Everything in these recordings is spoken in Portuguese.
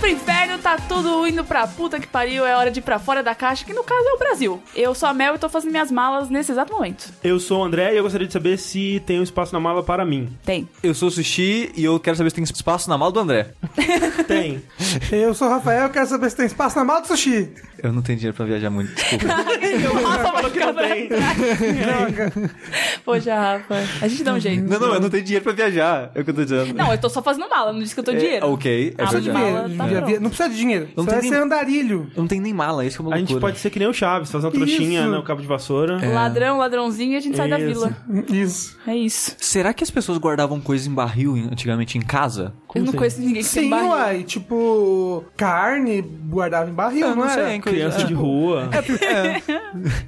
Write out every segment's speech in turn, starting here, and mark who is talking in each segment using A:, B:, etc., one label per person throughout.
A: pro inferno, tá tudo indo pra puta que pariu, é hora de ir pra fora da caixa, que no caso é o Brasil. Eu sou a Mel e tô fazendo minhas malas nesse exato momento.
B: Eu sou o André e eu gostaria de saber se tem um espaço na mala para mim.
A: Tem.
C: Eu sou o Sushi e eu quero saber se tem espaço na mala do André.
B: Tem.
D: Eu sou o Rafael, quero saber se tem espaço na mala do sushi.
C: Eu não tenho dinheiro pra viajar muito, desculpa.
A: o Rafa vai ficar pra trás.
D: Droga.
A: Poxa, Rafa, a gente dá um jeito.
C: não, não, eu não tenho dinheiro pra viajar. É o que eu tô dizendo.
A: Não, eu tô só fazendo mala, não disse que eu tô
C: É,
A: dinheiro.
C: ok, é
A: Ah,
D: Não precisa
C: verdade.
D: de
A: mala,
D: dinheiro.
A: tá
D: Via-
A: bom.
D: via- Não precisa de dinheiro.
C: Não
D: Não
C: tem
D: vai
C: nem-
D: ser andarilho.
C: Eu não tenho nem mala, isso que é uma
B: A gente
C: loucura.
B: pode ser que nem o Chaves, fazer uma trouxinha
D: Isso.
B: no cabo de vassoura.
C: é?
A: É, Ladrão, ladrãozinho e a gente sai da
B: Isso.
A: vila.
D: Isso.
A: É isso.
C: Será que as pessoas guardavam coisas em barril em- antigamente em casa?
A: eu não
B: assim?
A: conheço ninguém que tem
D: Sim,
A: barril.
D: uai. Tipo, carne guardava em barril, não, era?
C: hein, coisa-
B: Criança
C: é.
B: de rua.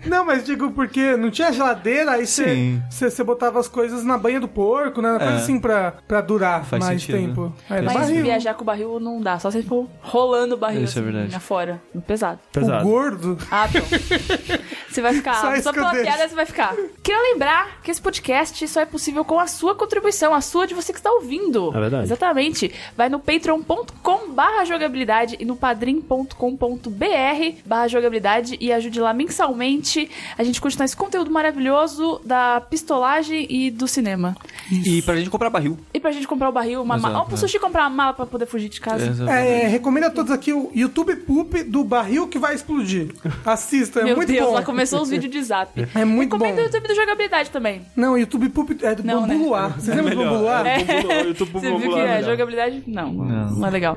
D: Não, mas digo porque não tinha geladeira, aí
C: Sim.
D: você botava as coisas na banha do porco, né? Coisa
C: É.
D: assim pra, pra durar
C: Faz
D: mais
C: sentido,
D: tempo. Aí Era
A: Mas
D: barril.
A: viajar com barril não dá, só se for rolando o barril
C: Isso é
A: assim,
C: verdade.
A: afora. Pesado.
D: O
B: Pesado.
D: gordo.
A: Ah, pronto. Você vai ficar.
D: Só
A: Só,
D: isso que eu
A: pela
D: deixo.
A: piada você vai ficar. Queria lembrar que esse podcast só é possível com a sua contribuição, a sua de você que está ouvindo.
B: É verdade.
A: Exatamente. Vai no patreon.com barra jogabilidade e no padrim.com.br barra jogabilidade e ajude lá mensalmente a gente continuar esse conteúdo maravilhoso da pistolagem e do cinema.
C: E pra gente comprar barril.
A: E pra gente comprar o barril, uma
C: Exato,
A: mala. Ou pro
C: é.
A: sushi comprar uma mala pra poder fugir de casa.
D: É, recomendo a todos aqui o YouTube Poop do barril que vai explodir. Assista, é
A: Meu
D: muito
A: Deus,
D: bom.
A: lá começou os vídeos de zap.
D: É muito
A: Recomendo
D: bom.
A: o YouTube do jogabilidade também.
D: Não, YouTube Poop é do
A: Não,
D: Bambu
A: né?
D: Luar. Vocês lembram do Bambu Luar?
A: É.
B: Eu tô
A: Você viu que é, jogabilidade? Não, não, é legal.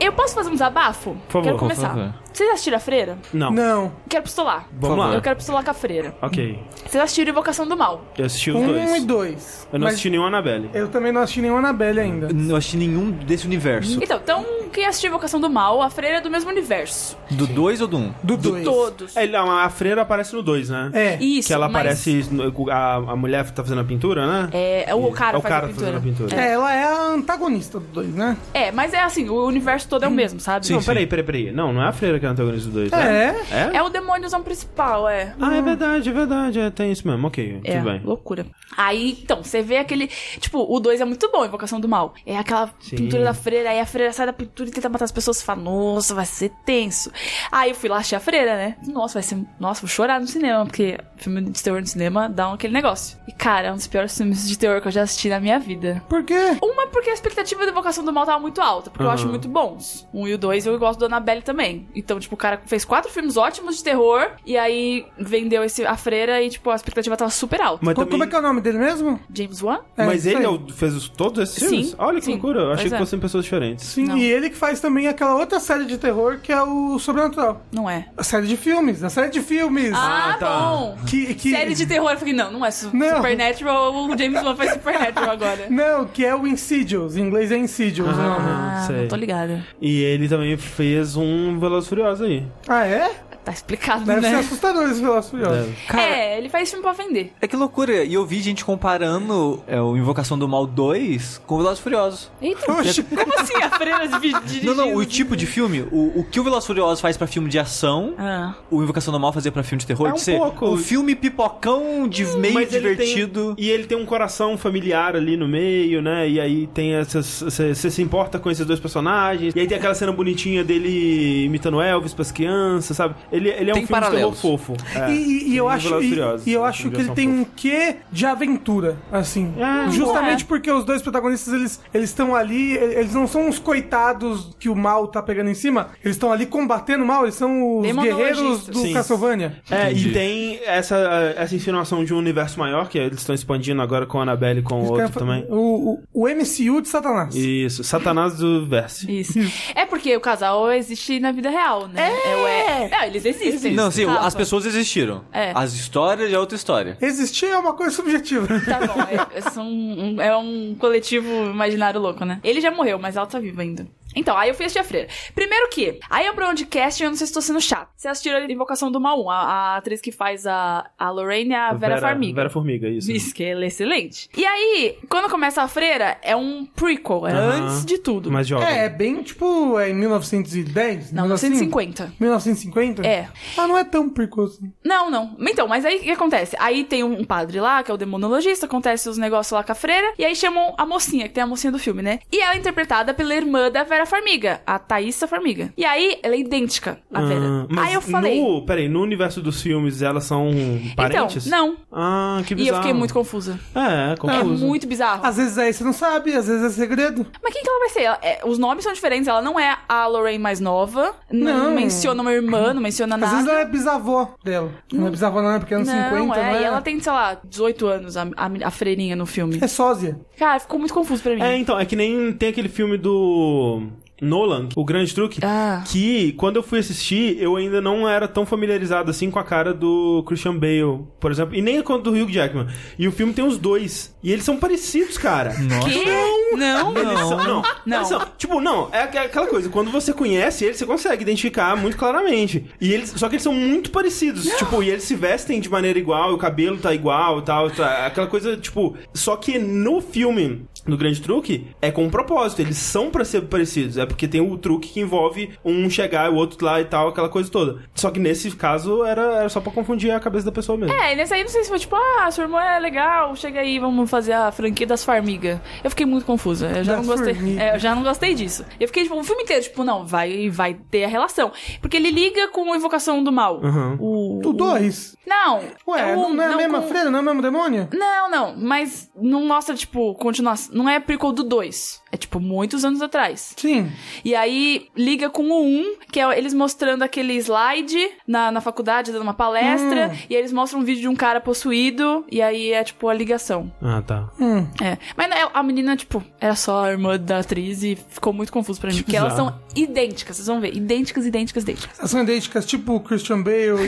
A: Eu posso fazer um desabafo? Por
B: favor,
A: quero
B: por
A: começar.
C: favor.
A: Vocês assistiram a freira?
B: Não.
D: Não.
A: Quero pistolar.
B: Vamos lá.
A: Eu quero pistolar com a freira.
B: Ok.
A: Vocês assistiram Invocação do Mal.
B: Eu assisti os
D: Um e
B: dois.
D: dois.
B: Eu não
D: Mas é
B: assisti nenhum Annabelle.
D: eu também não assisti nenhuma Anabelle ainda.
C: Não achei nenhum desse universo.
A: Então, então, quem assistiu Invocação do Mal, a freira é do mesmo universo.
C: Do 2 ou do 1? Um?
D: Do dois.
A: Todos.
B: É, não, a freira aparece no dois, né?
D: É.
A: Isso,
B: Que ela
A: mas-
B: aparece. no- A, a mulher tá fazendo a pintura, né?
A: É, é o cara,
B: É o
A: faz
B: cara
A: a pintura.
B: fazendo a pintura.
D: É, ela é a antagonista do dois, né?
A: É, mas é assim, o universo todo é o mesmo, sabe?
B: não, peraí, peraí, peraí. Não, não é a freira que é antagonista do dois.
D: É.
B: né? É?
A: É o demôniozão principal, é.
B: Ah, é verdade, é verdade. É, tem isso mesmo. Ok,
A: É,
B: tudo bem.
A: loucura. Aí, então, você vê aquele. Tipo, o 2 é muito bom, Invocação do Mal. É aquela pintura da freira, aí a freira sai da pintura e tenta matar as pessoas. Você fala, nossa, vai ser tenso. Aí eu fui lá, achei a freira, né? Nossa, vai ser. Nossa, vou chorar no cinema, porque filme de terror no cinema dá um- aquele negócio. E, cara, é um dos piores filmes de terror que eu já assisti na minha vida.
D: Por quê?
A: Uma, porque a expectativa da Invocação do Mal tava muito alta, porque eu
B: Aham.
A: acho muito bons. Um e o dois, eu gosto do Annabelle também. Então, tipo, o cara fez quatro filmes ótimos de terror, e aí vendeu esse, a freira, e, tipo, a expectativa tava super alta.
B: Mas,
D: Co-
B: também-
D: Como é que é o nome dele mesmo?
A: James Wan?
D: É,
B: mas
D: isso
B: ele
D: aí.
B: é o- fez os- todos esses
A: Sim,
B: filmes? Olha que
A: sim.
B: loucura. Eu achei
A: Pois
B: que
A: é.
B: fossem pessoas diferentes.
D: Sim,
A: Não.
D: e ele que faz também aquela outra série de terror que é o Sobrenatural.
A: Não é.
D: A série de filmes, a série de filmes.
A: Ah,
B: Ah, tá.
A: bom!
D: que, que...
A: Série de terror, eu falei, não, não é su
D: Não.
A: Supernatural, o James Wan faz Supernatural agora.
D: Não, que é o Insidious. Em inglês é Insidious o nome.
A: Ah,
B: sei.
A: não tô ligada.
B: E ele também fez um Velozes Furiosos aí.
D: Ah, é?
A: Tá explicado,
D: Deve ser
A: né?
D: assustador esse Velozes e Furiosos.
A: É, ele faz filme pra vender.
C: É que loucura. E eu vi gente comparando é, o Invocação do Mal 2 com o Velozes e Furiosos.
A: Eita,
D: Oxi.
A: como assim a freira de- de-
C: Não, não, o
A: dirigindo? assim?
C: tipo de filme, o, o que o Velozes e Furiosos faz pra filme de ação,
A: Ah.
C: o Invocação do Mal fazia pra filme de terror,
B: É um
C: de ser
B: pouco.
C: um filme pipocão de meio
B: Mas ele
C: divertido.
B: tem- e ele tem um coração familiar ali no meio, né? E aí tem essas. Você se importa com esses dois personagens. E aí tem aquela cena bonitinha dele imitando Elvis pras crianças, sabe? Ele Ele, ele é
E: Tem
B: um filme de terror
E: paralelos.
B: fofo. É,
D: E- e, e eu
B: tem
D: acho,
B: Velozes
D: e,
B: Furiosos,
D: e eu
B: né,
D: acho que ele
B: judiação
D: tem um
B: fofa.
D: quê de aventura, assim.
B: É,
D: justamente
A: é.
D: porque os dois protagonistas, eles eles estão ali, e- eles não são os coitados que o mal tá pegando em cima, eles estão ali combatendo o mal, eles são os
A: Demonologistas.
D: guerreiros do
B: Sim.
D: Castlevania.
B: É, e tem essa, essa insinuação de um universo maior, que eles estão expandindo agora com a Annabelle e com o
D: Os
B: Um outro
D: caras fa-
B: também.
D: O, o, o MCU de Satanás.
B: Isso, Satanás do Verse.
A: Isso. É porque o casal existe na vida real, né? É. o é... Não, eles existem.
C: Não, sim,
A: Rafa,
C: as pessoas existiram.
A: É.
C: As histórias é outra história.
D: Existir é uma coisa subjetiva.
A: Tá bom, é, é, são um, é um coletivo imaginário louco, né? Ele já morreu, mas ela tá viva ainda. Então, aí eu fui assistir a freira. Primeiro que, aí é um programa de casting, eu não sei se tô sendo chato. Você assistiu a Invocação do Mal 1, a, a atriz que faz a, a Lorraine, a Vera, Farmiga.
B: Vera Formiga, isso.
A: Isso que ela é excelente. E aí, quando começa a freira, é um prequel, é
B: Aham.
A: antes de tudo.
B: Mais jovem.
D: É, é bem tipo, é em 1910?
B: é
A: Não,
B: assim?
D: 1950.
A: 1950.
D: 1950?
A: É.
D: Ah, não é tão precoce.
A: Não, não. Então, mas aí o que acontece? Aí tem um padre lá, que é o demonologista, acontece os negócios lá com a freira, e aí chamam a mocinha, que tem a mocinha do filme, né? E ela é interpretada pela irmã da Vera Farmiga, a Thaísa Farmiga. E aí ela é idêntica à Vera.
B: Ah, mas
A: aí eu falei.
B: No, peraí, no universo dos filmes elas são parentes?
A: Então, não.
B: Ah, que
A: E
B: bizarro.
A: eu fiquei muito confusa.
B: É, confuso.
A: É muito bizarro.
D: Às vezes é, você não sabe, às vezes é segredo.
A: Mas quem que ela vai ser? Ela- é, os nomes são diferentes. Ela não é a Lorraine mais nova. n- Não,
B: é.
D: Não.
A: menciona uma irmã, não menciona
D: Às vezes
A: nada.
D: ela é bisavó dela. Não é bisavó, não, é porque é anos 50,
A: é,
D: né?
A: e ela tem, sei lá, 18 anos, a, a, a freirinha no filme.
D: É sósia.
A: Cara, ficou muito confuso pra mim.
B: É, então, é que nem tem aquele filme do Nolan, O Grande Truque,
A: Ah.
B: que quando eu fui assistir, eu ainda não era tão familiarizado assim com a cara do Christian Bale, por exemplo, e nem com a do Hugh Jackman. E o filme tem os dois, e eles são parecidos, cara.
A: Que? Não,
B: Eles são, não,
A: Não.
B: Eles são- tipo, não, é aqu- aquela coisa, quando você conhece eles, você consegue identificar muito claramente. E eles, só que eles são muito parecidos, tipo, e eles se vestem de maneira igual, e o cabelo tá igual e tal, tá- aquela coisa, tipo, só que no filme do Grande Truque é com um propósito, eles são pra ser parecidos, é porque tem o truque que envolve um chegar e o outro lá e tal, aquela coisa toda. Só que nesse caso era, era só pra confundir a cabeça da pessoa mesmo.
A: É, e nesse aí não sei se foi tipo, ah, sua irmã é legal, chega aí, vamos fazer a franquia das farmigas. Eu fiquei muito confusa, eu já
D: Das
A: não gostei.
D: formigas.
A: é, eu já não gostei disso. Eu fiquei, tipo, o filme inteiro, tipo, não, vai, vai ter a relação. Porque ele liga com a invocação do mal. O,
D: O dois.
A: Não.
D: Ué,
A: é o-
D: não, é a mesma
A: com-
D: freira, não é o mesmo demônio?
A: Não, não, mas não mostra, tipo, continuação. Não é prequel do 2. É, tipo, muitos anos atrás.
D: Sim.
A: E aí liga com o 1, que é eles mostrando aquele slide na, na faculdade, dando uma palestra, e aí eles mostram um vídeo de um cara possuído, e aí é tipo a ligação.
B: Ah, tá.
D: Hum.
A: É. Mas não, a menina, tipo, era só a irmã da atriz e ficou muito confuso pra mim. Porque elas
B: bizarro.
A: são idênticas, vocês vão ver. Idênticas, idênticas, idênticas.
D: Elas são idênticas, tipo o Christian Bale e o...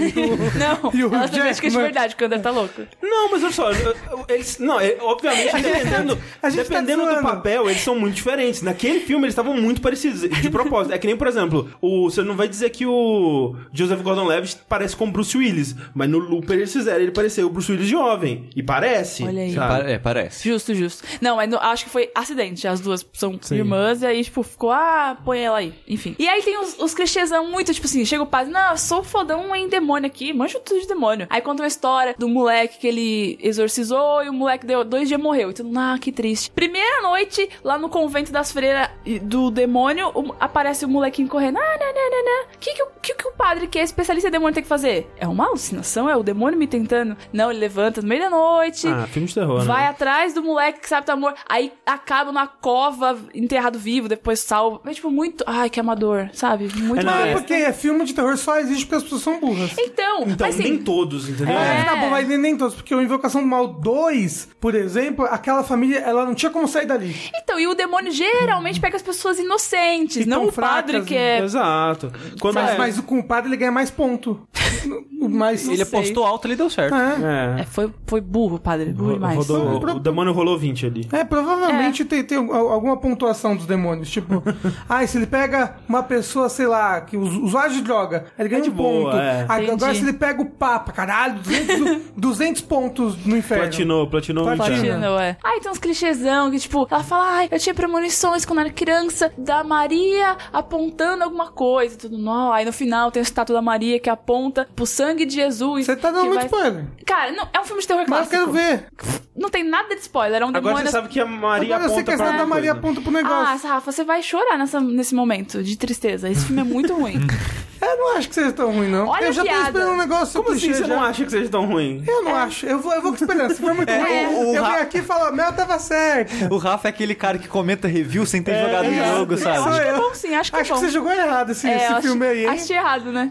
A: Não,
D: E o
A: elas são
D: Jackman?
A: idênticas de verdade, porque o André tá louco.
B: Não, mas olha só, eu- eu- eles. Não, é- obviamente, dependendo,
D: a gente tá
B: dependendo do
D: zoando.
B: papel, eles são muito diferentes. Naquele filme, eles estavam muito parecidos, de propósito. É que nem, por exemplo, o, você não vai dizer que o Joseph Gordon Levitt parece com o Bruce Willis, mas no Looper eles fizeram ele parecer o Bruce Willis jovem. E parece.
A: Olha aí.
B: sabe?
C: Pa- É, parece.
A: Justo, justo. Não, mas não- acho que foi acidente. As duas são irmãs, e aí, tipo, ficou, ah, põe ela aí. Enfim. E aí tem os, os clichêzão muito, tipo assim, chega o padre, não, eu sou fodão em demônio aqui, manjo tudo de demônio. Aí conta uma história do moleque que ele exorcizou e o moleque deu dois dias e morreu. Então, ah, que triste. Primeira noite, lá no convento das freiras e do demônio, o- aparece o molequinho correndo, ah, né, né, né, né. Que que, o- que que o padre que é especialista em demônio tem que fazer? É uma alucinação? É o demônio me tentando? Não, ele levanta no meio da noite.
B: Ah, filme de terror,
A: Vai
B: né?
A: atrás do moleque que sabe tá morto. Aí acaba numa cova, enterrado vivo, depois salvo. É tipo muito. Ai, que amador, sabe? Muito
B: É, não,
D: Ah,
A: besta.
D: porque é filme de terror só existe porque as pessoas são burras.
A: Então,
B: Então,
A: mas assim.
B: nem todos, entendeu?
A: É.
D: Mas tá bom, mas nem, nem todos, porque o Invocação do Mal 2, por exemplo, aquela família, ela não tinha como sair dali.
A: Então, e o demônio geralmente pega as pessoas inocentes,
D: E
A: não
D: tão
A: o padre
D: fracas,
A: que é.
B: Exato. Quando
D: Mas,
B: é,
D: mas o compadre, ele ganha mais ponto. mas...
C: Ele é
A: sei.
C: apostou alto, ele deu certo.
D: É.
A: É,
B: é,
A: foi, foi burro, padre. Burro demais.
B: rodou-
D: Pro-
B: o demônio rolou 20 ali.
D: É, provavelmente tem, tem al- alguma pontuação dos demônios. Tipo, ah, se ele pega uma pessoa, sei lá, que us- usuário de droga, ele ganha
B: É de
D: um ponto.
B: boa, é.
D: Ah, Agora
A: Entendi.
D: se ele pega o Papa, caralho, 200, du- 200 pontos no inferno.
B: Platinou, platinou, né?
D: Platina.
B: muito.
A: Platina, né, ué. Aí tem uns clichêzão que, tipo, ela fala, ai, eu tinha premonições quando era criança da Maria apontando alguma coisa e tudo. Não. Aí no final tem a estátua da Maria que aponta pro sangue de Jesus.
D: Você tá dando
A: que
D: muito
A: vai-
D: spoiler.
A: Cara, não, é um filme de terror
D: Mas eu
A: clássico.
D: quero ver.
A: Não tem nada de spoiler, é um
B: Agora
A: demônio... assim.
B: você sabe que a Maria
D: Agora eu
B: aponta
D: sei que a
B: pra
D: estrada da
B: alguma
D: Maria
B: coisa.
D: aponta pro um negócio.
A: Ah, Rafa, você vai chorar nessa, nesse momento de tristeza. Esse filme é muito ruim.
D: É, não acho que seja tão ruim, não.
A: Olha
D: eu
A: a
D: já tô
A: piada.
D: esperando um negócio
B: Como assim
D: clichê
B: você
D: já.
B: não acha que seja tão ruim?
D: Eu não acho. Eu vou, eu vou com esperança. Se for muito ruim,
C: o- o
D: eu
C: Ra-
D: venho aqui e falo, Mel tava certo.
C: O Rafa é aquele cara que comenta review sem ter jogado o jogo,
A: Eu acho
C: sabe?
A: que é bom sim, acho que
D: Acho
A: é bom.
D: que você jogou errado esse,
A: É,
D: esse
A: eu acho-
D: filme aí, hein?
A: Achei errado, né?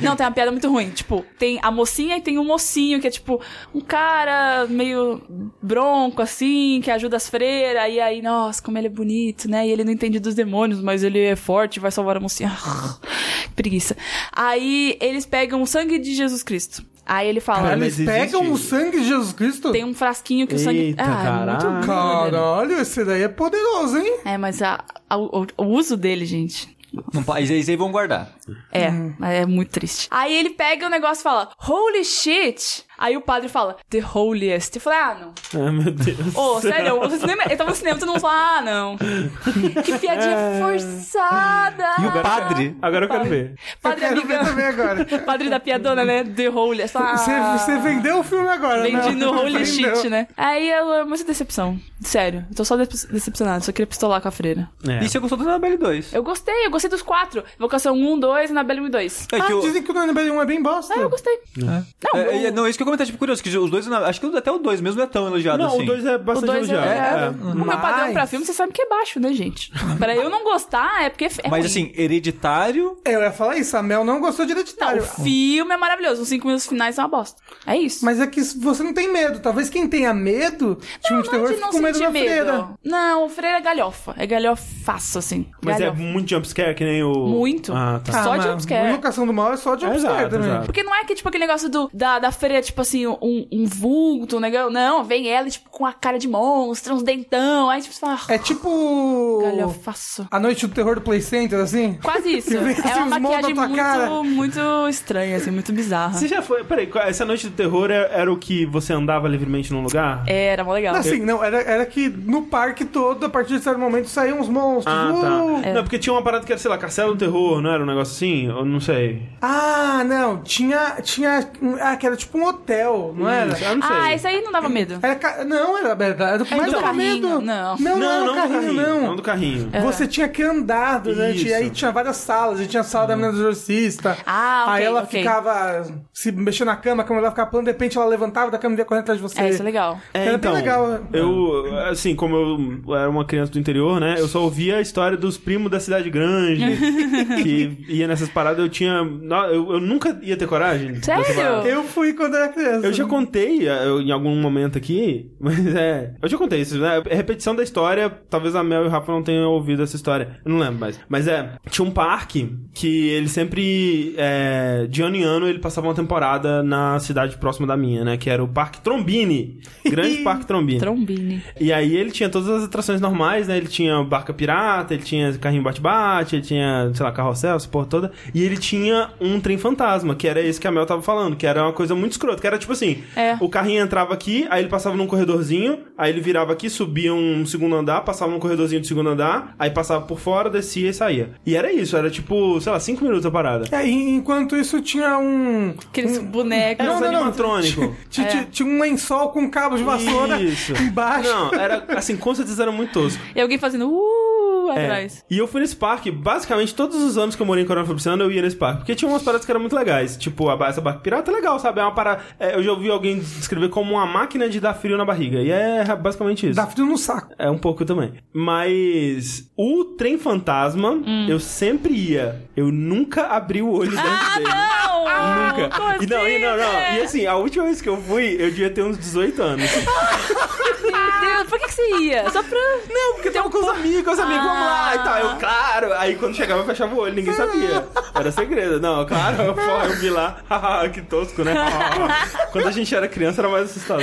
A: Não, tem uma piada muito ruim. Tipo, tem a mocinha e tem um mocinho, que é tipo um cara meio bronco, assim, que ajuda as freiras. E aí, nossa, como ele é bonito, né? E ele não entende dos demônios, mas ele é forte, vai salvar a mocinha. Que Preguiça. Aí eles pegam o sangue de Jesus Cristo. Aí ele fala.
D: Caralho,
B: mas
D: Ah, Eles pegam
B: existe-
D: o sangue de Jesus Cristo?
A: Tem um frasquinho que o sangue.
B: Eita,
A: Ah, é muito bom.
D: Caralho, esse daí é poderoso, hein?
A: É, mas a- a- o- o uso dele, gente.
C: Não, pa- eles aí vão guardar.
A: É, mas é muito triste. Aí ele pega o negócio e fala, holy shit! Aí o padre fala, the holiest. Eu falei, ah, não.
B: Ah, meu Deus.
A: Ô, sério, eu, no cinema, eu tava no cinema, todo mundo fala, ah, não. Que piadinha
D: É.
A: forçada!
C: E o padre?
B: Agora eu quero ver.
A: Padre
D: eu quero ver
A: amigão.
D: também agora.
A: Padre da piadona, né? The holiest. Fala,
D: Você,
A: ah,
D: você vendeu o filme agora, né?
A: Vendi no holy
D: Vendeu.
A: shit, né? Aí eu, é muita decepção. Sério, eu tô só dece- decepcionado. Só queria pistolar com a freira.
B: É.
C: E você gostou do Annabelle 2?
A: Eu gostei, eu gostei dos quatro. Vocação 1, 2 e Anabelle 1 e 2.
C: É
D: Ah,
C: que o-
D: dizem que o Nanibel 1 é bem bosta.
A: Ah, eu gostei. Não,
C: é,
A: o-
C: é, não, isso que eu comentei, tipo, curioso, que os dois, acho que até o 2 mesmo não é tão elogiado
B: Não,
C: assim.
B: o 2 é
A: O
B: bastante
A: dois é-
B: elogiado.
A: é-
B: É.
A: O meu padrão pra filme, você sabe que é baixo, né, gente? pra eu não gostar, é porque é
C: Mas
A: ruim.
C: assim, hereditário,
D: Eu ia falar isso, a Mel não gostou de
A: Não,
D: hereditário.
A: o filme é maravilhoso. Os cinco minutos finais são uma bosta. É isso.
D: Mas é que você não tem medo. Talvez quem tenha medo de filme de terror
A: de
D: fique com medo da freira.
A: medo. Não, o freira é galhofa. É galhofaço, assim.
B: Mas é
A: galhofa.
B: muito jumpscare que nem o.
A: Muito.
B: Ah, tá.
A: Só
D: mas
A: jumpscare.
D: Invocação do Mal é só
B: É,
D: jumpscare
B: exato,
D: também.
B: exato.
A: Porque não é que, tipo, aquele negócio do, da, da freira, tipo assim, um, um vulto, um negão. Não, vem ela, tipo, com a cara de monstro, uns dentão. Aí, tipo, você fala,
D: É tipo...
A: galhofaço.
D: A Noite do Terror do Play Center, assim?
A: Quase isso.
D: Que vem assim
A: É uma
D: uns moldes
A: maquiagem
D: na tua cara.
A: muito, muito estranha, assim, muito bizarra.
B: Você já foi. Peraí, qual- essa noite do terror é- era o que você andava livremente num lugar?
A: Era mó legal.
D: Assim, não, era, era que no parque todo, a partir de certo momento, saíam uns monstros.
B: Ah,
D: Uh!
B: tá. Não, porque tinha uma parada que era, sei lá, Castelo do Terror, não era um negócio assim? Eu não sei.
D: Ah, não, tinha, tinha... Ah, que era tipo um hotel, não era?
B: Isso, eu não sei. É,
A: Ah, isso aí não dava medo.
D: Era ca- Não, era verdade. Era o que
A: É
D: mais
A: do
D: dava
A: carrinho,
D: medo.
A: não. É.
D: não, não era
B: Não,
D: é o
B: não,
D: carrinho, não.
B: Não do carrinho.
D: Você tinha que andar durante.
B: Isso. Uhum.
D: E aí tinha várias salas. E tinha a sala da menina do exorcista.
A: Ah, ok,
D: Aí ela
A: ok.
D: ficava se mexendo na cama, a cama ela ficava plana, de repente ela levantava da cama e ia correndo atrás de você.
A: É, isso é legal.
D: Era bem legal.
B: Então,
D: né?
B: Eu, assim, como eu era uma criança do interior, né? Eu só ouvia a história dos primos da cidade grande. que ia nessas paradas, eu tinha. não, Eu, eu nunca ia ter coragem. dessa
A: Sério?
B: parada.
D: Eu fui quando era criança.
B: Eu já contei eh, eu, em algum momento aqui, mas é. Eu já contei isso, né? É repetição da história. Talvez a Mel e o Rafa não tenham ouvido essa história. Eu não lembro mais. Mas é. Tinha um parque que ele sempre. é, de ano em ano ele passava uma temporada na cidade próxima da minha, né? Que era o Parque Trombini. Grande Parque Trombini.
A: Trombini.
B: E aí ele tinha todas as atrações normais, né? Ele tinha barca pirata, ele tinha carrinho bate-bate, ele tinha, sei lá, carrossel, essa porra toda. E ele tinha um trem fantasma, que era esse que a Mel tava falando, que era uma coisa muito escrota, que era tipo assim,
A: É.
B: o carrinho entrava aqui, aí ele passava num corredorzinho, aí ele virava aqui, subia um segundo andar, passava num corredorzinho do segundo andar, aí passava por fora, descia e saía. E era isso, era tipo, sei lá, cinco minutos a parada.
D: É, e enquanto isso tinha um.
A: Aqueles
B: Hum.
A: bonecos.
B: Era
D: Não,
B: uns
D: não, não.
B: animatrônico.
D: Tinha,
A: É.
D: tinha- tinha um lençol com cabo de vassoura
B: Isso.
D: embaixo.
B: Não, era assim, com certeza era muito tosco.
A: E alguém fazendo uh
B: É.
A: atrás.
B: E eu fui nesse parque, basicamente todos os anos que eu morei em Coronel Fabriciano, eu ia nesse parque. Porque tinha umas paradas que eram muito legais. Tipo, a, ba- essa barca pirata é legal, sabe? É uma parada. é, eu já ouvi alguém descrever como uma máquina de dar frio na barriga. E é basicamente isso.
D: Dá frio no saco.
B: É um pouco também. Mas o trem fantasma, eu sempre ia. Eu nunca abri o olho dentro dele.
A: Ah, Não!
B: Nunca.
A: Como
B: E não, e não, não.
A: assim,
B: E assim, a última vez que eu fui, eu devia ter uns 18 anos.
A: Meu Deus, por que, que você ia? Só pra.
B: assim- Não, porque eu
D: um
B: tava com os amigos, com os amigos, vamos lá e tal.
D: Ah.
B: Eu, claro. Aí quando chegava eu fechava o olho, ninguém sabia. Era segredo. Não, claro, eu, porra, eu vi lá. Haha, que tosco, né? quando a gente era criança era mais assustador.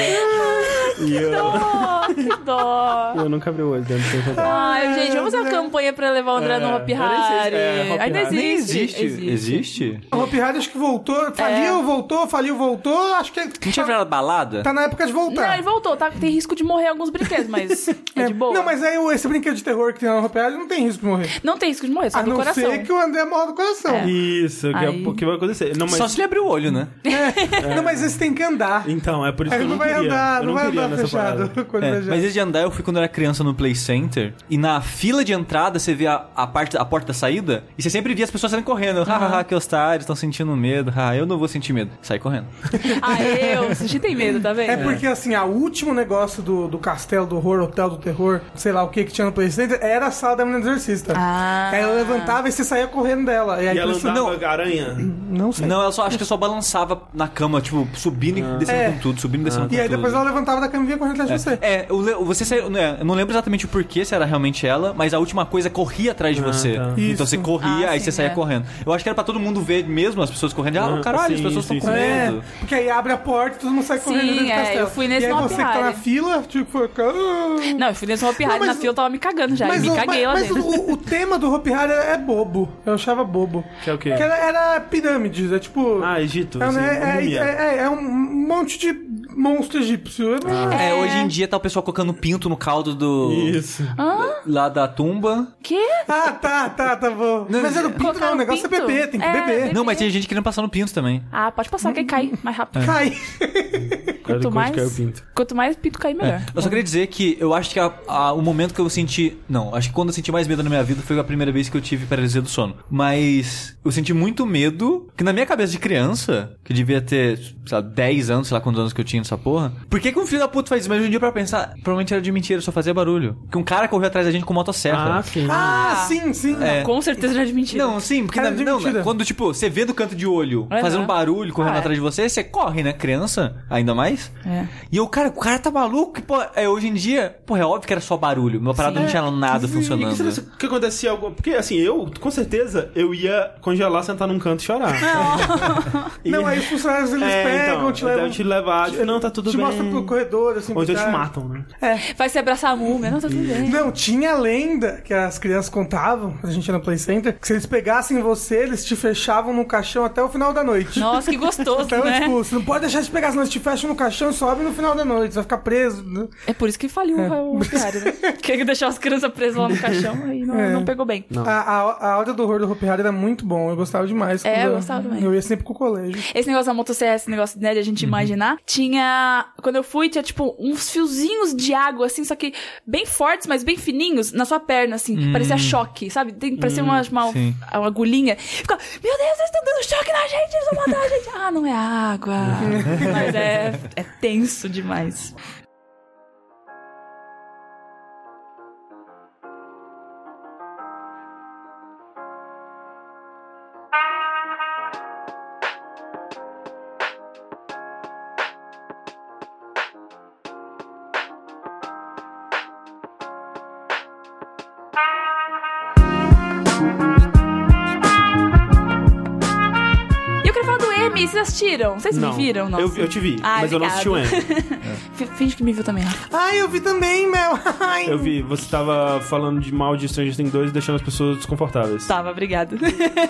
B: E eu,
A: Dó, que dó.
B: eu nunca abri o olho dentro do fantasma.
A: Ai, gente, vamos fazer uma campanha pra levar o André
B: né? É,
A: no Hopi
B: eu nem sei se-
A: Hari.
B: é, Hopi
A: Ainda
B: Hari.
A: existe.
C: nem existe. Existe?
D: A Hopi Hari acho que
A: É.
D: voltou. Faliu, voltou, faliu, voltou. Acho que.
C: Não tinha virado balada?
D: Tá na época de voltar.
A: Não, ele voltou, tá? Tem risco de morrer alguns brinquedos, mas é de boa.
D: Não, mas aí esse brinquedo de terror que tem na Hopi Hari não tem risco de morrer.
A: Não tem risco de morrer, só
D: A
A: do
D: não
A: coração.
D: ser que o André morra do coração.
B: Isso, que é
A: Aí.
B: o que vai acontecer. Não, mas...
C: Só se ele abrir o olho, né?
D: É. Não, mas esse tem que andar.
B: Então, é por isso
D: Aí
B: que eu
D: não
B: não
D: vai
B: queria.
D: andar,
B: eu
D: não vai
B: queria
D: andar
B: nessa
D: fechado
B: parada.
D: quando
C: É.
D: vai já.
C: Mas esse de andar eu fui quando eu era criança no Play Center. E na fila de entrada você vê a, a parte, a porta da saída. E você sempre via as pessoas saindo correndo. Hahaha, que otários, estão sentindo medo. Ah, eu não vou sentir medo. Sai correndo.
A: Ah, eu. Sushi tem medo, tá vendo?
D: É porque, assim, a último negócio do, do castelo do horror, hotel do terror, sei lá o que que tinha no PlayStation, era a sala da menina exorcista.
A: Ah.
D: Aí ela levantava e você saía correndo dela. E aí
B: E ela
D: por isso-
B: andava
D: É não,
B: aranha.
D: não sei.
C: Não, ela só acho que eu só balançava na cama, tipo, subindo e descendo
D: É.
C: com tudo, subindo e descendo com
D: E aí
C: tudo.
D: depois ela levantava da cama e vinha correndo atrás de você.
C: É, eu le- você saiu. né, eu não lembro exatamente o porquê, se era realmente ela, mas a última coisa corria atrás de você.
B: tá.
C: Então
D: Ah, Isso.
C: você corria,
A: Ah,
C: aí
A: sim,
C: você saía
A: é.
C: correndo. Eu acho que era pra todo mundo ver mesmo as pessoas correndo. Ah,
B: Ah,
C: caralho, as
B: sim,
C: pessoas estão
B: sim,
C: com
B: sim.
D: É,
C: medo.
D: porque aí abre a porta e todo mundo sai correndo
A: Sim,
D: dentro do
A: é,
D: castelo.
A: eu fui nesse
D: e aí você que tá na
A: Hopi-Hari.
D: fila, tipo, fica, "Ah".
A: Não, eu fui nesse Hopi
D: Não,
A: Hari na
D: mas
A: fila, eu
D: o-
A: tava me cagando já. e me
D: o-
A: caguei lá
D: mas
A: dentro.
D: o, o tema do Hopi Hari é bobo. Eu achava bobo.
B: Que é o quê?
D: Porque era, era pirâmides, é tipo...
B: Ah, Egito.
D: é, um-
B: assim,
D: é,
B: múmia.
D: é- é- é um monte de monstro egípcio. Eu
B: Ah.
D: não-
C: É,
A: É.
C: hoje em dia tá o pessoal colocando pinto no caldo do.
B: Isso.
C: Lá da tumba.
A: Quê?
D: Ah, tá, tá, tá bom.
C: Não,
D: Mas era o pinto, não.
A: Colocaram
D: O negócio é
A: pinto?
D: beber, tem que
A: É,
D: beber.
A: bebe-
C: Não, mas tem gente querendo passar no pinto também.
A: Ah, pode passar que aí cai mais rápido.
D: Cai.
A: Quanto mais,
B: caiu É. o pinto. É.
A: quanto mais pinto cair, melhor.
C: É. Eu só queria dizer que eu acho que a- a- o momento que eu senti. Não, acho que quando eu senti mais medo na minha vida foi a primeira vez que eu tive paralisia do sono. Mas eu senti muito medo, que na minha cabeça de criança, que devia ter, sei lá, 10 anos, sei lá quantos anos que eu tinha nessa porra. Por que, que um filho da puta faz isso? Mas hoje em dia, pra pensar, provavelmente era de mentira, só fazia barulho. Que um cara correu atrás da gente com motosserra.
B: Ah, sim.
D: Ah, sim, sim.
C: É.
A: Com certeza já é de mentira.
C: Não, sim, porque
D: Cara,
C: na-
D: de
C: não,
D: mentira.
C: quando, tipo, você vê do canto de olho,
A: Aham.
C: fazendo barulho, correndo
A: Ah, é.
C: atrás de você, você corre, né? Criança, ainda mais.
A: É.
C: E eu, cara, o cara tá maluco. que, Pô, é, hoje em dia, pô, é óbvio que era só barulho. Meu parada
A: Sim.
C: não tinha nada
B: E
C: funcionando. né?
B: que será que- O que acontece se algo. Porque assim, eu, com certeza, eu ia congelar, sentar num canto e chorar. E-
D: Não, aí os funcionários eles
B: É,
D: pegam,
B: então,
D: te levam.
B: devem te levar. Tipo, não, tá tudo
D: te
B: bem.
D: mostram pro corredor, assim.
B: Ou então
D: pro
B: te
D: cara.
B: matam, né?
A: Vai se abraçar a múmia, não tá tudo bem.
D: Não, tinha a lenda que as crianças contavam, quando a gente era no Play Center, que se eles pegassem você, eles te fechavam no caixão até o final da noite.
A: Nossa, que gostoso,
D: Então,
A: né?
D: tipo, você não pode deixar de pegar, senão eles te fecham no caixão e sobe no final da noite, você vai ficar preso. né?
A: É por isso que faliu o operário, né? Quer deixar as crianças presas lá no caixão, aí não,
D: É.
A: não pegou bem.
D: A, a, a aula do horror do Hopi Hari era muito bom, eu gostava demais.
A: É,
D: quando
A: eu gostava também.
D: Eu ia sempre pro colégio.
A: Esse negócio da motosserra, esse negócio né, de a gente
B: Uhum.
A: imaginar, tinha. Quando eu fui, tinha tipo uns fiozinhos de água, assim, só que bem fortes, mas bem fininhos, na sua perna, assim. Parecia
B: Hum.
A: choque, sabe? Tem- parecia uma, tipo, uma,
C: sim.
A: uma agulhinha. Ficava, meu Deus, eles estão dando choque na gente, eles vão matar a gente. Ah, não é água. mas é, é tenso demais. E eu quero falar do M, vocês assistiram? Vocês me viram? Nossa.
B: Eu, eu te vi,
A: Ah,
B: mas eu não assisti o M.
A: obrigada. F- Finge que me viu também, Rafa.
D: Ai, Ah, eu vi também, Mel. Ai.
B: Eu vi, você tava falando de mal de Stranger Things 2 e deixando as pessoas desconfortáveis.
A: Tava, obrigado.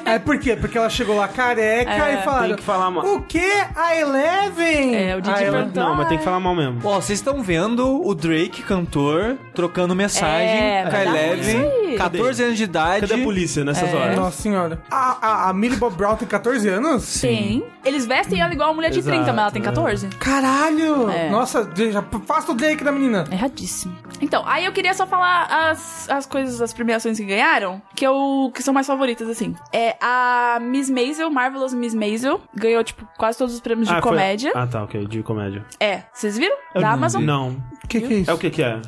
D: É por quê? Porque ela chegou lá careca e falaram...
B: Tem que falar mal.
D: O quê? A Eleven?
A: É, o Didi
D: Aí ela-
A: perguntou.
B: Ah, Não, mas tem que falar mal mesmo.
C: Ó, vocês estão vendo o Drake, cantor, trocando mensagem
A: É,
C: com a
A: vai dar ruim isso
C: Eleven,
A: aí.
C: 14 anos de idade.
B: Cadê a polícia
A: É.
B: nessas horas?
D: Ah, Nossa senhora. A, a, a Millie Bob Brown tem 14 anos?
A: Tem. Eles vestem ela igual a mulher de
B: Exato,
A: 30, mas ela tem
B: é.
A: 14.
D: Caralho!
A: É.
D: Nossa, já faça o Drake da menina.
A: Erradíssimo. Então, aí eu queria só falar as, as coisas, as premiações que ganharam, que eu que são mais favoritas, assim. É a Miss Maisel, Marvelous Miss Maisel, ganhou, tipo, quase todos os prêmios de
B: Ah, foi-
A: comédia.
B: Ah, tá, ok, de comédia.
A: É, vocês viram? da Amazon.
B: Não.
D: O que, que é isso?
B: É o que que é?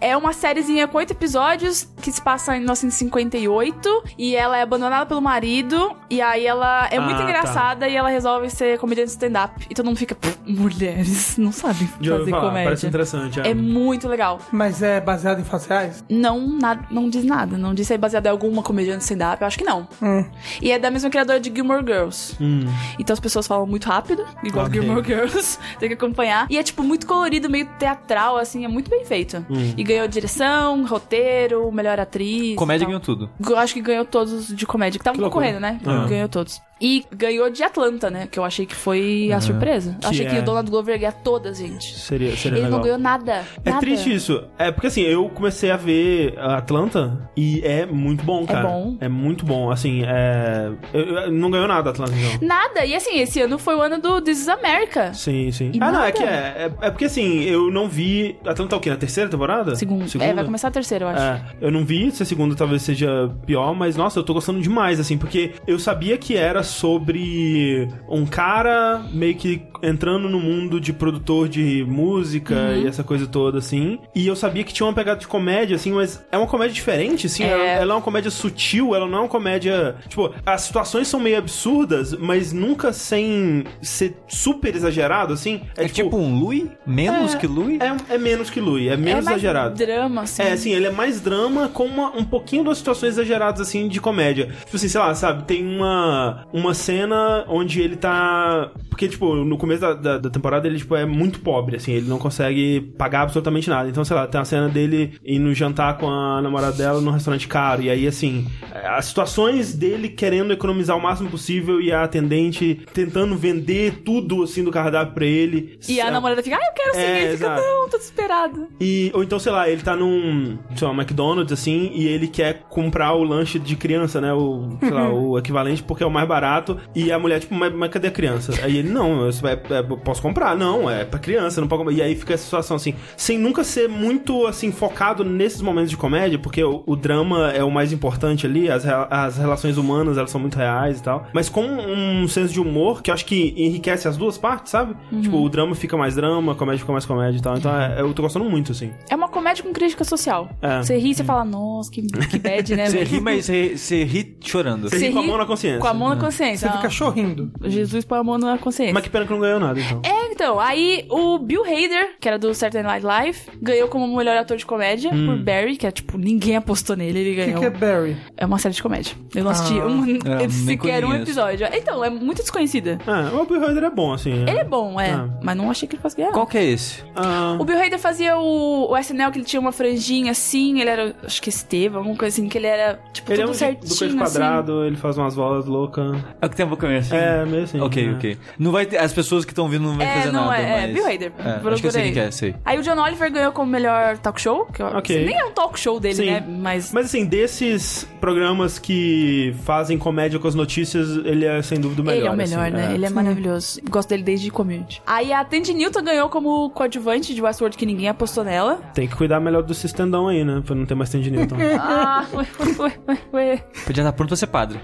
A: É uma sériezinha com oito episódios que se passa em 1958 e ela é abandonada pelo marido e aí ela é muito
B: Ah,
A: engraçada e ela resolve ser comediante stand-up. E todo mundo fica, "Pff, mulheres não sabem
B: Já
A: fazer
B: ouvi falar, parece
A: comédia.
B: interessante.
A: É muito legal.
D: Mas é baseado em fatos reais?
A: Não, nada, não diz nada. Não diz se é baseado em alguma comediante stand-up. Eu acho que não.
D: Hum.
A: E é da mesma criadora de Gilmore Girls.
B: Hum.
A: Então as pessoas falam muito rápido, igual
B: Ok.
A: Gilmore Girls. Tem que acompanhar. E é, tipo, muito colorido, meio teatral, assim. É muito bem feito.
B: Hum.
A: E ganhou direção, roteiro, melhor atriz.
C: Comédia
A: e tal.
C: ganhou tudo.
A: Então. Eu Acho que ganhou todos os de comédia. Que estavam
B: Que loucura. Ah.
A: concorrendo, né?
B: Aham.
A: Ganhou todos. E ganhou de Atlanta, né? Que eu achei que foi a surpresa. Eu achei
B: Que
A: que
B: é.
A: o Donald Glover ia ganhar todas, gente.
B: Seria, seria
A: Ele
B: legal.
A: não ganhou nada.
B: É
A: nada.
B: triste isso. É porque assim, eu comecei a ver Atlanta e é muito bom, cara.
A: bom.
B: É muito bom. Assim, é. eu- eu- não ganhou nada Atlanta, então.
A: Nada. E assim, esse ano foi o ano do This is America.
B: Sim, sim.
A: E
B: ah, não,
A: nada.
B: é que é, é. é porque assim, eu não vi. Atlanta tá o quê? Na terceira temporada?
A: Segundo. É, vai começar a terceira, eu acho.
B: É, eu não vi, se a segunda talvez seja pior, mas nossa, eu tô gostando demais, assim, porque eu sabia que era sobre um cara meio que entrando no mundo de produtor de música e essa coisa toda, assim. E eu sabia que tinha uma pegada de comédia, assim, mas é uma comédia diferente, assim.
A: É.
B: Ela, ela é uma comédia sutil, ela não é uma comédia. Tipo, as situações são meio absurdas, mas nunca sem ser super exagerado, assim.
C: É, tipo, um Louis? Menos que Louis?
B: É, é menos que Louis, é menos
A: é mais
B: exagerado.
A: drama, assim.
B: É, assim, ele é mais drama com uma- um pouquinho das situações exageradas, assim, de comédia. Tipo assim, sei lá, sabe? Tem uma, uma cena onde ele tá... Porque, tipo, no começo da, da, da temporada ele, tipo, é muito pobre, assim. Ele não consegue pagar absolutamente nada. Então, sei lá, tem uma cena dele indo jantar com a namorada dela num restaurante caro. E aí, assim, as situações dele querendo economizar o máximo possível e a atendente tentando vender tudo, assim, do cardápio pra ele.
A: E a
B: É-
A: namorada fica, ah, eu quero
B: É,
A: seguir. Ele fica,
B: exato.
A: não, tô desesperado.
B: e, ou então, sei lá, ele tá num, sei lá, McDonald's, assim, e ele quer comprar o lanche de criança, né? O, sei lá, o equivalente, porque é o mais barato. E a mulher, tipo, mas, mas cadê a criança? Aí ele, não, eu, só- é- é- eu posso comprar. Não, é pra criança, não pode comprar. E aí fica essa situação, assim, sem nunca ser muito, assim, focado nesses momentos de comédia, porque o, o drama é o mais importante ali, as, rea- as relações humanas, elas são muito reais e tal. Mas com um senso de humor, que eu acho que enriquece as duas partes, sabe?
A: Uhum.
B: Tipo, o drama fica mais drama, a comédia fica mais comédia e tal. Então, é- eu tô gostando muito, assim.
A: É uma comédia com crítica social.
B: É.
A: Você ri e você fala, nossa, que, que bad, né?
C: Você ri, mas você você ri chorando.
B: Você ri com a mão na consciência.
A: Com a mão na consciência.
D: Você fica
A: ó.
D: chorrindo.
A: Jesus põe a mão na consciência.
B: Mas que pena que não ganhou nada, então.
A: É, então, aí o Bill Hader, que era do Saturday Night Live, ganhou como melhor ator de comédia por Barry, que é tipo, ninguém apostou nele, ele
D: O que,
A: ganhou.
D: que é Barry?
A: É uma série de comédia. Eu não assisti
D: Ah.
A: um-
C: É, nem
A: sequer um
C: conheço.
A: episódio. Então, é muito desconhecida.
B: É, o Bill Hader é bom, assim.
A: Ele é bom, é,
B: Ah.
A: mas não achei que ele fosse ganhar.
C: Qual que é esse?
B: Ah,
A: O Bill Hader fazia o, o SNL, que ele tinha uma franjinha assim, ele era, acho que Estevam, alguma coisa assim, que ele era, tipo,
B: ele é
A: tudo
B: um tipo do
A: certinho, assim.
B: coisa quadrado, ele faz umas bolas loucas.
C: É o que tem a boca meio assim.
B: É, meio assim.
C: Ok,
B: né?
C: ok. Não vai ter, as pessoas que estão ouvindo não vai
A: É,
C: fazer
A: não
C: nada,
A: é, é,
C: mas...
A: Bill Hader.
C: É, acho que eu sei
A: Procurei.
C: quem que é, sei.
A: assim. Aí o John Oliver ganhou como melhor talk show, que eu-
B: Ok.
A: nem é um talk show dele,
B: Sim.
A: né, mas...
B: Mas assim, desses programas que fazem comédia com as notícias, ele é sem dúvida o melhor.
A: Ele é o melhor,
B: assim,
A: né? Ele é maravilhoso. Gosto dele desde Community. Aí a Tandy Newton ganhou como coadjuvante de Westworld, que ninguém apostou nela.
B: Tem que cuidar melhor do tendão aí, né? Pra não ter mais É, tendinite.
A: Ah, ué, ué, ué, ué.
C: Podia estar pronto pra ser padre.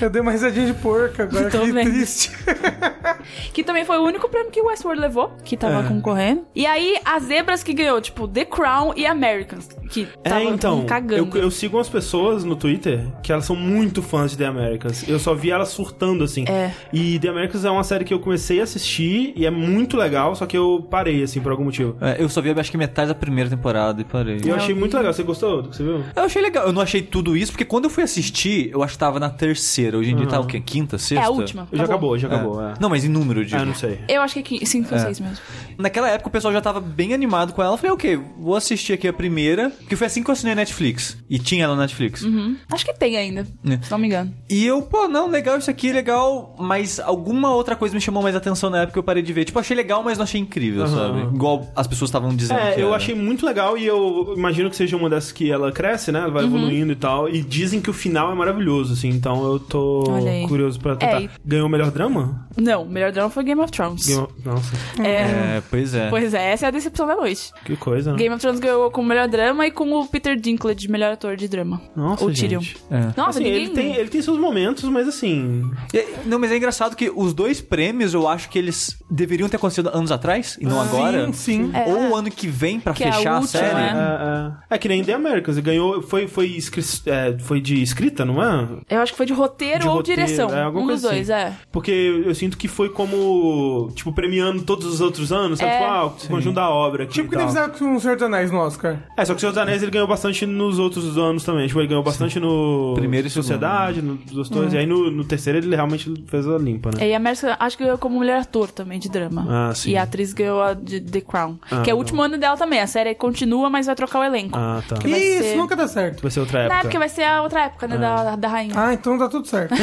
D: Eu dei uma risadinha de porco agora,
A: Tô
D: que é
A: vendo.
D: triste.
A: Que também foi o único prêmio que Westworld levou, que
B: É.
A: tava concorrendo. E aí, as zebras que ganhou, tipo, The Crown e Americans, que tava
B: É, então, eu,
A: cagando.
B: eu sigo umas pessoas no Twitter que elas são muito fãs de The Americas. Eu só vi elas surtando, assim.
A: É.
B: E The Americas é uma série que eu comecei a assistir e é muito legal, só que eu parei, assim, por algum motivo.
C: É, eu só vi, acho que metade da primeira temporada e parei.
B: E eu
A: É,
B: achei
A: eu
B: muito legal. Você gostou do que você viu?
C: Eu achei legal. Eu não achei tudo isso, porque quando eu fui assistir, eu acho que tava na terceira. Hoje em dia tá o quê? Quinta, sexta?
A: É a última.
B: Já
A: Acabou.
B: acabou, já acabou. É.
C: É. Não, mas em número, eu digo.
B: Ah, não sei.
A: Eu acho que é 5 ou 6 mesmo.
C: Naquela época o pessoal já tava bem animado com ela. Eu falei, ok, vou assistir aqui a primeira. Que foi assim que eu assinei a Netflix. E tinha ela na Netflix.
A: Hum, Acho que tem ainda,
C: É.
A: se não me engano.
C: E eu, pô, não, legal isso aqui, legal. Mas alguma outra coisa me chamou mais atenção na época que eu parei de ver. Tipo, achei legal, mas não achei incrível,
B: Aham.
C: sabe? Igual as pessoas estavam dizendo
B: É,
C: que
B: eu
C: era.
B: achei muito legal e eu imagino que seja uma dessas que ela cresce, né? Ela vai
A: Uhum.
B: evoluindo e tal. E dizem que o final é maravilhoso, assim. Então eu tô
A: Olha aí. É,
B: curioso pra tentar.
A: e-
B: Ganhou o melhor drama?
A: Não, o melhor drama foi Game of Thrones.
B: Ganhou... Nossa,
A: É,
C: É, pois é.
A: Pois é, essa é a decepção da noite.
B: que coisa, né?
A: Game of Thrones ganhou como melhor drama e com o Peter Dinklage de melhor ator de drama.
B: Nossa,
A: o Tyrion.
B: gente.
C: É.
A: Nossa,
B: Assim,
A: ninguém...
B: ele, tem, ele tem seus momentos, mas assim.
C: E- Não, mas é engraçado que os dois prêmios eu acho que eles deveriam ter acontecido anos atrás e não agora.
D: Sim, sim.
A: É.
C: Ou ano que vem pra
A: Que é a
C: fechar a,
A: última,
C: série.
A: né?
B: É, é. É que nem The Americans. Ele ganhou. Foi, foi, escri- é, foi de escrita, não é?
A: Eu acho que foi de roteiro
B: De
A: ou
B: roteiro,
A: direção.
B: é, alguma
A: um dos
B: coisa assim.
A: dois, é.
B: Porque eu sinto que foi como. Tipo, premiando todos os outros anos, sabe?
A: É.
B: Tipo, ah, o conjunto da obra. Aqui
D: Tipo
B: e
D: que
B: tal.
D: nem fizeram com o Senhor dos Anéis no Oscar.
B: É, só que o Senhor dos Anéis ele ganhou bastante nos outros anos também. Tipo, ele ganhou bastante no.
C: Primeiro e segundo.
B: Sociedade, no dos dois. E aí no, no terceiro ele realmente fez a limpa, né?
A: É, e a Mercer acho que ganhou como mulher ator também de drama.
B: Ah, sim.
A: E a atriz ganhou a de The Crown.
B: Ah,
A: que é o
B: não.
A: último ano dela também. A série continua, mas vai trocar o elenco.
B: Ah, tá.
A: vai
D: Ih, Isso
A: ser-
D: nunca dá certo.
B: Vai ser outra
A: Na
B: época.
A: época vai ser a outra época, né? Da, da rainha.
D: Ah, então tá tudo certo.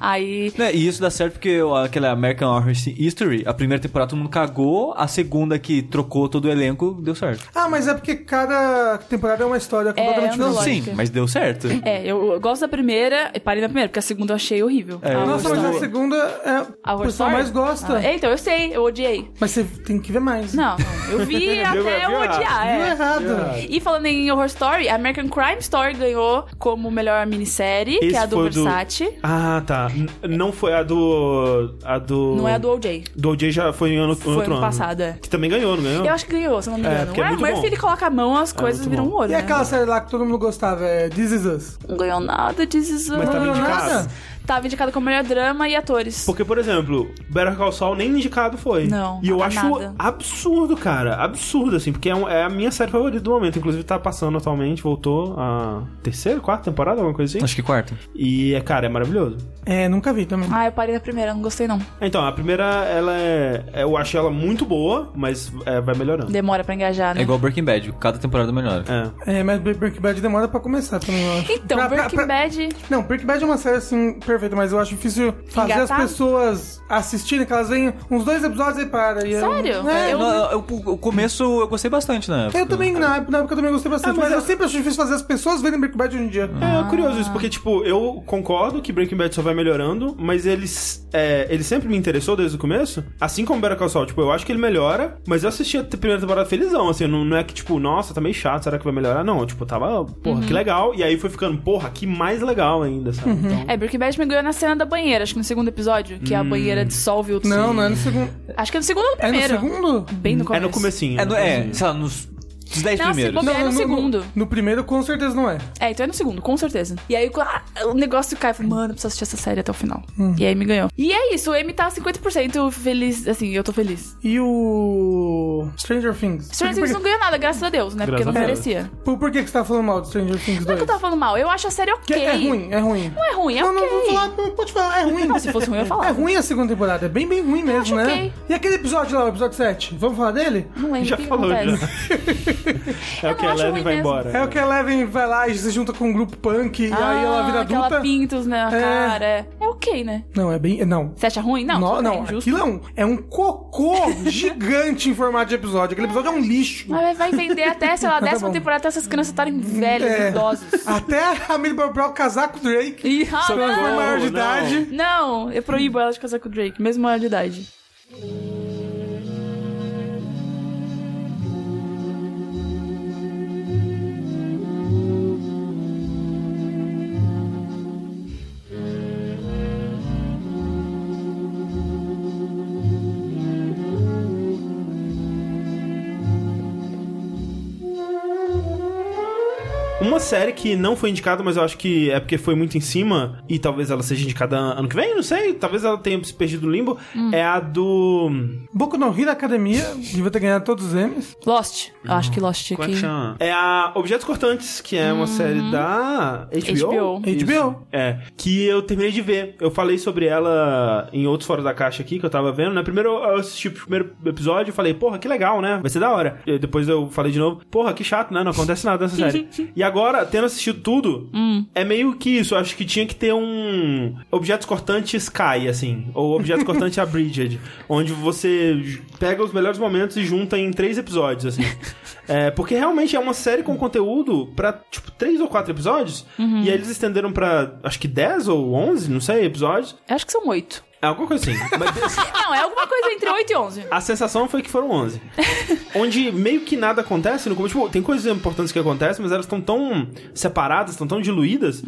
A: Aí.
C: Né, e isso dá certo porque o- aquela American Horror History, a primeira temporada todo mundo cagou, a segunda que trocou todo o elenco, deu certo.
D: ah, mas é porque cada temporada é uma história completamente
A: não-
D: diferente.
A: lógica.
C: Sim, mas deu certo.
A: É, eu, eu gosto da primeira e parei na primeira, porque a segunda eu achei horrível.
C: É,
A: A
C: eu
D: Nossa,
A: Horror
D: mas
C: gostava.
D: a
A: Story.
D: segunda é
A: A
D: o
A: Horror
D: pessoal
A: Story?
D: mais gosta.
A: Ah, é, então, eu sei, eu odiei.
D: Mas você tem que ver mais.
A: Não, não, eu vi
B: Viu-
A: até eu
B: viu errado.
A: odiar.
D: Viu
A: É.
D: errado.
A: E falando em Horror Story, a American Crime Story ganhou como melhor minissérie, que
B: Esse
A: é a do
B: foi o
A: Versace.
B: Ah, tá. N- não foi a do. A do.
A: Não é a do OJ.
B: Do OJ já foi em ano,
A: Foi
B: outro
A: ano passado, é.
B: Que também ganhou, não ganhou?
A: Eu acho que ganhou, se eu não me
B: É,
A: engano.
B: porque é
A: o
B: muito
A: Murphy
B: bom. É
A: ele coloca a mão, as coisas
B: muito
A: viram
B: bom.
A: ouro.
D: E
A: né?
D: aquela série lá que todo mundo gostava, é This Is Us.
A: Não ganhou nada, This Is
B: Mas
A: Us.
B: tava
D: ganhou
B: indicado.
D: nada.
A: Tava indicado como melhor drama e atores.
B: Porque, por exemplo, Better Call Saul nem indicado foi.
A: Não,
B: E eu
A: nada,
B: acho
A: nada.
B: absurdo, cara. Absurdo, assim. Porque é, um- é a minha série favorita do momento. Inclusive, tá passando atualmente. Voltou a terceira, quarta temporada, alguma coisa assim.
C: Acho que quarta.
B: E, é, cara, é maravilhoso.
D: É, nunca vi também.
A: Ah, eu parei na primeira, não gostei não.
B: Então, a primeira, ela é... Eu achei ela muito boa, mas é, vai melhorando.
A: Demora pra engajar, né?
C: É igual Breaking Bad, cada temporada melhora.
B: É.
D: É, mas Breaking Bad demora pra começar também, eu acho.
A: Então,
D: Pra- pra-
A: Breaking
D: pra-
A: Bad.
D: Não, Breaking Bad é uma série, assim, perfeita, mas eu acho difícil fazer
A: Engatar?
D: as pessoas assistirem, que elas veem uns dois episódios e para. E é-
A: Sério?
D: É,
A: Eu-
D: eu...
C: Não, eu- o começo eu gostei bastante, né?
D: também, na época, na época eu também gostei
A: Ah,
D: bastante, mas, eu sempre acho difícil fazer as pessoas verem Breaking Bad hoje em dia.
B: É curioso isso, porque, tipo, eu concordo que Breaking Bad só vai melhorando, mas eles, é, ele sempre me interessou desde o começo. Assim como Better Call Saul, tipo, eu acho que ele melhora, mas eu assisti a te- primeira temporada felizão, assim, não, não é que, tipo, nossa, tá meio chato, será que vai melhorar? Não, tipo, tava, porra,
A: Uhum.
B: que legal. E aí foi ficando, porra, que mais legal ainda, sabe? Então,
A: É, Breaking Bad me ganhou na cena da banheira, acho que no segundo episódio, que
B: Hum.
A: a banheira dissolve o
D: Não, não é no segundo.
A: Acho que é no segundo ou no
D: É no
A: primeiro?
D: segundo?
A: Bem no
B: é
A: começo.
B: no comecinho.
C: É, no-
B: comecinho.
C: é sei lá, nos dos 10
A: Não, se
C: primeiros.
A: bobe- É no segundo.
D: No primeiro, com certeza não é.
A: É, então é no segundo, com certeza. E aí ah, o negócio cai, eu falei, mano, eu preciso assistir essa série até o final.
B: Hum.
A: E aí me ganhou. E é isso, o M tá 50% feliz, assim, eu tô feliz.
D: E o. Stranger Things.
A: Stranger Things não ganhou nada, graças a Deus, né? Porque
B: Graças
A: não
B: a Deus.
A: merecia.
D: Por, por que, que você tá falando mal do Stranger Things 2?
A: Não é que eu tava falando mal, eu acho a série ok.
D: Que é ruim, é ruim.
A: Não é ruim, é
D: não,
A: ok.
D: não, vou falar, não pode falar, é ruim.
A: Não, se fosse ruim, eu falava.
D: É ruim a segunda temporada, é bem, bem ruim mesmo,
A: acho
D: né?
A: ok.
D: E aquele episódio lá, o episódio 7, vamos falar dele?
A: Não lembro
B: Já
A: o que que
B: falou,
A: acontece.
B: É
A: Eu
B: o que
A: não
B: a
A: acho
B: Eleven
A: ruim
B: vai
A: mesmo.
B: embora.
D: É o que a Eleven vai lá e se junta com um grupo punk e aí ela vira
A: Ah, que ela
D: adulta.
A: pinta os- na
D: É.
A: cara. É. é ok, né?
D: Não, é bem. Não.
A: Você acha ruim? Não,
D: não,
A: tudo bem,
D: não,
A: justo.
D: aquilo é um, é um cocô gigante em formato de episódio. Aquele episódio é um lixo.
A: Mas vai vender até, sei lá, a
D: Tá
A: décima
D: bom.
A: temporada até essas crianças estarem velhas,
D: É.
A: idosos.
D: Até a Millie Bob Brown casar com o Drake.
A: Ih, ah,
D: Quando ela for
A: não.
D: maior de
B: não.
D: idade.
A: Não, eu proíbo ela de casar com o Drake, mesmo maior de idade.
B: Uma série que não foi indicada, mas eu acho que é porque foi muito em cima, e talvez ela seja indicada ano que vem, não sei, talvez ela tenha se perdido no limbo, é a do...
D: Boku no Hero Academia, devia ter ganhado todos os M's.
A: Lost. Eu acho que Lost aqui.
B: Como é que chama? É a Objetos Cortantes, que é uma série da HBO.
A: HBO.
B: Isso.
D: HBO.
B: É, que eu terminei de ver. Eu falei sobre ela em outros Fora da Caixa aqui, que eu tava vendo, né? Primeiro eu assisti o primeiro episódio e falei, porra, que legal, né? Vai ser da hora. E depois eu falei de novo, porra, que chato, né? Não acontece nada nessa série. e agora, tendo assistido tudo, é meio que isso. Eu acho que tinha que ter um Objetos Cortantes Sky, assim. Ou Objetos Cortantes a Bridget. Onde você j- pega os melhores momentos e junta em três episódios, assim. É, porque realmente é uma série com conteúdo pra, tipo, três ou quatro episódios. E aí eles estenderam pra, acho que 10 ou 11, não sei, episódios.
A: Eu acho que são oito.
B: É alguma coisa assim. Mas
A: Não, é alguma coisa entre oito e onze.
B: a sensação foi que foram 11. Onde meio que nada acontece no começo. Tipo, tem coisas importantes que acontecem, mas elas estão tão separadas, estão tão diluídas,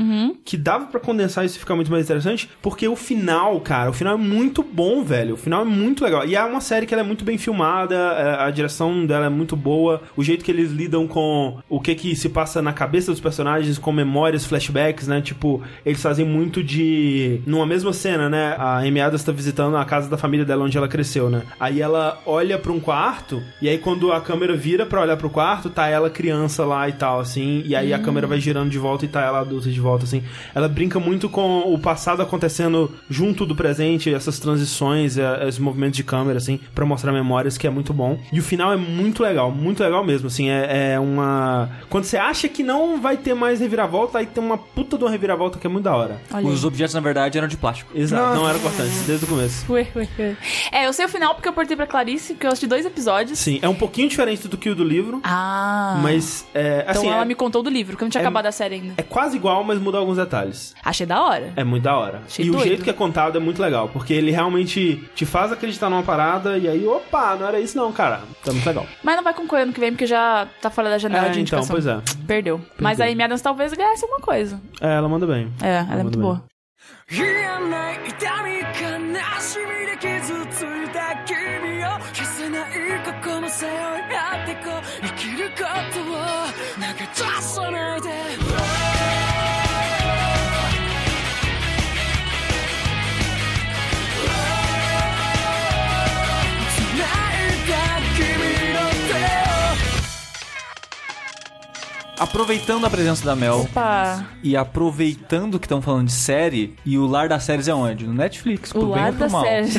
B: que dava pra condensar isso e ficar muito mais interessante. Porque o final, cara, o final é muito bom, velho. O final é muito legal. E é uma série que ela é muito bem filmada, é, a direção dela é muito boa, o jeito que eles lidam com o que que se passa na cabeça dos personagens, com memórias, flashbacks, né? Tipo, eles fazem muito de. Numa mesma cena, né? A Amy cunhadas tá visitando a casa da família dela onde ela cresceu, né? Aí ela olha pra um quarto, e aí quando a câmera vira pra olhar pro quarto, tá ela criança lá e tal, assim, e aí a câmera vai girando de volta e tá ela adulta de volta, assim. Ela brinca muito com o passado acontecendo junto do presente, essas transições, eh, esse movimento de câmera, assim, pra mostrar memórias, que é muito bom. E o final é muito legal, muito legal mesmo, assim, é, é uma... Quando você acha que não vai ter mais reviravolta, aí tem uma puta de uma reviravolta que é muito da hora.
A: Olha
C: Os
A: aí.
C: objetos, na verdade, eram de plástico.
B: Exato,
D: Nossa.
B: não era cortante, desde o começo.
A: Ué, ué, ué. É, eu sei o final porque eu portei pra Clarice, porque eu assisti dois episódios.
B: Sim, é um pouquinho diferente do que o do livro,
A: Ah.
B: mas é,
A: Então
B: assim,
A: ela
B: é,
A: me contou do livro, porque eu não tinha
B: é-
A: acabado a série ainda.
B: é quase igual, mas muda alguns detalhes.
A: Achei da hora.
B: É muito da hora.
A: Achei
B: e
A: doido.
B: o jeito que é contado é muito legal, porque ele realmente te faz acreditar numa parada e aí, opa, não era isso não, cara. Tá muito legal.
A: Mas não vai concorrer ano que vem, porque já tá fora da janela
B: É,
A: de
B: então,
A: indicação.
B: pois é.
A: Perdeu. Mas a Amy Adams talvez ganhasse alguma coisa.
B: É, ela manda bem.
A: É, ela é
B: Manda
A: muito
B: bem.
A: boa.
E: 癒えない痛み悲しみで傷ついた君を消せない過去の背負い合ってこう生きることをなんか出さないで繋いだ君の手を
C: Aproveitando a presença da Mel
A: Opa,
C: e aproveitando que estão falando de série, e o lar das séries é onde? No Netflix,
A: o
C: por bem ou
A: lado
C: por
A: da
C: mal.
A: série.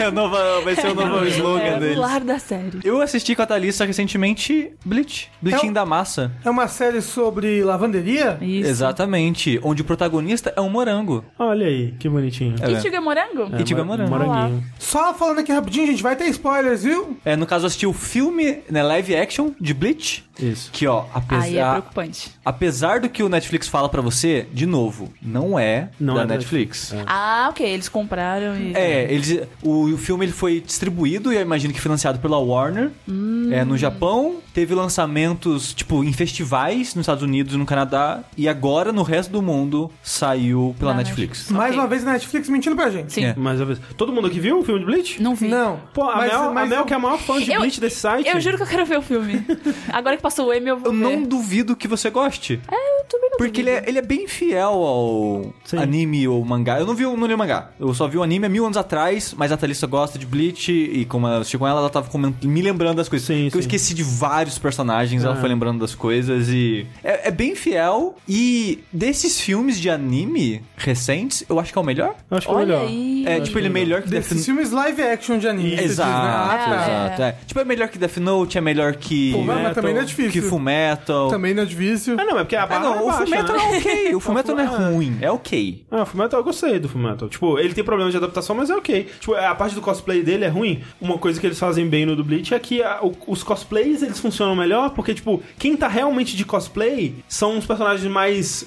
C: É a nova- vai ser o novo slogan
A: É,
C: deles.
A: o lar da série.
C: Eu assisti com a Thalissa recentemente Bleach. Bleaching
D: É o-
C: da Massa.
D: É uma série sobre lavanderia?
A: Isso.
C: Exatamente. Onde o protagonista é um morango.
B: Olha aí, que bonitinho.
C: É. tipo,
A: E Tiga é morango?
C: E tiver
B: mo-
C: morango.
B: Moranguinho.
D: Só falando aqui rapidinho, gente, vai ter spoilers, viu?
C: É, no caso, eu assisti o filme, né, live action de Bleach.
B: Isso.
C: Que, ó,
A: Aí é
C: apesar,
A: preocupante.
C: apesar do que o Netflix fala pra você, de novo, não é
B: Não
C: da
B: é da-
C: Netflix.
A: Ah, ok, eles compraram e.
C: É, eles, o, o filme ele foi distribuído e eu imagino que financiado pela Warner
A: Hum.
C: é, no Japão. Teve lançamentos, tipo, em festivais nos Estados Unidos e no Canadá. E agora, no resto do mundo, saiu pela
A: Na
C: Netflix.
A: Ok.
D: Mais uma vez a Netflix mentindo pra gente.
A: Sim.
C: É.
B: Mais uma vez. Todo mundo aqui viu o filme de Bleach?
A: Não vi.
D: Não.
B: Pô, a
D: mas- um
B: Mel, a
D: mas
B: Mel
D: eu-
B: que é a maior fã de
A: Eu-
B: Bleach desse site.
A: Eu juro que eu quero ver o filme. Agora que passou o M, eu vou
C: Eu não
A: ver.
C: duvido que você goste.
A: É, eu também não
C: Porque ele
A: duvido.
C: é, ele é bem fiel ao
B: Sim.
C: anime ou mangá. Eu não vi o- não li o mangá. Eu só vi o anime há mil anos atrás, mas a Thalissa gosta de Bleach e como eu assisti com ela, ela tava comen- me lembrando das coisas.
B: Sim,
C: Porque Eu
B: sim.
C: esqueci de vários personagens, ela
B: Ah.
C: foi lembrando das coisas e... É, é bem fiel e desses filmes de anime recentes, eu acho que é o melhor.
B: Eu Acho que é
A: Olha
B: melhor.
A: aí.
C: É, tipo, ele é melhor que
D: Desses
C: Death
D: filmes live action de anime. você diz, né?
C: Exato,
D: Ah, tá.
C: exato. é. Tipo, é melhor que Death Note, é melhor que...
D: Pô, mas
B: Fullmetal,
D: também não é
C: que
D: difícil.
C: Full Metal.
D: Também não é difícil.
B: Ah, não, é porque a
C: Ah,
B: barra
C: não,
B: é
C: o
B: baixa,
C: Full Metal
B: né?
C: é ok. O Full Metal não é ruim, é ok.
B: Ah, o Fullmetal eu gostei do Fullmetal. Tipo, ele tem problema de adaptação, mas é ok. Tipo, a parte do cosplay dele é ruim. Uma coisa que eles fazem bem no do Bleach é que a- o- os cosplays eles funcionam melhor, porque, tipo, quem tá realmente de cosplay são os personagens mais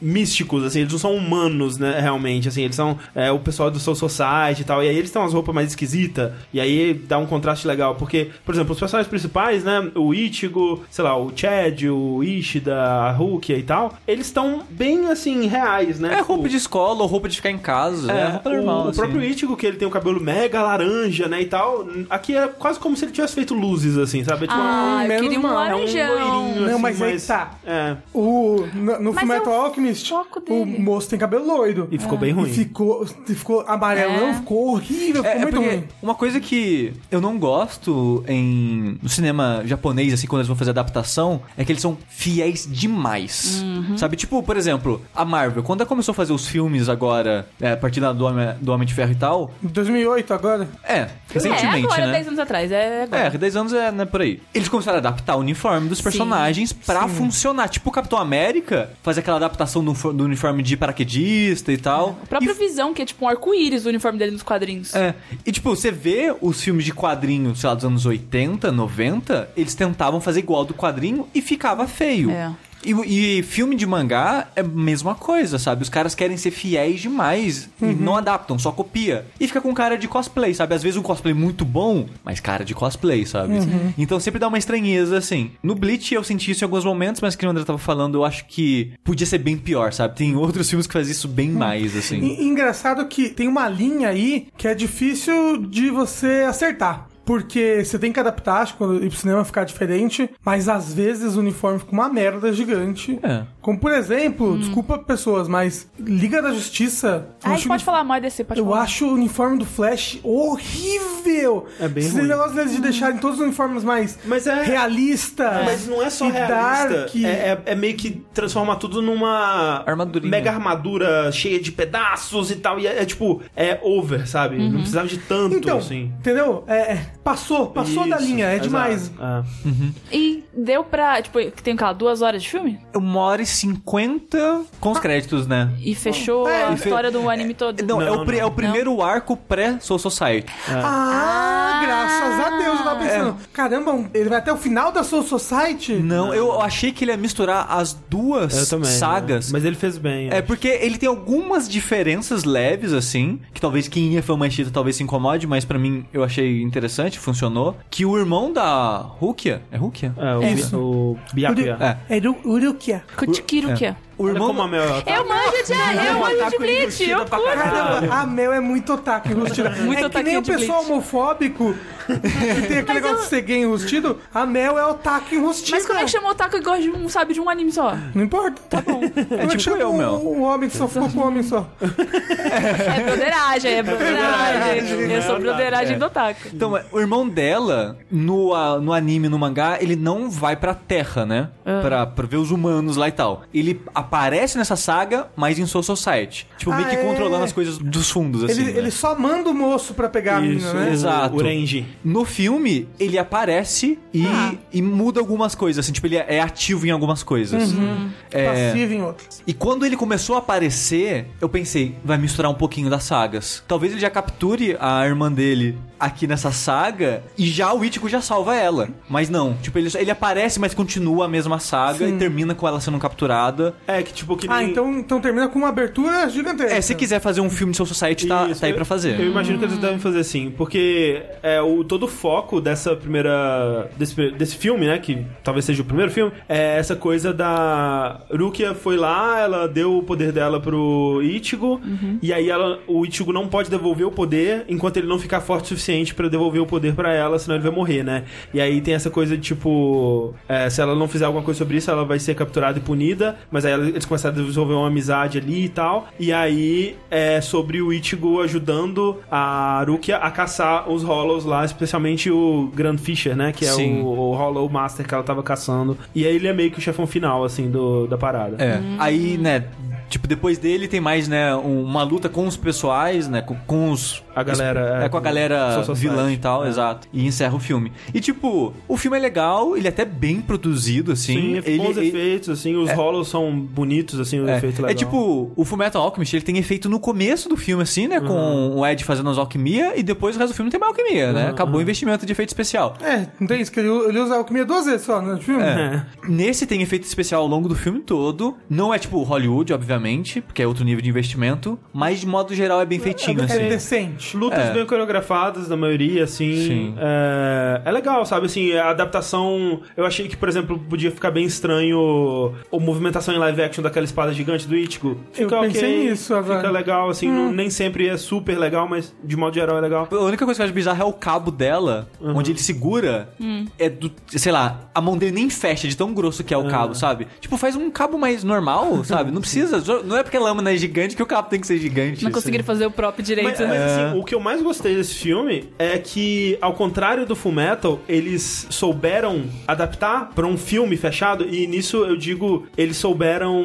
B: místicos, assim, eles não são humanos, né, realmente, assim, eles são é, o pessoal do Soul Society e tal, e aí eles têm umas roupas mais esquisitas, e aí dá um contraste legal, porque, por exemplo, os personagens principais, né, o Ichigo, sei lá, o Chad, o Ishida, a Rukia e tal, eles estão bem, assim, reais, né?
C: É
B: Tipo,
C: roupa de escola ou roupa de ficar em casa. É, roupa
B: o,
C: normal.
B: o
C: assim.
B: próprio Ichigo, que ele tem o cabelo mega laranja, né, e tal, aqui é quase como se ele tivesse feito luzes, assim, sabe? É Tipo,
A: Ah, eu
D: menos
A: queria um
D: mal, é um
A: laranjão.
B: loirinho, assim,
D: Não, mas aí tá.
B: É,
D: O, no no
A: Mas
D: Fullmetal
A: é o
D: Alchemist,
A: foco
D: o
A: dele.
D: moço tem cabelo loiro.
B: e ficou bem ruim.
D: E ficou, e ficou amarelão,
A: É.
D: ficou horrível,
C: É,
D: ficou
C: é
D: muito
C: porque
D: ruim.
C: uma coisa que eu não gosto em no cinema japonês, assim, quando eles vão fazer adaptação, é que eles são fiéis demais. Sabe? Tipo, por exemplo, a Marvel, quando ela começou a fazer os filmes agora, é, a partir lá do Homem, do Homem de Ferro e tal,
D: 2008 agora.
C: é, recentemente,
A: é, agora,
C: né?
A: 10 anos atrás. É, agora.
C: É, 10 anos é né, por aí. Eles começaram a adaptar o uniforme dos personagens pra funcionar. Tipo o Capitão América faz aquela adaptação do, fu- do uniforme de paraquedista e tal.
A: A própria
C: E
A: visão, que é tipo um arco-íris do uniforme dele nos quadrinhos.
C: É. E tipo, você vê os filmes de quadrinho, sei lá, dos anos 80, 90, eles tentavam fazer igual do quadrinho e ficava feio.
A: É.
C: E, e filme de mangá é a mesma coisa, sabe? Os caras querem ser fiéis demais e não adaptam, só copia. E fica com cara de cosplay, sabe? Às vezes um cosplay muito bom, mas cara de cosplay, sabe? Então sempre dá uma estranheza, assim. No Bleach eu senti isso em alguns momentos, mas que o André tava falando, eu acho que podia ser bem pior, sabe? Tem outros filmes que fazem isso bem mais, assim.
D: E- engraçado que tem uma linha aí que é difícil de você acertar. porque você tem que adaptar, acho que quando ir pro cinema ficar diferente, mas às vezes o uniforme fica uma merda gigante.
C: É.
D: Como por exemplo,
A: Hum.
D: desculpa pessoas, mas Liga da Justiça.
A: Ah,
D: um
A: a gente
D: filme-
A: pode falar mais desse, pode
D: eu
A: falar.
D: acho o uniforme do Flash horrível.
B: É bem
D: Esse
B: ruim.
D: negócio deles de deixarem todos os uniformes mais
B: Mas é-
D: realistas.
B: Mas não é só
D: e
B: realista.
D: dark.
B: É, é- é meio que transformar tudo numa
C: Armadurinha.
B: mega armadura cheia de pedaços e tal. E é, é tipo, é over, sabe? Não precisava de tanto,
D: Então,
B: assim.
D: entendeu? É, é, passou, passou da
B: Isso,
D: linha, é
B: exato.
D: demais.
B: É.
A: E deu pra, tipo, que tem o quê? Duas horas de filme?
C: Uma hora e cinquenta com os créditos, né?
A: E fechou
C: É,
A: a
C: e fe-
A: história do anime todo.
C: Não, é, o
B: Não,
C: pri-
B: não.
C: é o primeiro arco pré-Soul Society.
B: é.
D: Ah,
A: Ah.
D: graças a Deus, eu tava pensando, caramba, ele vai até o final da Soul Society?
C: Não, eu achei que ele ia misturar as duas sagas.
B: é. Mas ele fez bem.
C: É porque ele tem algumas diferenças leves, assim, que talvez quem é fã mais chita talvez se incomode, mas pra mim eu achei interessante, funcionou. Que o irmão da Rukia. É Rukia?
B: o,
D: Isso.
B: o Byakuya.
D: Uru- É Uru- Urukia.
A: Kutikiru que é.
C: O irmão.
B: Como a Mel, ela tá-
A: Eu manjo de, eu manjo de Bleach, eu curto.
D: Caramba, a Mel é muito otaku enrustido.
A: Muito
D: é que nem
A: otaquinha
D: o
A: de
D: pessoal
A: Bleach.
D: homofóbico que tem aquele negócio de ser gay enrustido, a Mel é otaku enrustida.
A: Mas como é que chama o Otaku que gosta de um, sabe, de um anime só?
D: Não importa. Tá bom. É
C: tipo eu, Mel.
D: Um homem que só ficou com um homem só.
A: É broderagem, é broderagem.
B: broderagem,
A: Eu sou
B: né?
A: broderagem
C: É.
A: do Otaku.
C: Então, é, o irmão dela, no, a- no anime, no mangá, ele não vai pra terra, né? Pra, pra ver os humanos lá e tal. Ele aparece nessa saga, mas em Soul Society. Tipo, meio
D: Ah,
C: que
D: é.
C: controlando as coisas dos fundos, assim.
D: Ele,
C: né?
D: ele só manda o moço pra pegar a
B: Isso,
D: menina, né?
C: Exato.
B: O Renji.
C: No filme, ele aparece e, e muda algumas coisas. Assim, tipo, ele é ativo em algumas coisas. É,
D: Passivo em outros.
C: e quando ele começou a aparecer, eu pensei, vai misturar um pouquinho das sagas. Talvez ele já capture a irmã dele aqui nessa saga e já o Ichigo já salva ela. Mas não, tipo, ele, ele aparece, mas continua a mesma saga e termina com ela sendo capturada.
B: É, que tipo que
D: Ah,
B: nem-
D: então, então termina com uma abertura gigantesca.
C: É, se quiser fazer um filme de Soul Society, tá,
B: Então. Isso,
C: tá aí
B: eu-
C: pra fazer. Hum.
B: Eu imagino que eles devem fazer assim, porque é, o, todo o foco dessa primeira. Desse, desse filme, né? Que talvez seja o primeiro filme, é essa coisa da. Rukia foi lá, ela deu o poder dela pro Ichigo,
C: Uhum.
B: e aí ela, o Ichigo não pode devolver o poder enquanto ele não ficar forte o suficiente pra devolver o poder pra ela, senão ele vai morrer, né? E aí tem essa coisa de tipo. é, se ela não fizer alguma coisa sobre isso, ela vai ser capturada e punida, mas aí ela- eles começaram a desenvolver uma amizade ali e tal. E aí é sobre o Ichigo ajudando a Rukia a caçar os Hollows lá, especialmente o Grand Fisher, né? Que é
C: Sim.
B: o, o Hollow Master que ela tava caçando. E aí ele é meio que o chefão final, assim, do, da parada.
C: É. Aí, né, tipo, depois dele tem mais, né, um- uma luta com os pessoais, né, com, com os...
B: A galera,
C: É,
B: é,
C: com a
B: com-
C: galera
B: Soul Society.
C: vilã e tal,
B: É.
C: exato. E encerra o filme. E, tipo, o filme é legal, ele é até bem produzido, assim.
B: Sim,
C: ele,
B: bons
C: ele-
B: efeitos, assim, os Hollows são bonitos, assim, o
C: é,
B: efeito legal.
C: é tipo, o Fullmetal Alchemist, ele tem efeito no começo do filme, assim, né?
B: Uhum.
C: Com o Ed fazendo as alquimia e depois o resto do filme tem mais alquimia, né? Acabou o investimento de efeito especial.
D: É, não tem isso, que ele, ele usa a alquimia duas vezes só né, no filme.
C: É. Nesse tem efeito especial ao longo do filme todo. Não é tipo Hollywood, obviamente, porque é outro nível de investimento, mas de modo geral é bem feitinho,
D: É
C: assim.
D: decente.
B: Lutas
C: É.
B: bem coreografadas, na maioria, assim.
C: Sim.
B: É, é legal, sabe? Assim, a adaptação. Eu achei que, por exemplo, podia ficar bem estranho a movimentação em live action daquela espada gigante do Ichigo. Fica
D: Eu pensei
B: ok,
D: nisso agora. Hum.
B: Fica legal, assim. não- nem sempre é super legal, mas de modo geral é legal.
C: A única coisa que eu acho bizarra é o cabo dela, onde ele segura.
A: Hum.
C: É do. Sei lá, a mão dele nem fecha de tão grosso que é o cabo, sabe? Tipo, faz um cabo mais normal, sabe? Não precisa. só- Não é porque a lâmina é gigante que o cabo tem que ser gigante.
A: Não conseguiram fazer o prop
B: Mas,
A: direito. né?
C: é.
B: mas, assim, o que eu mais gostei desse filme é que, ao contrário do Full Metal, eles souberam adaptar pra um filme fechado, e nisso eu digo, eles souberam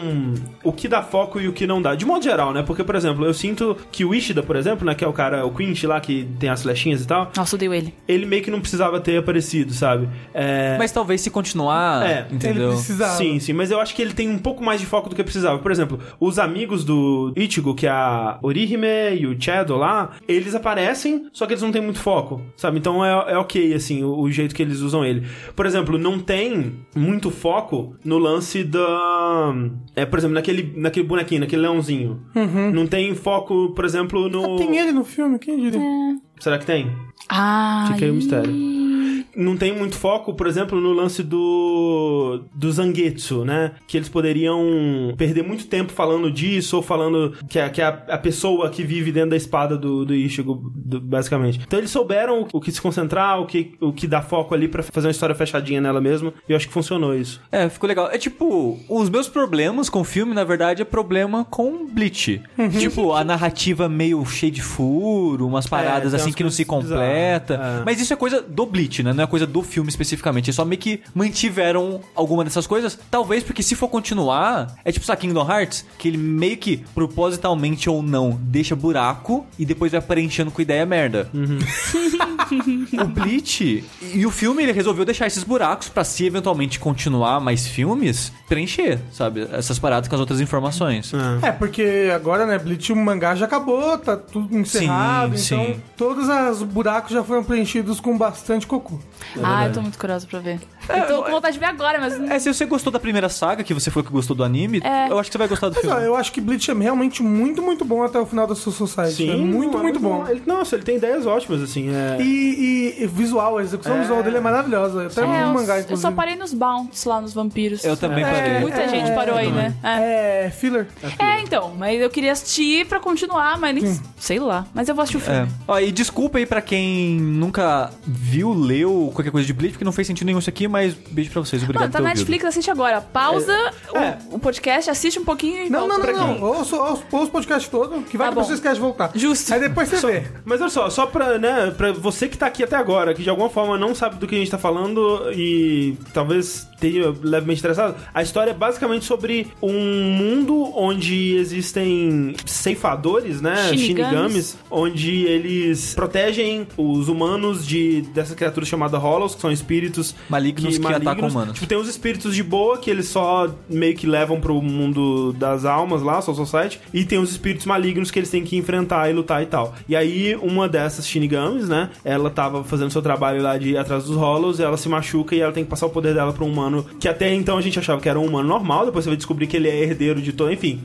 B: o que dá foco e o que não dá. De modo geral, né? Porque, por exemplo, eu sinto que o Ishida, por exemplo, né, que é o cara, o Quinch lá, que tem as flechinhas e tal,
A: Nossa, odeio ele.
B: ele meio que não precisava ter aparecido, sabe? É...
C: Mas talvez se continuar.
B: É,
C: entendeu?
D: Ele precisava.
B: Sim, sim, mas eu acho que ele tem um pouco mais de foco do que precisava. Por exemplo, os amigos do Ichigo, que é a Orihime e o Chado lá, eles aparecem, só que eles não têm muito foco, sabe? Então é, é ok, assim, o, o jeito que eles usam ele. Por exemplo, não tem muito foco no lance da. É, por exemplo, naquele, naquele bonequinho, naquele leãozinho.
D: Uhum.
B: Não tem foco, por
D: Ah,
B: exemplo, no.
D: É. Tem ele no filme, quem diria?
B: Será que tem?
A: Ah.
C: um
B: Fica aí o mistério. não tem muito foco, por exemplo, no lance do do Zangetsu, né? Que eles poderiam perder muito tempo falando disso ou falando que é, que é a, a pessoa que vive dentro da espada do, do Ichigo, do- basicamente. Então eles souberam o, o que se concentrar, o que, o que dar foco ali pra fazer uma história fechadinha nela mesma. E eu acho que funcionou isso.
C: É, ficou legal. É tipo, os meus problemas com o filme, na verdade, é problema com Bleach.
B: Uhum.
C: Tipo, a narrativa meio cheia de furo, umas paradas
B: É, tem
C: assim
B: umas
C: que não se
B: coisas
C: completa.
B: bizarras, é.
C: Mas isso é coisa do Bleach, né? Não é coisa do filme especificamente. Eles só meio que mantiveram alguma dessas coisas. Talvez porque se for continuar, é tipo, sabe, Kingdom Hearts? Que ele meio que, propositalmente ou não, deixa buraco e depois vai preenchendo com ideia merda. O Bleach e o filme ele resolveu deixar esses buracos pra se eventualmente continuar mais filmes, preencher, sabe, essas paradas com as outras informações.
D: É, porque agora, né, Bleach, o mangá já acabou, tá tudo encerrado,
C: Sim,
D: então
C: sim.
D: todos os buracos já foram preenchidos com bastante cocô.
A: Ah, eu tô muito curiosa pra ver. Eu tô com vontade de ver agora, mas
C: É, se você gostou da primeira saga, que você foi que gostou do anime,
A: É.
C: eu acho que você vai gostar do
D: Mas ó,
C: filme.
D: eu acho que Bleach é realmente muito, muito bom até o final da Soul Society. é muito,
B: é
D: muito bom.
B: Ele- nossa, ele tem ideias ótimas, assim. É...
D: E, e- e visual, a execução visual dele é maravilhosa. Até
A: É,
D: no
A: eu,
D: mangá,
A: eu
D: inclusive.
A: só parei nos Bounts lá, nos vampiros. É,
C: Eu também parei.
A: Muita gente parou aí, né? É.
D: É, filler.
A: É, então, mas eu queria assistir pra continuar, mas nem. Sei lá. Mas eu vou assistir o filme.
C: É. Ó, e desculpa aí pra quem nunca viu, leu qualquer coisa de Bleach, porque não fez sentido nenhum isso aqui, mas beijo pra vocês, obrigado
A: Mano, tá
C: por ter
A: na
C: ouvido.
A: Netflix, assiste agora. Pausa o-
B: É.
A: O, podcast, assiste um pouquinho e
D: Não, não,
A: volta.
D: não,
A: pra
D: não.
A: quem?
D: Ouça, ouça, ouça o podcast todo, que vai
A: Tá
D: que
A: bom.
D: você esquece de voltar.
A: Justo.
D: Aí depois você
B: Só-
D: vê.
B: mas olha só, só pra, né, pra você que tá aqui até agora, que de alguma forma não sabe do que a gente tá falando e talvez tenha levemente interessado, a história é basicamente sobre um mundo onde existem ceifadores, né?
A: Shinigamis.
B: Shinigamis, onde eles protegem os humanos de dessa criatura chamada Hollows, que são espíritos
C: Malignos que atacam humanos.
B: Tipo, tem os espíritos de boa que eles só meio que levam pro mundo das almas lá, Soul Society, e tem os espíritos malignos que eles têm que enfrentar e lutar e tal. E aí, uma dessas Shinigamis, né, ela tava fazendo seu trabalho lá de ir atrás dos Hollows, ela se machuca e ela tem que passar o poder dela pra um humano que até então a gente achava que era um humano normal, depois você vai descobrir que ele é herdeiro de todo, enfim.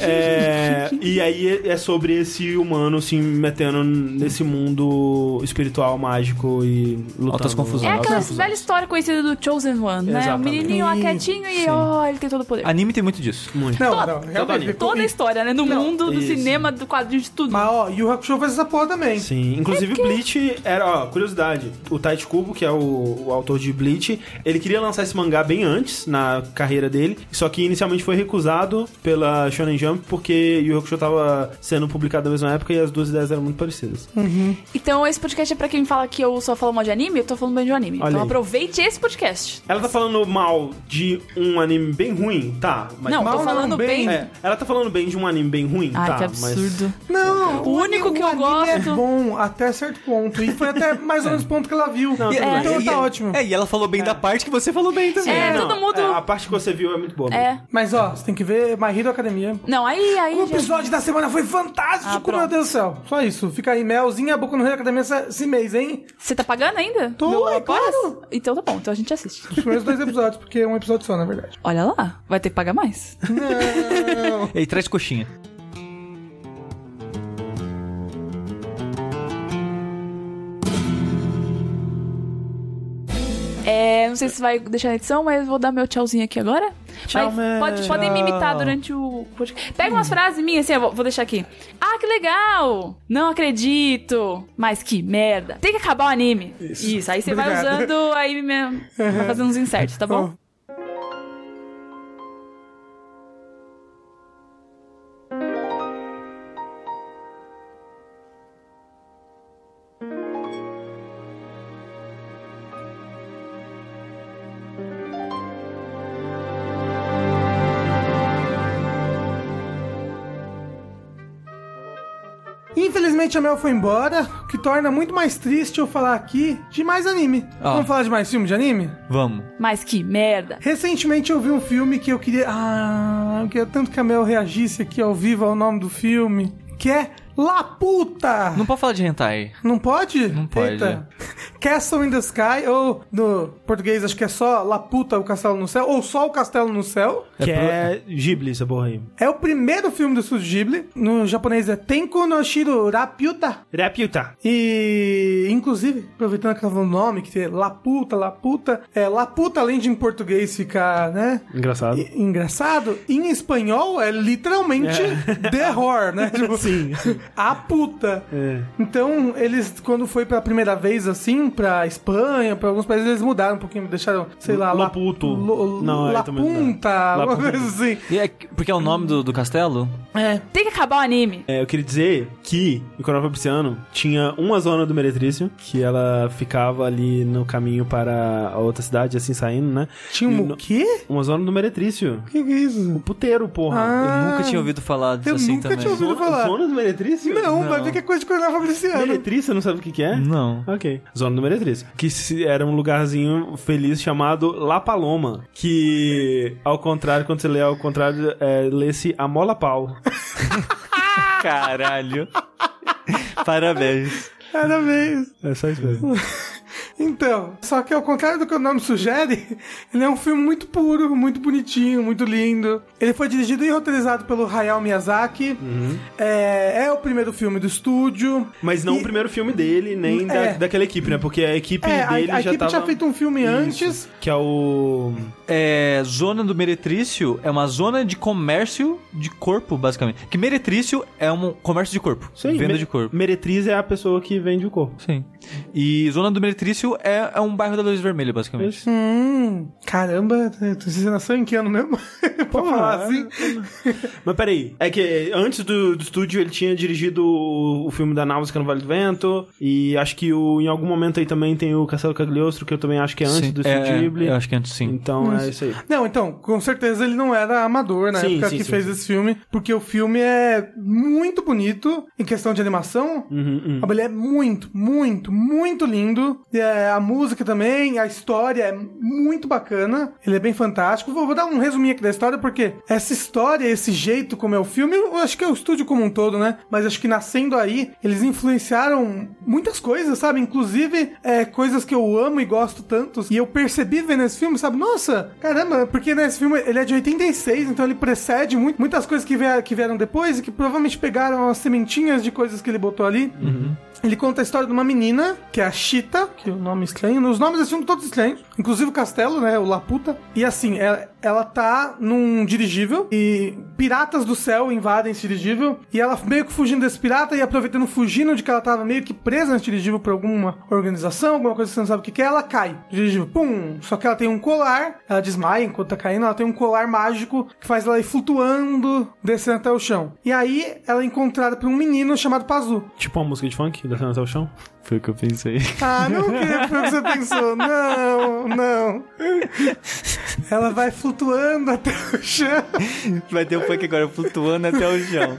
B: É, e aí é sobre esse humano se metendo nesse mundo espiritual, mágico e lutando.
C: Altas confusões.
A: É
C: Nossa,
A: aquela
B: confusão.
A: velha história conhecida do Chosen One, né? O
B: Exatamente.
A: menininho lá quietinho e, ó, ele tem todo o poder.
C: Anime tem muito disso.
B: Muito.
D: Não,
A: Toda-
D: não, realmente.
B: Toda-
A: Toda a história, né? No mundo, do
B: isso.
A: cinema, do quadrinho, de tudo.
D: Mas ó, Yu Hakusho faz essa porra
A: é
D: também.
B: Sim, inclusive Bleach era, ó, curiosidade, o Taichi Kubo, que é o, o autor de Bleach, ele queria lançar esse mangá bem antes na carreira dele, só que inicialmente foi recusado pela Shonen Jump porque Yu Hakusho tava sendo publicado na mesma época e as duas ideias eram muito parecidas.
A: Então, esse podcast é pra quem fala que eu só falo mal de anime, eu tô falando bem de um anime.
B: Olha
A: então,
B: aí.
A: aproveite esse podcast.
B: Ela tá falando mal de um anime bem ruim, tá, mas
A: não,
D: mal
A: tô
D: não,
A: falando
D: bem-
A: bem.
B: É, ela tá falando bem de um anime bem ruim,
A: Ai,
B: tá,
A: que
B: mas-
A: absurdo.
D: Não,
A: O único
D: anime-
A: que eu
D: o anime É
A: gosto-
D: bom até certo ponto. E foi até mais ou menos o ponto que ela viu.
B: tudo bem.
D: então
C: e,
D: tá ótimo.
C: É, e ela falou bem da parte que você falou bem também.
A: É,
B: não,
A: todo mundo-
B: é, a parte que você viu é muito boa.
A: É.
B: mesmo.
D: Mas ó, você tem que ver My Hero Academia.
A: Não, aí, aí.
D: O
A: já-
D: episódio da semana foi fantástico,
A: Ah,
D: meu
A: pronto.
D: Deus do céu. Só isso. Fica aí, Melzinha, Boku no Hero Academia essa- esse mês, hein?
A: Você tá pagando ainda?
D: Tô,
A: Meu
D: é
A: apoia?
D: claro.
A: Então tá bom, então a gente assiste.
D: Os primeiros dois episódios, porque é um episódio só, na verdade.
A: Olha lá, vai ter que pagar mais.
C: E traz coxinha.
A: É, não sei se vai deixar na edição, mas vou dar meu tchauzinho aqui agora.
B: Tchau,
A: mas
B: man.
A: pode- podem me imitar durante o podcast. Pega umas frases minhas, assim, eu vou, vou deixar aqui. Ah, que legal! Não acredito! Mas que merda! Tem que acabar o anime. Isso, aí você vai
D: Obrigado.
A: usando, aí mesmo, vai fazendo uns insertos, tá bom?
D: Infelizmente a Mel foi embora, o que torna muito mais triste eu falar aqui de mais anime.
C: Ah.
D: Vamos falar de mais filme de anime?
C: Vamos.
A: Mas que merda!
D: Recentemente eu vi um filme que eu queria. Ah, eu queria tanto que a Mel reagisse aqui ao vivo ao nome do filme, que é La Puta!
C: Não pode falar de hentai.
D: Não pode? Não
C: pode.
D: Eita. Castle in the Sky, ou no português acho que é só La Puta, o Castelo no Céu, ou só o Castelo no Céu.
B: Que é Ghibli essa porra aí.
D: É o primeiro filme do Estúdio Ghibli. No japonês é Tenko no Shiro Rapiuta.
B: Reputa.
D: E, inclusive, aproveitando que tava falando o nome, que é Laputa, Laputa, é, Laputa, além de em português ficar, né,
B: Engraçado.
D: e- engraçado, em espanhol é literalmente the whore, né? Tipo,
B: É. Sim.
D: a puta.
B: É.
D: Então, eles, quando foi pela primeira vez, assim, pra Espanha, pra alguns países, eles mudaram um pouquinho, deixaram, sei lá, La-
B: Loputo.
D: Lo-
B: Não, é,
D: La
B: também não dá.
D: Punta, alguma
B: Punta.
D: coisa assim.
C: E é que- porque é o nome do, do castelo?
D: É.
A: Tem que acabar o anime.
B: É, eu queria dizer que o Coronel Fabriciano tinha uma zona do Meretrício, que ela ficava ali no caminho para a outra cidade, assim, saindo, né?
D: Tinha um
B: E no-
D: quê?
B: Uma zona do Meretrício.
D: O que que é
B: O
D: isso?
B: puteiro, porra.
D: Ah,
C: eu nunca tinha ouvido falar disso
D: eu
C: assim
D: nunca
C: também.
D: tinha ouvido.
B: zona,
D: falar.
B: zona do Meretrício?
D: Não,
C: Não.
D: vai ver que é coisa de Coronel Fabriciano.
B: Meretrício, não sabe o que que é?
C: Não.
B: Ok. Zona do Meretriz. Que se- era um lugarzinho feliz chamado La Paloma. Que, ao contrário, quando você lê ao contrário, é, lê-se Amola Pau.
C: Caralho. Parabéns.
D: Parabéns.
B: É só isso mesmo.
D: Então, só que ao contrário do que o nome sugere, ele é um filme muito puro, muito bonitinho, muito lindo. Ele foi dirigido e roteirizado pelo Hayao Miyazaki. É, é o primeiro filme do estúdio.
B: Mas não
D: E-
B: Uhum. o primeiro filme dele, nem da-
D: É.
B: daquela equipe, né? Porque a equipe
D: É, a,
B: dele
D: a
B: já
D: equipe
B: tava...
D: tinha feito um filme
B: Isso.
D: antes.
B: Que é o...
C: É, zona do meretrício é uma zona de comércio de corpo, basicamente. Que meretrício é um comércio de corpo. venda
B: me-
C: de corpo.
B: Meretriz é a pessoa que vende o corpo.
C: Sim. E zona do meretrício é, é um bairro da Luz Vermelha, basicamente.
B: Isso.
D: Hum, caramba, você nasceu em que ano mesmo? pra falar assim.
B: Mas peraí, é que antes do, do estúdio ele tinha dirigido o, o filme da Náusea é no Vale do Vento, e acho que o, em algum momento aí também tem o Castelo Cagliostro, que eu também acho que é antes
C: Sim,
B: do
C: é,
B: Estúdio Ghibli.
C: é, Eu acho que antes sim.
B: Então é isso aí.
D: Não, então, com certeza ele não era amador na
B: Sim,
D: época
B: sim,
D: que
B: sim,
D: fez
B: sim.
D: esse filme, porque o filme é muito bonito em questão de animação.
B: Uhum, Hum.
D: Ah, mas Ele é muito, muito, muito lindo. E, é, a música também, a história é muito bacana. Ele é bem fantástico. Vou, vou dar um resuminho aqui da história, porque essa história, esse jeito como é o filme, eu acho que é o estúdio como um todo, né? Mas acho que nascendo aí, eles influenciaram muitas coisas, sabe? Inclusive é, coisas que eu amo e gosto tanto. E eu percebi vendo esse filme, sabe? Nossa, caramba, porque nesse filme ele é de 86, então ele precede muito, muitas coisas que vieram, que vieram depois e que provavelmente pegaram as sementinhas de coisas que ele botou ali. Ele conta a história de uma menina, que é a Chita, que é o nome estranho. Os nomes desse filme todos estranhos, inclusive o castelo, né? O Laputa. E assim, ela, ela tá num dirigível e piratas do céu invadem esse dirigível. E ela meio que fugindo desse pirata e aproveitando, fugindo de que ela tava meio que presa nesse dirigível por alguma organização, alguma coisa que você não sabe o que que é. Ela cai. O dirigível, pum! Só que ela tem um colar, ela desmaia enquanto tá caindo, ela tem um colar mágico que faz ela ir flutuando, descendo até o chão. E aí ela é encontrada por um menino chamado Pazu.
B: Tipo uma música de funk, da até o chão.
C: Foi o que eu pensei.
D: Ah, não queria foi o que você pensou. Não, não. Ela vai flutuando até o chão.
C: Vai ter um funk agora flutuando até o chão.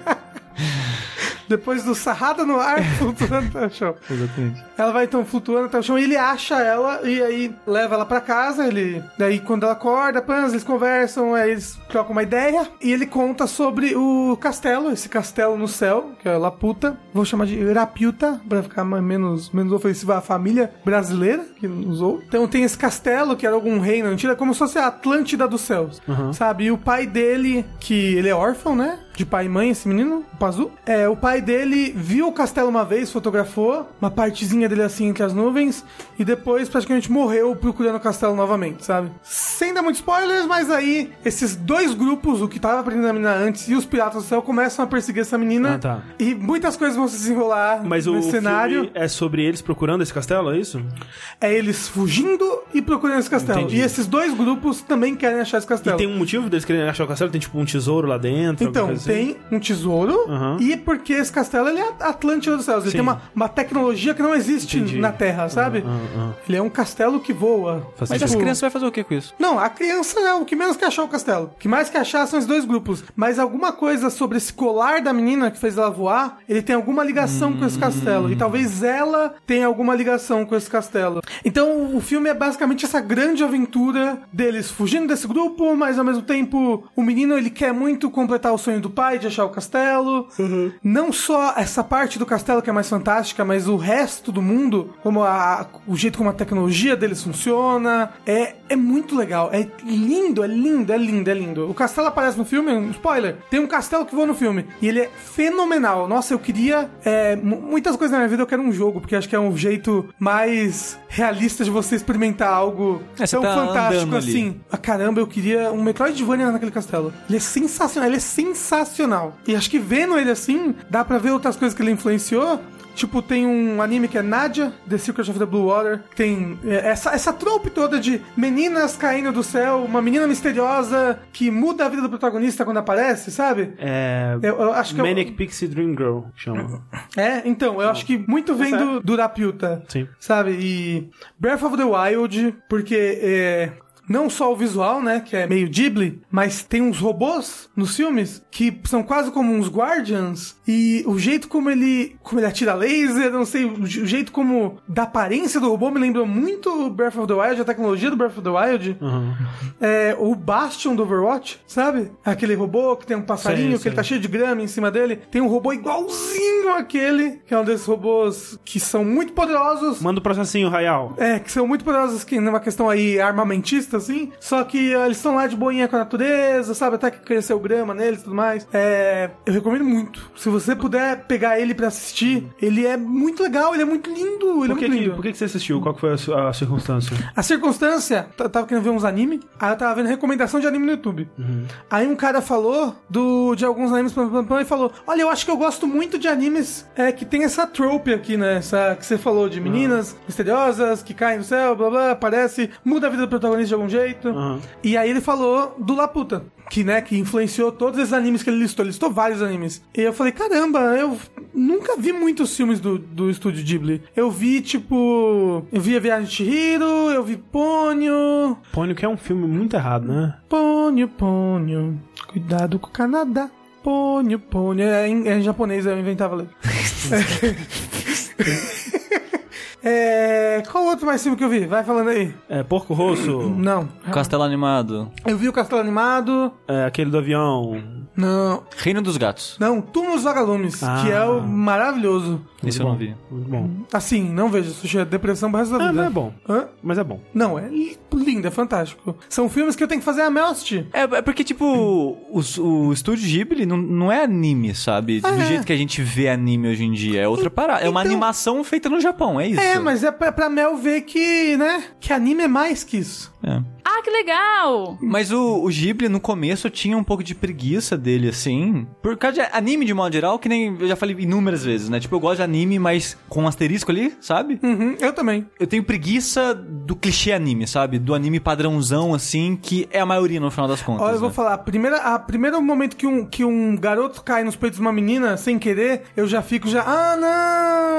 D: Depois do sarrada no ar, flutuando até o chão.
C: Exatamente.
D: Ela vai então flutuando até o chão e ele acha ela e aí leva ela pra casa. Ele, daí quando ela acorda, pans, eles conversam, aí eles trocam uma ideia e ele conta sobre o castelo, esse castelo no céu, que é Laputa. Vou chamar de Irapiuta pra ficar mais- menos menos ofensiva à família brasileira que nos ouve. Então tem esse castelo que era algum reino antigo, é como se fosse a Atlântida dos céus, sabe? E o pai dele, que ele é órfão, né? de pai e mãe, esse menino, o Pazu. É, o pai dele viu o castelo uma vez, fotografou uma partezinha dele assim entre as nuvens e depois praticamente morreu procurando o castelo novamente, sabe? Sem dar muitos spoilers, mas aí esses dois grupos, o que tava aprendendo a menina antes e os piratas do céu, começam a perseguir essa menina.
B: Ah, tá.
D: E muitas coisas vão se desenrolar
B: Mas o
D: nesse cenário.
B: filme é sobre eles procurando esse castelo, é isso?
D: É eles fugindo e procurando esse castelo.
B: Entendi.
D: E esses dois grupos também querem achar esse
B: E
D: castelo.
B: tem um motivo deles quererem achar o castelo? Tem tipo um tesouro lá dentro?
D: Então,
B: alguma coisa assim?
D: tem um tesouro
B: Aham.
D: e porque esse castelo ele é Atlântida dos Céus. Ele
B: Sim.
D: tem uma, uma tecnologia que não existe
B: Entendi.
D: na Terra, sabe?
B: aham.
D: Ele é um castelo que voa.
B: Faz
C: Mas
B: sentido.
C: as crianças vão fazer o que com isso?
D: Não, a criança é o que menos que achou o castelo. O que mais que achar são os dois grupos. Mas alguma coisa sobre esse colar da menina que fez ela voar, ele tem alguma ligação com esse castelo. E talvez ela tenha alguma ligação com esse castelo. Então o filme é basicamente essa grande aventura deles fugindo desse grupo, mas ao mesmo tempo o menino ele quer muito completar o sonho do pai de achar o castelo. Não só essa parte do castelo que é mais fantástica, mas o resto do mundo, como a- o jeito como a tecnologia deles funciona. É, é muito legal. É lindo, é lindo, é lindo, é lindo. O castelo aparece no filme, um spoiler. Tem um castelo que voa no filme. E ele é fenomenal. Nossa, eu queria. é, mu- muitas coisas na minha vida eu quero um jogo, porque acho que é um jeito mais realista de você experimentar algo
C: É, você
D: tão
C: tá andando
D: fantástico
C: ali.
D: assim. Ah, caramba, eu queria um Metroidvania naquele castelo. Ele é sensacional, ele é sensacional. E acho que vendo ele assim, dá pra ver outras coisas que ele influenciou. Tipo, tem um anime que é Nadia, The Secret of the Blue Water. Tem é, essa, essa trope toda de meninas caindo do céu, uma menina misteriosa que muda a vida do protagonista quando aparece, sabe?
B: É.
D: Eu, eu acho que eu-
B: Manic Pixie Dream Girl, chama.
D: é, então, eu acho que muito vem do, do Rapiuta.
B: Sim.
D: Sabe? E Breath of the Wild, porque é, não só o visual, né, que é meio Ghibli, mas tem uns robôs nos filmes que são quase como uns Guardians e o jeito como ele, como ele atira laser, não sei, o je- o jeito como da aparência do robô me lembrou muito o Breath of the Wild, a tecnologia do Breath of the Wild. É, o Bastion do Overwatch, sabe? Aquele robô que tem um passarinho,
B: Sei,
D: que
B: sei.
D: ele tá cheio de grama em cima dele. Tem um robô igualzinho àquele, que é um desses robôs que são muito poderosos.
B: Manda o processinho, Rayal.
D: É, que são muito poderosos que numa questão aí armamentista, assim. Só que ó, eles estão lá de boinha com a natureza, sabe? Até que cresceu grama neles e tudo mais. É, eu recomendo muito. Se você puder pegar ele pra assistir, ele é muito legal, ele é muito lindo, ele
B: Por que,
D: é muito
B: que,
D: lindo.
B: por que que você assistiu? Qual que foi a, su- a circunstância?
D: A circunstância, t- eu tava querendo ver uns anime, aí eu tava vendo recomendação de anime no YouTube. Aí um cara falou do, de alguns animes pam, pam, pam, e falou: Olha, eu acho que eu gosto muito de animes é, que tem essa trope aqui, né? Essa que você falou de meninas misteriosas que caem no céu, blá blá, aparece, muda a vida do protagonista de algum jeito.
B: Aham.
D: E aí ele falou do Laputa, que, né, que influenciou todos esses animes que ele listou. Ele listou vários animes. E eu falei, caramba, eu nunca vi muitos filmes do, do estúdio Ghibli. Eu vi, tipo... Eu vi A Viagem de Chihiro, eu vi Ponyo...
B: Pônio que é um filme muito errado, né?
D: Ponyo, Ponyo... Cuidado com o Canadá. Ponyo, Ponyo... É em, é em japonês, eu inventava letra. É, qual outro mais filme que eu vi? Vai falando aí.
B: É Porco Rosso,
D: Não.
C: Castelo Animado.
D: Eu vi o Castelo Animado.
B: é, aquele do avião.
D: Não.
C: Reino dos Gatos.
D: Não, Túmulos Vagalumes,
B: Ah.
D: que é o maravilhoso.
C: Isso eu não vi.
B: Muito bom.
D: Assim, não vejo sushi, é depressão pro resto da
B: Ah,
D: vida.
B: mas é bom.
D: Hã?
B: Mas é bom.
D: Não, é li- lindo, é fantástico. São filmes que eu tenho que fazer a Mel assistir.
C: É, é porque, tipo, os- o, estúdio Ghibli não, não é anime, sabe? Do
D: É.
C: jeito que a gente vê anime hoje em dia. É outra parada. É uma
D: então-
C: animação feita no Japão, é isso.
D: É, mas é pra, pra Mel ver que, né, que anime é mais que isso.
C: É.
A: Ah, que legal!
C: Mas o, o Ghibli, no começo, eu tinha um pouco de preguiça dele, assim. Por causa de anime, de modo geral, que nem eu já falei inúmeras vezes, né? Tipo, eu gosto de anime, mas com um asterisco ali, sabe?
D: Uhum, eu também.
C: Eu tenho preguiça do clichê anime, sabe? Do anime padrãozão, assim, que é a maioria no final das contas.
D: Ó, eu vou
C: né?
D: falar, a primeira, a primeiro momento que um, que um garoto cai nos peitos de uma menina sem querer, eu já fico já, ah,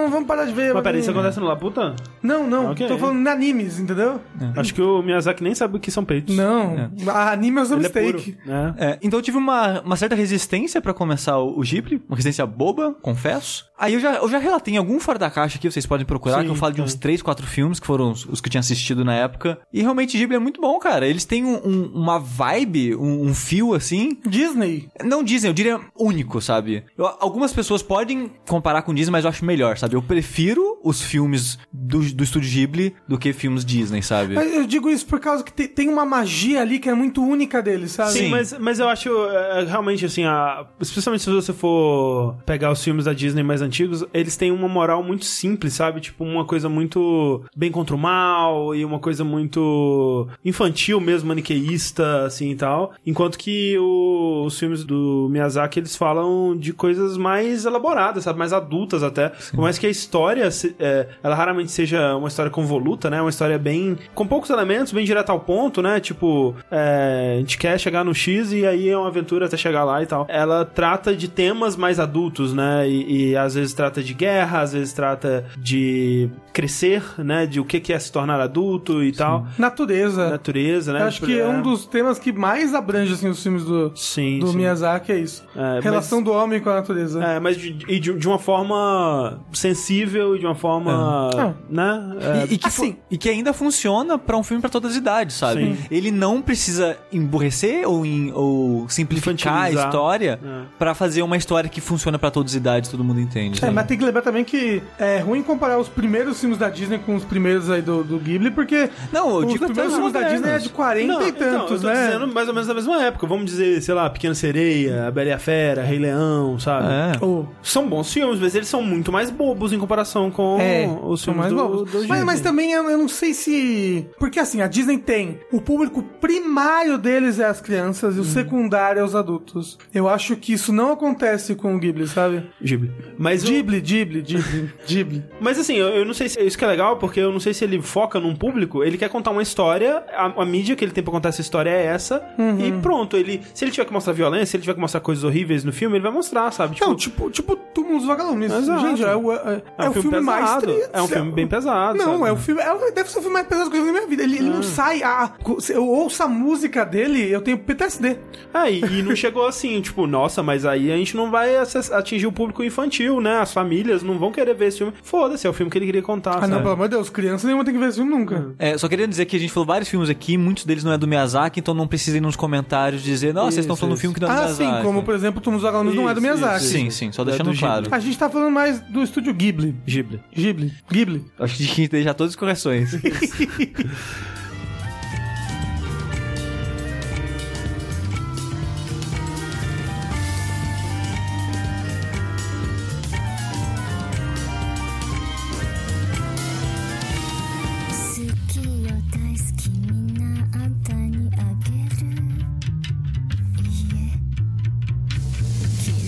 D: não, vamos parar de ver.
B: Mas peraí,
D: menina."
B: isso acontece no Laputa?
D: Não, não,
B: Ok.
D: tô falando de animes, entendeu?
B: Acho que o Miyazaki nem sabe o que são peitos.
D: Não, a anime é o
B: Ele é puro,
D: mistake.
B: né?
C: É, então eu tive uma, uma certa resistência pra começar o, o Ghibli, uma resistência boba, confesso. Aí eu já, eu já relatei em algum fora da caixa aqui, vocês podem procurar,
B: Sim,
C: que eu falo de
B: tá.
C: uns 3, 4 filmes, que foram os, os que eu tinha assistido na época. E realmente Ghibli é muito bom, cara. Eles têm um- um- uma vibe, um, um fio assim.
D: Disney.
C: Não dizem, eu diria único, sabe? Eu- algumas pessoas podem comparar com Disney, mas eu acho melhor, sabe? Eu prefiro os filmes do, do estúdio Ghibli do que filmes Disney, sabe?
D: Mas eu digo isso por causa que te- tem uma magia ali que é muito única dele, sabe?
B: Sim,
C: Sim.
B: Mas, mas eu acho é, realmente assim, a- especialmente se você for pegar os filmes da Disney mais antigos, eles têm uma moral muito simples, sabe? Tipo, uma coisa muito bem contra o mal e uma coisa muito infantil mesmo, maniqueísta, assim e tal. Enquanto que o- os filmes do Miyazaki, eles falam de coisas mais elaboradas, sabe? Mais adultas até. Por mais que a história, se- é, ela raramente seja uma história convoluta, né? Uma história bem. com poucos elementos, bem direta ao ponto, né? Tipo, é, a gente quer chegar no X e aí é uma aventura até chegar lá e tal. Ela trata de temas mais adultos, né? E, e às vezes trata de guerra, às vezes trata de crescer, né? De o que que é se tornar adulto e tal.
D: Natureza.
B: Natureza, né?
D: É. Eu Acho
B: Tipo,
D: que é um dos temas que mais abrange assim, os filmes do,
B: Sim,
D: do né?
B: sim.
D: Miyazaki, é isso.
B: É,
D: Relação do homem com a natureza.
B: É, mas de, e de, de uma forma sensível e de uma forma. Né? É,
C: E, e que, fu-
D: Assim.
C: e que ainda funciona pra um filme pra todas as idades, sabe?
B: Sim.
C: Ele não precisa emburrecer ou, em- ou simplificar a
B: Infantilizar.
C: história
B: É.
C: pra fazer uma história que funciona pra todas as idades, todo mundo entende.
D: É,
C: sabe?
D: mas tem que lembrar também que é ruim comparar os primeiros filmes da Disney com os primeiros aí do, do Ghibli, porque
C: Não, eu
D: os
C: digo até
D: primeiros
C: os
D: filmes da
C: modernos.
D: Disney é de 40
B: Não,
D: e tantos,
B: então, eu tô
D: né?
B: dizendo mais ou menos da mesma época. Vamos dizer, sei lá, Pequena Sereia, A Bela e a Fera, Rei Leão, sabe?
C: É.
D: Oh.
B: São bons filmes, mas eles são muito mais bobos em comparação com
D: É,
B: os
D: são
B: filmes
D: mais
B: do,
D: novos.
B: do
D: mas,
B: Disney.
D: mas também eu, eu não sei se. Porque assim, a Disney tem. O público primário deles é as
B: Hum.
D: crianças e o secundário é os adultos. Eu acho que isso não acontece com o Ghibli, sabe?
B: Ghibli. Mas o-
D: Ghibli, Ghibli, Ghibli, Ghibli.
B: Mas assim, eu, eu não sei se isso que é legal, porque eu não sei se ele foca num público, ele quer contar uma história, a, a mídia que ele tem pra contar essa história é essa,
D: Uhum.
B: e pronto, ele. Se ele tiver que mostrar violência, se ele tiver que mostrar coisas horríveis no filme, ele vai mostrar, sabe? Tipo,
D: Não, tipo, tipo Túmulos Vagalumes.
B: Exato.
D: Gente, é, o- é-
B: É um
D: é o
B: filme
D: filme mais
B: pesado.
D: triste.
B: É um filme bem pesado,
D: Não,
B: sabe? Ah.
D: é o filme. É, o- deve ser o filme mais pesado que eu já vi na minha vida. Ele, ele não sai. A, eu ouço a música dele, eu tenho PTSD.
B: Ah, e, e não chegou assim, tipo, nossa, mas aí a gente não vai acess- atingir o público infantil, né? As famílias não vão querer ver esse filme. Foda-se, é o filme que ele queria contar.
D: Ah, não,
B: sabe?
D: pelo amor de Deus, criança nenhuma tem que ver esse filme nunca.
B: Ah.
C: É, só queria dizer que a gente falou vários filmes aqui, muitos deles não é do Miyazaki, então não precisem nos comentários dizer, nossa, vocês estão
B: Isso,
C: falando um
B: isso.
C: filme que não é do
D: Ah,
C: Miyazaki.
D: sim, como por exemplo, Túmulos Vagalumes não é do
B: Isso,
D: Miyazaki.
B: isso,
C: Sim, sim, só
B: É do
C: deixando
B: Ghibli.
C: claro.
D: A gente tá falando mais do estúdio Ghibli.
B: Ghibli.
D: Ghibli. Ghibli.
C: Acho que a gente tem que deixar todas as correções.
F: 「好きよ大好きみんなあんたにあげる」「いい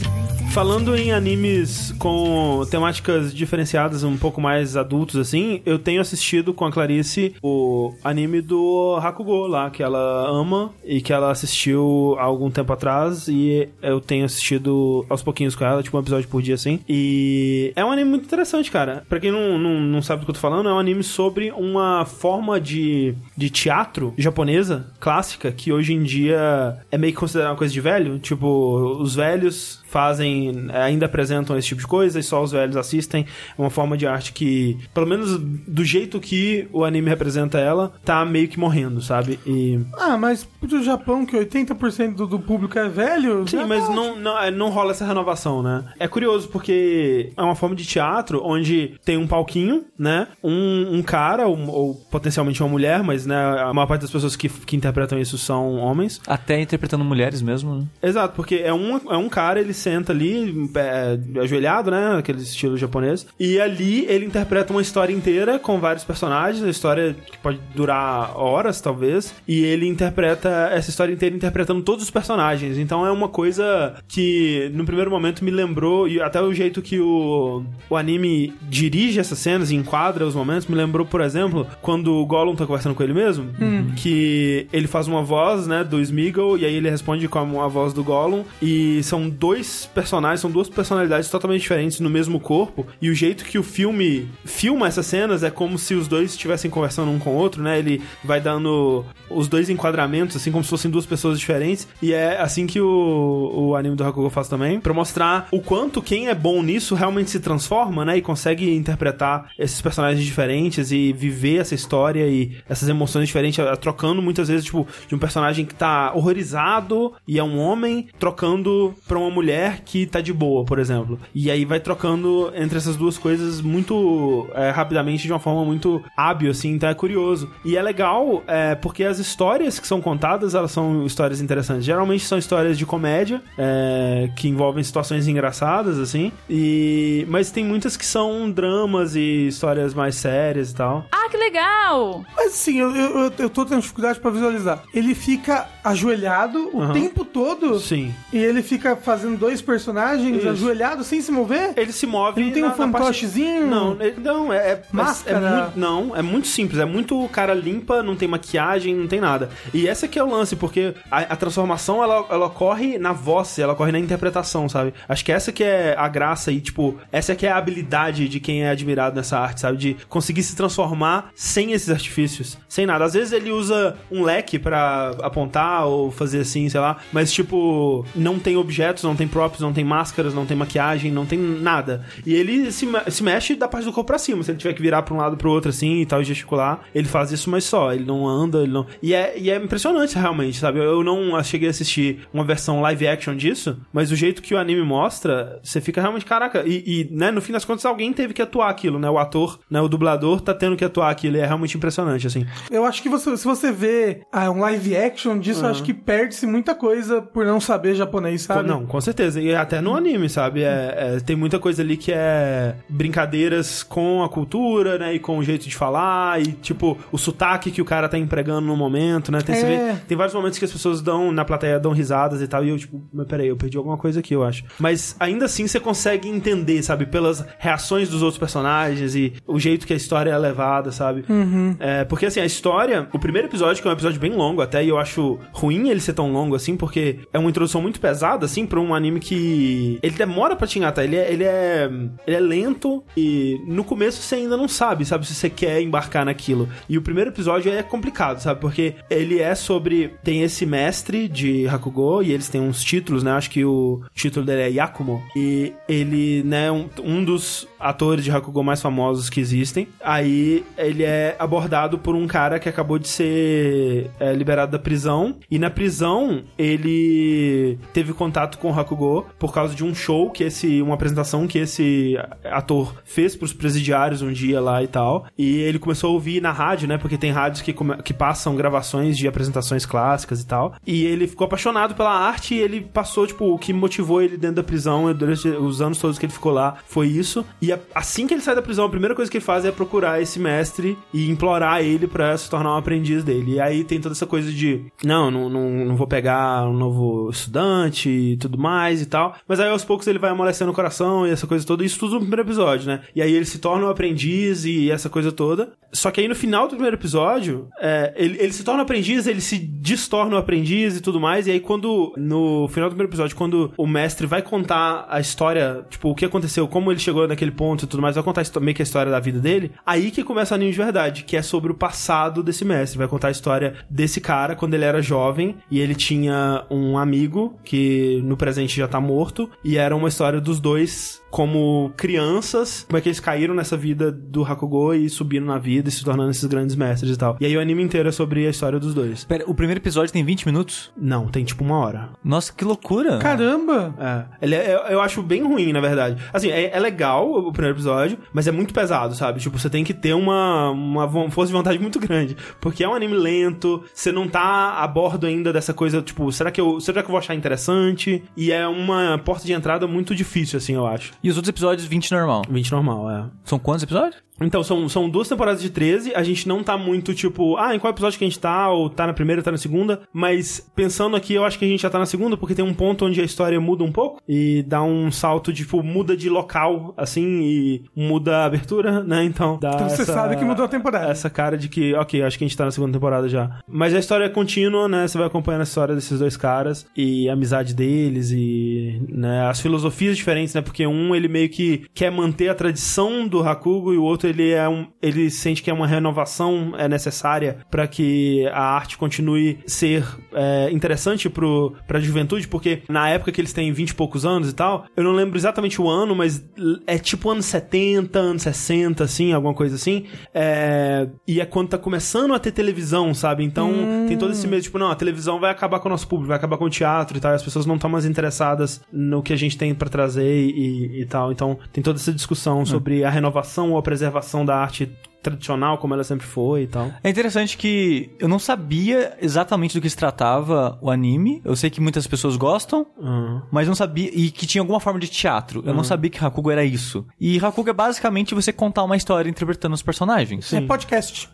F: え嫌いだ」
B: Falando em animes com temáticas diferenciadas, um pouco mais adultos, assim, eu tenho assistido com a Clarice o anime do Hakugo lá, que ela ama e que ela assistiu há algum tempo atrás e eu tenho assistido aos pouquinhos com ela, tipo um episódio por dia, assim. E é um anime muito interessante, cara. Pra quem não, não, não sabe do que eu tô falando, é um anime sobre uma forma de, de teatro japonesa clássica que hoje em dia é meio que considerada uma coisa de velho. Tipo, os velhos fazem, ainda apresentam esse tipo de coisa e só os velhos assistem. É uma forma de arte que, pelo menos do jeito que o anime representa ela, tá meio que morrendo, sabe? E.
D: Ah, mas pro Japão, que 80% do, do público é velho.
B: Sim,
D: já
B: mas
D: tá
B: não, não, é, não rola essa renovação, né? É curioso porque é uma forma de teatro onde tem um palquinho, né? Um, um cara, ou, ou potencialmente uma mulher, mas né, a maior parte das pessoas que, que interpretam isso são homens.
C: Até interpretando mulheres mesmo, né?
B: Exato, porque é um, é um cara, ele senta ali, é, ajoelhado, né? Aquele estilo japonês. E ali ele interpreta uma história inteira com vários personagens, uma história que pode durar horas, talvez. E ele interpreta essa história inteira interpretando todos os personagens. Então é uma coisa que, no primeiro momento, me lembrou, e até o jeito que o, o anime dirige essas cenas e enquadra os momentos, me lembrou, por exemplo, quando o Gollum tá conversando com ele mesmo, que ele faz uma voz, né, do Smeagol, e aí ele responde com a, a voz do Gollum, e são dois personagens, são duas personalidades totalmente diferentes no mesmo corpo, e o jeito que o filme filma essas cenas é como se os dois estivessem conversando um com o outro, né, ele vai dando os dois enquadramentos, assim, como se fossem duas pessoas diferentes, e é assim que o, o anime do Hakugo faz também, pra mostrar o quanto quem é bom nisso realmente se transforma, né, e consegue interpretar esses personagens diferentes e viver essa história e essas emoções diferentes, eh, trocando muitas vezes, tipo, de um personagem que tá horrorizado e é um homem, trocando pra uma mulher que tá de boa, por exemplo. E aí vai trocando entre essas duas coisas muito eh, rapidamente, de uma forma muito hábil, assim, então é curioso. E é legal eh, porque as histórias que são contadas, elas são histórias interessantes. Geralmente são histórias de comédia, eh, que envolvem situações engraçadas, assim, e... mas tem muitas que são dramas e histórias mais sérias e tal.
A: Ah, que legal!
D: Mas assim, eu, eu, eu- eu tô tendo dificuldade pra visualizar. Ele fica ajoelhado o
B: Aham.
D: tempo todo.
B: Sim.
D: E ele fica fazendo dois personagens
B: Isso. É.
D: ajoelhados sem se mover?
B: Ele se move.
D: Não tem um fantochezinho?
B: Não, ele- não, é. é
D: Máscara?
B: é muito- não, é muito simples. É muito cara limpa, não tem maquiagem, não tem nada. E essa que é o lance, porque a, a transformação ela, ela ocorre na voz, ela ocorre na interpretação, sabe? Acho que essa que é a graça e, tipo, essa que é a habilidade de quem é admirado nessa arte, sabe? De conseguir se transformar sem esses artifícios, sem nada. Às vezes ele usa um leque pra apontar ou fazer assim, sei lá, mas, tipo, não tem objetos, não tem props, não tem máscaras, não tem maquiagem, não tem nada. E ele se, me- se mexe da parte do corpo pra cima. Se ele tiver que virar pra um lado pro outro assim e tal, e gesticular, ele faz isso, mas só. Ele não anda, ele não. E é, e é impressionante, realmente, sabe? Eu, eu não cheguei a assistir uma versão live action disso, mas o jeito que o anime mostra, você fica realmente, caraca. E, e, né, no fim das contas, alguém teve que atuar aquilo, né? O ator, né, o dublador tá tendo que atuar aquilo. E é realmente impressionante, assim.
D: Eu acho que você- se você vê ah, um live action disso, eu acho que perde-se muita coisa por não saber japonês,
B: Co-
D: sabe?
B: Não, com certeza. E até no anime, sabe? É- é, tem muita coisa ali que é brincadeiras com a cultura, né? E com o jeito de falar. E, tipo, o sotaque que o cara tá empregando no momento, né? Tem, você
D: É.
B: vê- tem vários momentos que as pessoas dão, na plateia, dão risadas e tal. E eu, tipo, mas peraí, eu perdi alguma coisa aqui, eu acho. Mas ainda assim você consegue entender, sabe? Pelas reações dos outros personagens e o jeito que a história é levada, sabe?
D: Uhum.
B: É, porque assim, a história, o primeiro episódio, que é um episódio bem longo até, e eu acho ruim ele ser tão longo assim, porque é uma introdução muito pesada, assim, pra um anime que. Ele demora pra te engatar, ele é, ele é. Ele é lento e no começo você ainda não sabe, sabe, se você quer embarcar naquilo. E o primeiro episódio é complicado, sabe? Porque ele é sobre. Tem esse mestre de Hakugo e eles têm uns títulos, né? Acho que o título dele é Yakumo. E ele, né, um, um dos atores de Hakugo mais famosos que existem. Aí ele é abordado por um cara que acabou de ser é, liberado da prisão. E na prisão ele teve contato com o Hakugo por causa de um show que esse. uma apresentação que esse ator fez pros presidiários um dia lá e tal. E ele começou a ouvir na rádio, né? Porque tem rádios que, come- que passam gravações de apresentações clássicas e tal. E ele ficou apaixonado pela arte e ele passou, tipo, o que motivou ele dentro da prisão durante os anos todos que ele ficou lá foi isso. E a- assim que ele sai da prisão, a primeira coisa que ele faz é procurar esse mestre e implorar ele pra se tornar um aprendiz dele. E aí tem toda essa coisa de: não, não, não, não vou pegar um novo estudante e tudo mais e tal. Mas aí aos poucos ele vai amolecendo o coração e essa coisa toda. Isso tudo no primeiro episódio, né? E aí ele se torna um aprendiz e essa coisa toda. Só que aí no final do primeiro episódio, é, ele, ele se torna um aprendiz, ele se destorna um aprendiz e tudo mais. E aí quando, no final do primeiro episódio, quando o mestre vai contar a história, tipo, o que aconteceu, como ele chegou naquele ponto e tudo mais, vai contar a histó- meio que a história da vida dele, aí que começa o anime de verdade, que é sobre o passado desse mestre. Vai contar a história desse cara quando ele era jovem e ele tinha um amigo que no presente já tá morto e era uma história dos dois como crianças, como é que eles caíram nessa vida do Hakugo e subiram na vida e se tornando esses grandes mestres e tal. E aí o anime inteiro é sobre a história dos dois.
C: Pera, o primeiro episódio tem 20 minutos?
B: Não, tem tipo uma hora.
C: Nossa, que loucura.
D: Caramba!
B: É. Ele é- eu, eu acho bem ruim, na verdade. Assim, é, é legal o primeiro episódio, mas é muito pesado, sabe? Tipo, você tem que ter uma, uma vo- força de vontade muito grande. Porque é um anime lento, você não tá a bordo ainda dessa coisa, tipo, será que eu, será que eu vou achar interessante? E é uma porta de entrada muito difícil, assim, eu acho.
C: E os outros episódios, 20 normal.
B: 20 normal, é.
C: São quantos episódios?
B: Então, são, são duas temporadas de 13. A gente não tá muito tipo, ah, em qual episódio que a gente tá, ou tá na primeira, tá na segunda. Mas pensando aqui, eu acho que a gente já tá na segunda, porque tem um ponto onde a história muda um pouco e dá um salto, tipo, muda de local, assim, e muda a abertura, né? Então, dá
D: Então você
B: essa-
D: sabe que mudou a temporada.
B: Essa cara de que, ok, acho que a gente tá na segunda temporada já. Mas a história é contínua, né? Você vai acompanhando a história desses dois caras e a amizade deles e né, as filosofias diferentes, né? Porque um, ele meio que quer manter a tradição do Hakugo e o outro, ele é um, ele sente que é uma renovação é necessária pra que a arte continue ser é, interessante pro, pra juventude, porque na época que eles têm 20 e poucos anos e tal, eu não lembro exatamente o ano, mas l- é tipo anos 70, anos 60, assim, alguma coisa assim. É, e é quando tá começando a ter televisão, sabe? Então
C: Hum.
B: tem todo esse medo, tipo, não, a televisão vai acabar com o nosso público, vai acabar com o teatro e tal, e as pessoas não estão mais interessadas no que a gente tem pra trazer e, e tal. Então tem toda essa
C: É.
B: discussão sobre a renovação ou a preservação da arte tradicional, como ela sempre foi e tal.
C: É interessante que eu não sabia exatamente do que se tratava o anime. Eu sei que muitas pessoas gostam,
B: Uhum.
C: mas não sabia. E que tinha alguma forma de teatro. Eu não sabia que Hakugo era isso. E Hakugo é basicamente você contar uma história interpretando os personagens.
D: É podcast.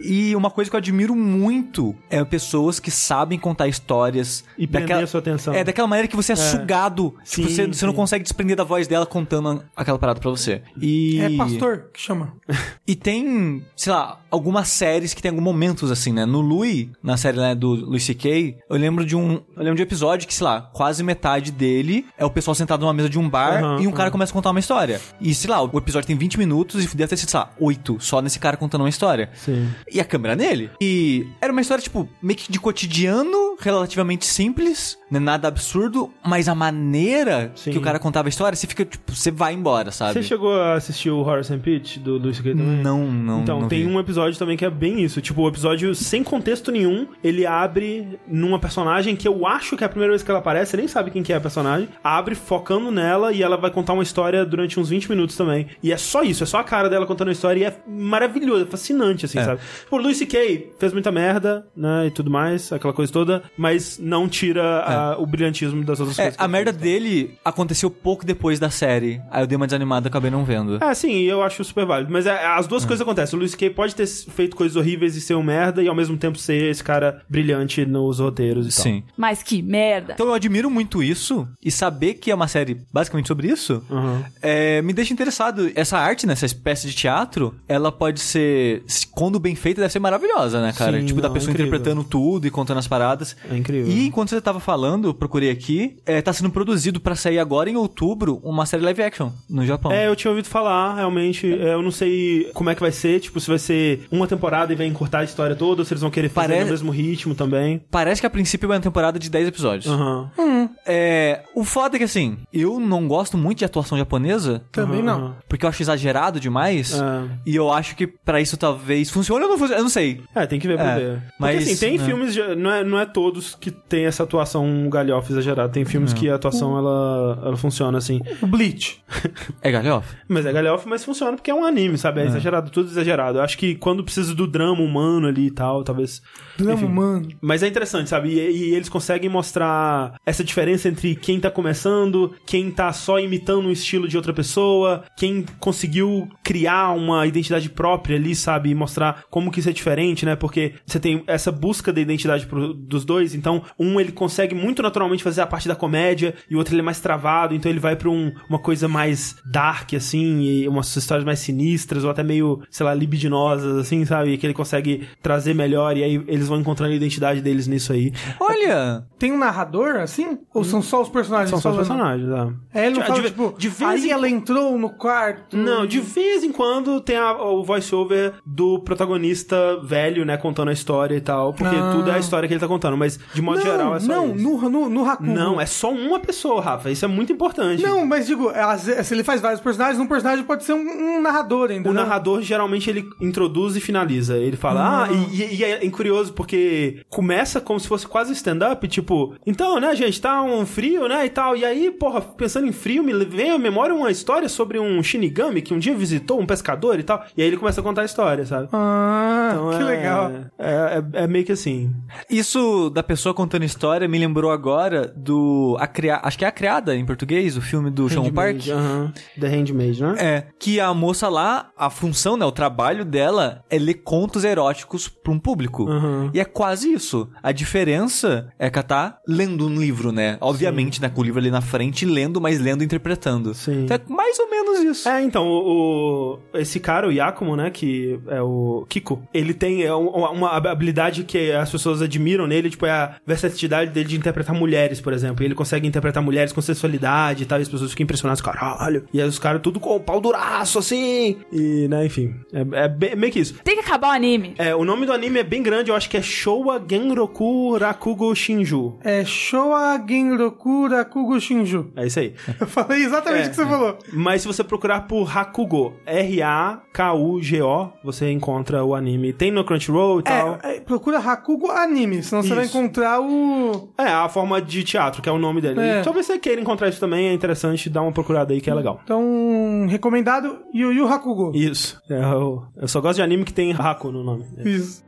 C: E uma coisa que eu admiro muito é pessoas que sabem contar histórias.
B: E prender a sua atenção.
C: É, daquela maneira que você é, sugado.
B: Sim,
C: tipo, você, você não
B: sim.
C: consegue desprender da voz dela contando aquela parada pra você. E...
D: É pastor que chama.
C: E tem, sei lá, algumas séries que tem alguns momentos assim, né? No Louis, na série né, do Louis C.K., eu lembro de um. Eu lembro de um episódio que, sei lá, quase metade dele é o pessoal sentado numa mesa de um bar
B: Aham,
C: e um cara começa a contar uma história. E, sei lá, o episódio tem 20 minutos e deve ter sido, sei lá, 8 só nesse cara contando uma história.
B: Sim.
C: E a câmera nele. E era uma história, tipo, meio que de cotidiano relativamente simples, né? nada absurdo, mas a maneira
B: Sim.
C: que o cara contava a história, você fica, tipo, você vai embora, sabe?
B: Você chegou a assistir o Horror Stampede do Luis C.K. também?
C: Não, não,
B: Então,
C: não
B: tem
C: vi.
B: um episódio também que é bem isso. Tipo, o episódio sem contexto nenhum, ele abre numa personagem que eu acho que é a primeira vez que ela aparece, você nem sabe quem que é a personagem. Abre focando nela e ela vai contar uma história durante uns 20 minutos também. E é só isso, é só a cara dela contando a história e é maravilhoso, é fascinante, assim,
C: É.
B: sabe? Por Luis C.K. fez muita merda, né, e tudo mais, aquela coisa toda, mas não tira a- o brilhantismo das outras
C: É,
B: coisas. que então.
C: a
B: ele
C: merda
B: fez.
C: dele aconteceu pouco depois da série. Aí eu dei uma desanimada e acabei não vendo.
B: É, sim, eu acho super válido. Mas é, as
C: Hum.
B: duas coisas acontecem. O Luis C.K. pode ter feito coisas horríveis e ser um merda, e ao mesmo tempo ser esse cara brilhante nos roteiros e tal.
C: Sim.
A: Mas que merda.
C: Então eu admiro muito isso e saber que é uma série basicamente sobre isso
B: Uhum.
C: é, me deixa interessado. Essa arte, né, essa espécie de teatro, ela pode ser, se- quando bem feita, deve ser maravilhosa, né, cara?
B: Sim,
C: tipo, da
B: não,
C: pessoa
B: incrível.
C: interpretando tudo e contando as paradas.
B: É incrível.
C: E enquanto você tava falando, eu procurei aqui, é, tá sendo produzido pra sair agora em outubro uma série live action no Japão.
B: É, eu tinha ouvido falar, realmente. é, eu não sei como é que vai ser. Tipo, se vai ser uma temporada e vai encurtar a história toda, ou se eles vão querer fazer
C: Parece-
B: no mesmo ritmo também.
C: Parece que a princípio é uma temporada de 10 episódios.
B: Aham.
D: Hum,
C: É, o foda é que assim, eu não gosto muito de atuação japonesa,
D: Também
B: Uhum,
D: não.
C: porque eu acho exagerado demais.
B: É.
C: E eu acho que pra isso talvez funcione ou não funcione, eu não sei.
B: É, tem que ver pra
C: É,
B: ver. Porque
C: mas,
B: assim, tem
C: né.
B: filmes, de- não é, não é todos que tem essa atuação galhofa exagerada. Tem filmes que a
C: Uh.
B: atuação ela, ela funciona assim.
D: O Bleach.
C: É galhofa?
B: Mas é galhofa, mas funciona porque é um anime, sabe? É, exagerado, tudo exagerado. Eu acho que quando precisa do drama humano ali e tal, talvez.
D: Drama
B: Enfim.
D: um humano.
B: Mas é interessante, sabe? E, e eles conseguem mostrar essa diferença entre quem tá começando, quem tá só imitando um estilo de outra pessoa, quem conseguiu criar uma identidade própria ali, sabe? E mostrar como que isso é diferente, né? Porque você tem essa busca da identidade pro- dos dois, então um ele consegue muito naturalmente fazer a parte da comédia e o outro ele é mais travado, então ele vai pra um- uma coisa mais dark, assim, e umas histórias mais sinistras ou até meio, sei lá, libidinosas, assim, sabe? E que ele consegue trazer melhor e aí eles vão encontrando a identidade deles nisso aí.
C: Olha!
D: Tem um narrador, assim? Ou são só os personagens
B: São só os
D: falando?
B: personagens, tá?
D: É, ele não
B: De-
D: fala,
B: de-
D: tipo,
B: de vez
D: aí
B: em-
D: ela entrou no quarto.
B: Não, de vez em quando tem a- o voice-over do protagonista velho, né, contando a história e tal, porque
D: Ah.
B: tudo é a história que ele tá contando, mas de modo
D: não,
B: geral é só isso.
D: não, no, no, no Hakun.
B: Não, é só uma pessoa, Rafa, isso é muito importante.
D: Não, mas digo, é, às vezes, se ele faz vários personagens, um personagem pode ser um, um narrador ainda.
B: O
D: né?
B: narrador geralmente ele introduz e finaliza. Ele fala, ah, e, e- e é curioso porque começa como se fosse quase stand-up, tipo, então, né, gente, tá um frio, né, e tal. E aí, porra, pensando em frio, me vem à memória uma história sobre um Shinigami que um dia visitou um pescador e tal. E aí ele começa a contar a história, sabe?
D: Ah,
B: Então,
D: que
B: é-
D: legal.
B: É, é- é meio que assim.
C: Isso da pessoa contando história me lembrou agora do. A Cria- Acho que é a criada em português, o filme do Sean Park.
B: Handmaid, aham. The Handmaid, né?
C: É, que a moça lá, a função, né, o trabalho dela é ler contos eróticos pra um público. E é quase isso. A diferença é que ela tá lendo um livro, né? Obviamente, né, com o livro ali na frente, lendo, mas lendo e interpretando.
B: Sim.
C: Então é mais ou menos isso.
B: É, então, o, o- esse cara, o Yakumo, né, que é o Kiko, ele tem é, um- uma habilidade que as pessoas admiram nele, tipo, é a versatilidade dele de interpretar mulheres, por exemplo. Ele consegue interpretar mulheres com sensualidade e tal, e as pessoas ficam impressionadas, caralho. E aí os caras tudo com o pau duraço, assim. E, né, enfim, é, é bem- meio que isso.
A: Tem que acabar o anime.
B: É, o nome do anime é bem grande, eu acho que é Showa Genroku Rakugo Shinju.
D: É Showa Genroku Rakugo Shinju.
B: É isso aí.
D: Eu falei exatamente
B: É.
D: o que você falou.
B: Mas se você procurar por Hakugo, R-A-K-U-G-O, você encontra o anime. Tem no Crunchyroll e tal.
D: É, é, procura Hakugo Anime, senão você vai
B: Isso.
D: encontrar o...
B: É, a forma de teatro, que é o nome dele.
D: É.
B: E Talvez você queira encontrar isso também, é interessante dar uma procurada aí que é legal.
D: Então, recomendado, Yu Yu Hakugo.
B: Isso. É, Eu, eu só gosto de anime que tem Haku no nome. É.
D: Isso.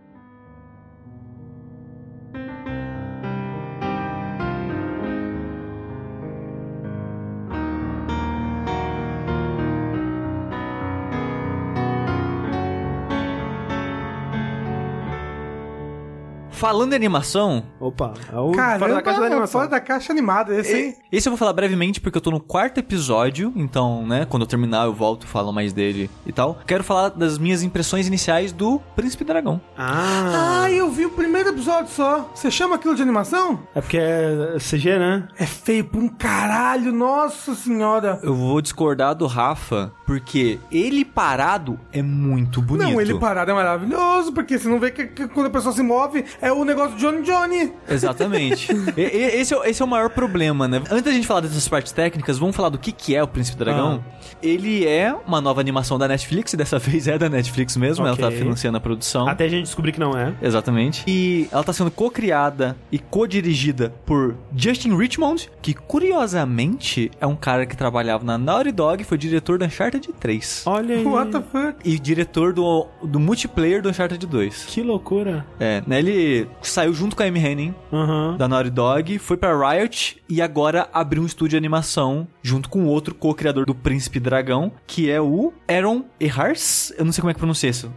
C: Falando em animação,
B: Opa, é o
D: Caramba,
B: fora da caixa da animação.
D: fora da caixa animada, esse aí.
C: esse eu vou falar brevemente porque eu tô no quarto episódio, então, né, quando eu terminar eu volto, falo mais dele e tal. Quero falar das minhas impressões iniciais do Príncipe Dragão.
B: Ah,
D: Ah, eu vi o primeiro episódio só. Você chama aquilo de animação?
B: é porque é CG, né?
D: É feio pra um caralho, nossa senhora.
C: Eu vou discordar do Rafa, porque ele parado é muito bonito.
D: Não, ele parado é maravilhoso, porque você não vê que, que quando a pessoa se move, é o negócio de Johnny Johnny.
C: Exatamente. E- e- esse, é, o- esse é o maior problema, né? Antes da gente falar dessas partes técnicas, vamos falar do que, que é o Príncipe Dragão.
B: Ah.
C: Ele é uma nova animação da Netflix, e dessa vez é da Netflix mesmo, ela tá
B: Ok.
C: financiando a produção.
B: Até a gente descobrir que não é.
C: Exatamente. E ela tá sendo co-criada e co-dirigida por Justin Richmond, que curiosamente é um cara que trabalhava na Naughty Dog e foi diretor do Uncharted 3.
B: Olha aí.
D: What the fuck?
C: E diretor do, do multiplayer do Uncharted 2.
B: Que loucura.
C: É, né? Ele saiu junto com a Amy Henning
B: Aham.
C: da Naughty Dog, foi pra Riot e agora abriu um estúdio de animação junto com outro co-criador do Príncipe Dragão, que é o Aaron Ehars. Eu não sei como é que pronuncia isso.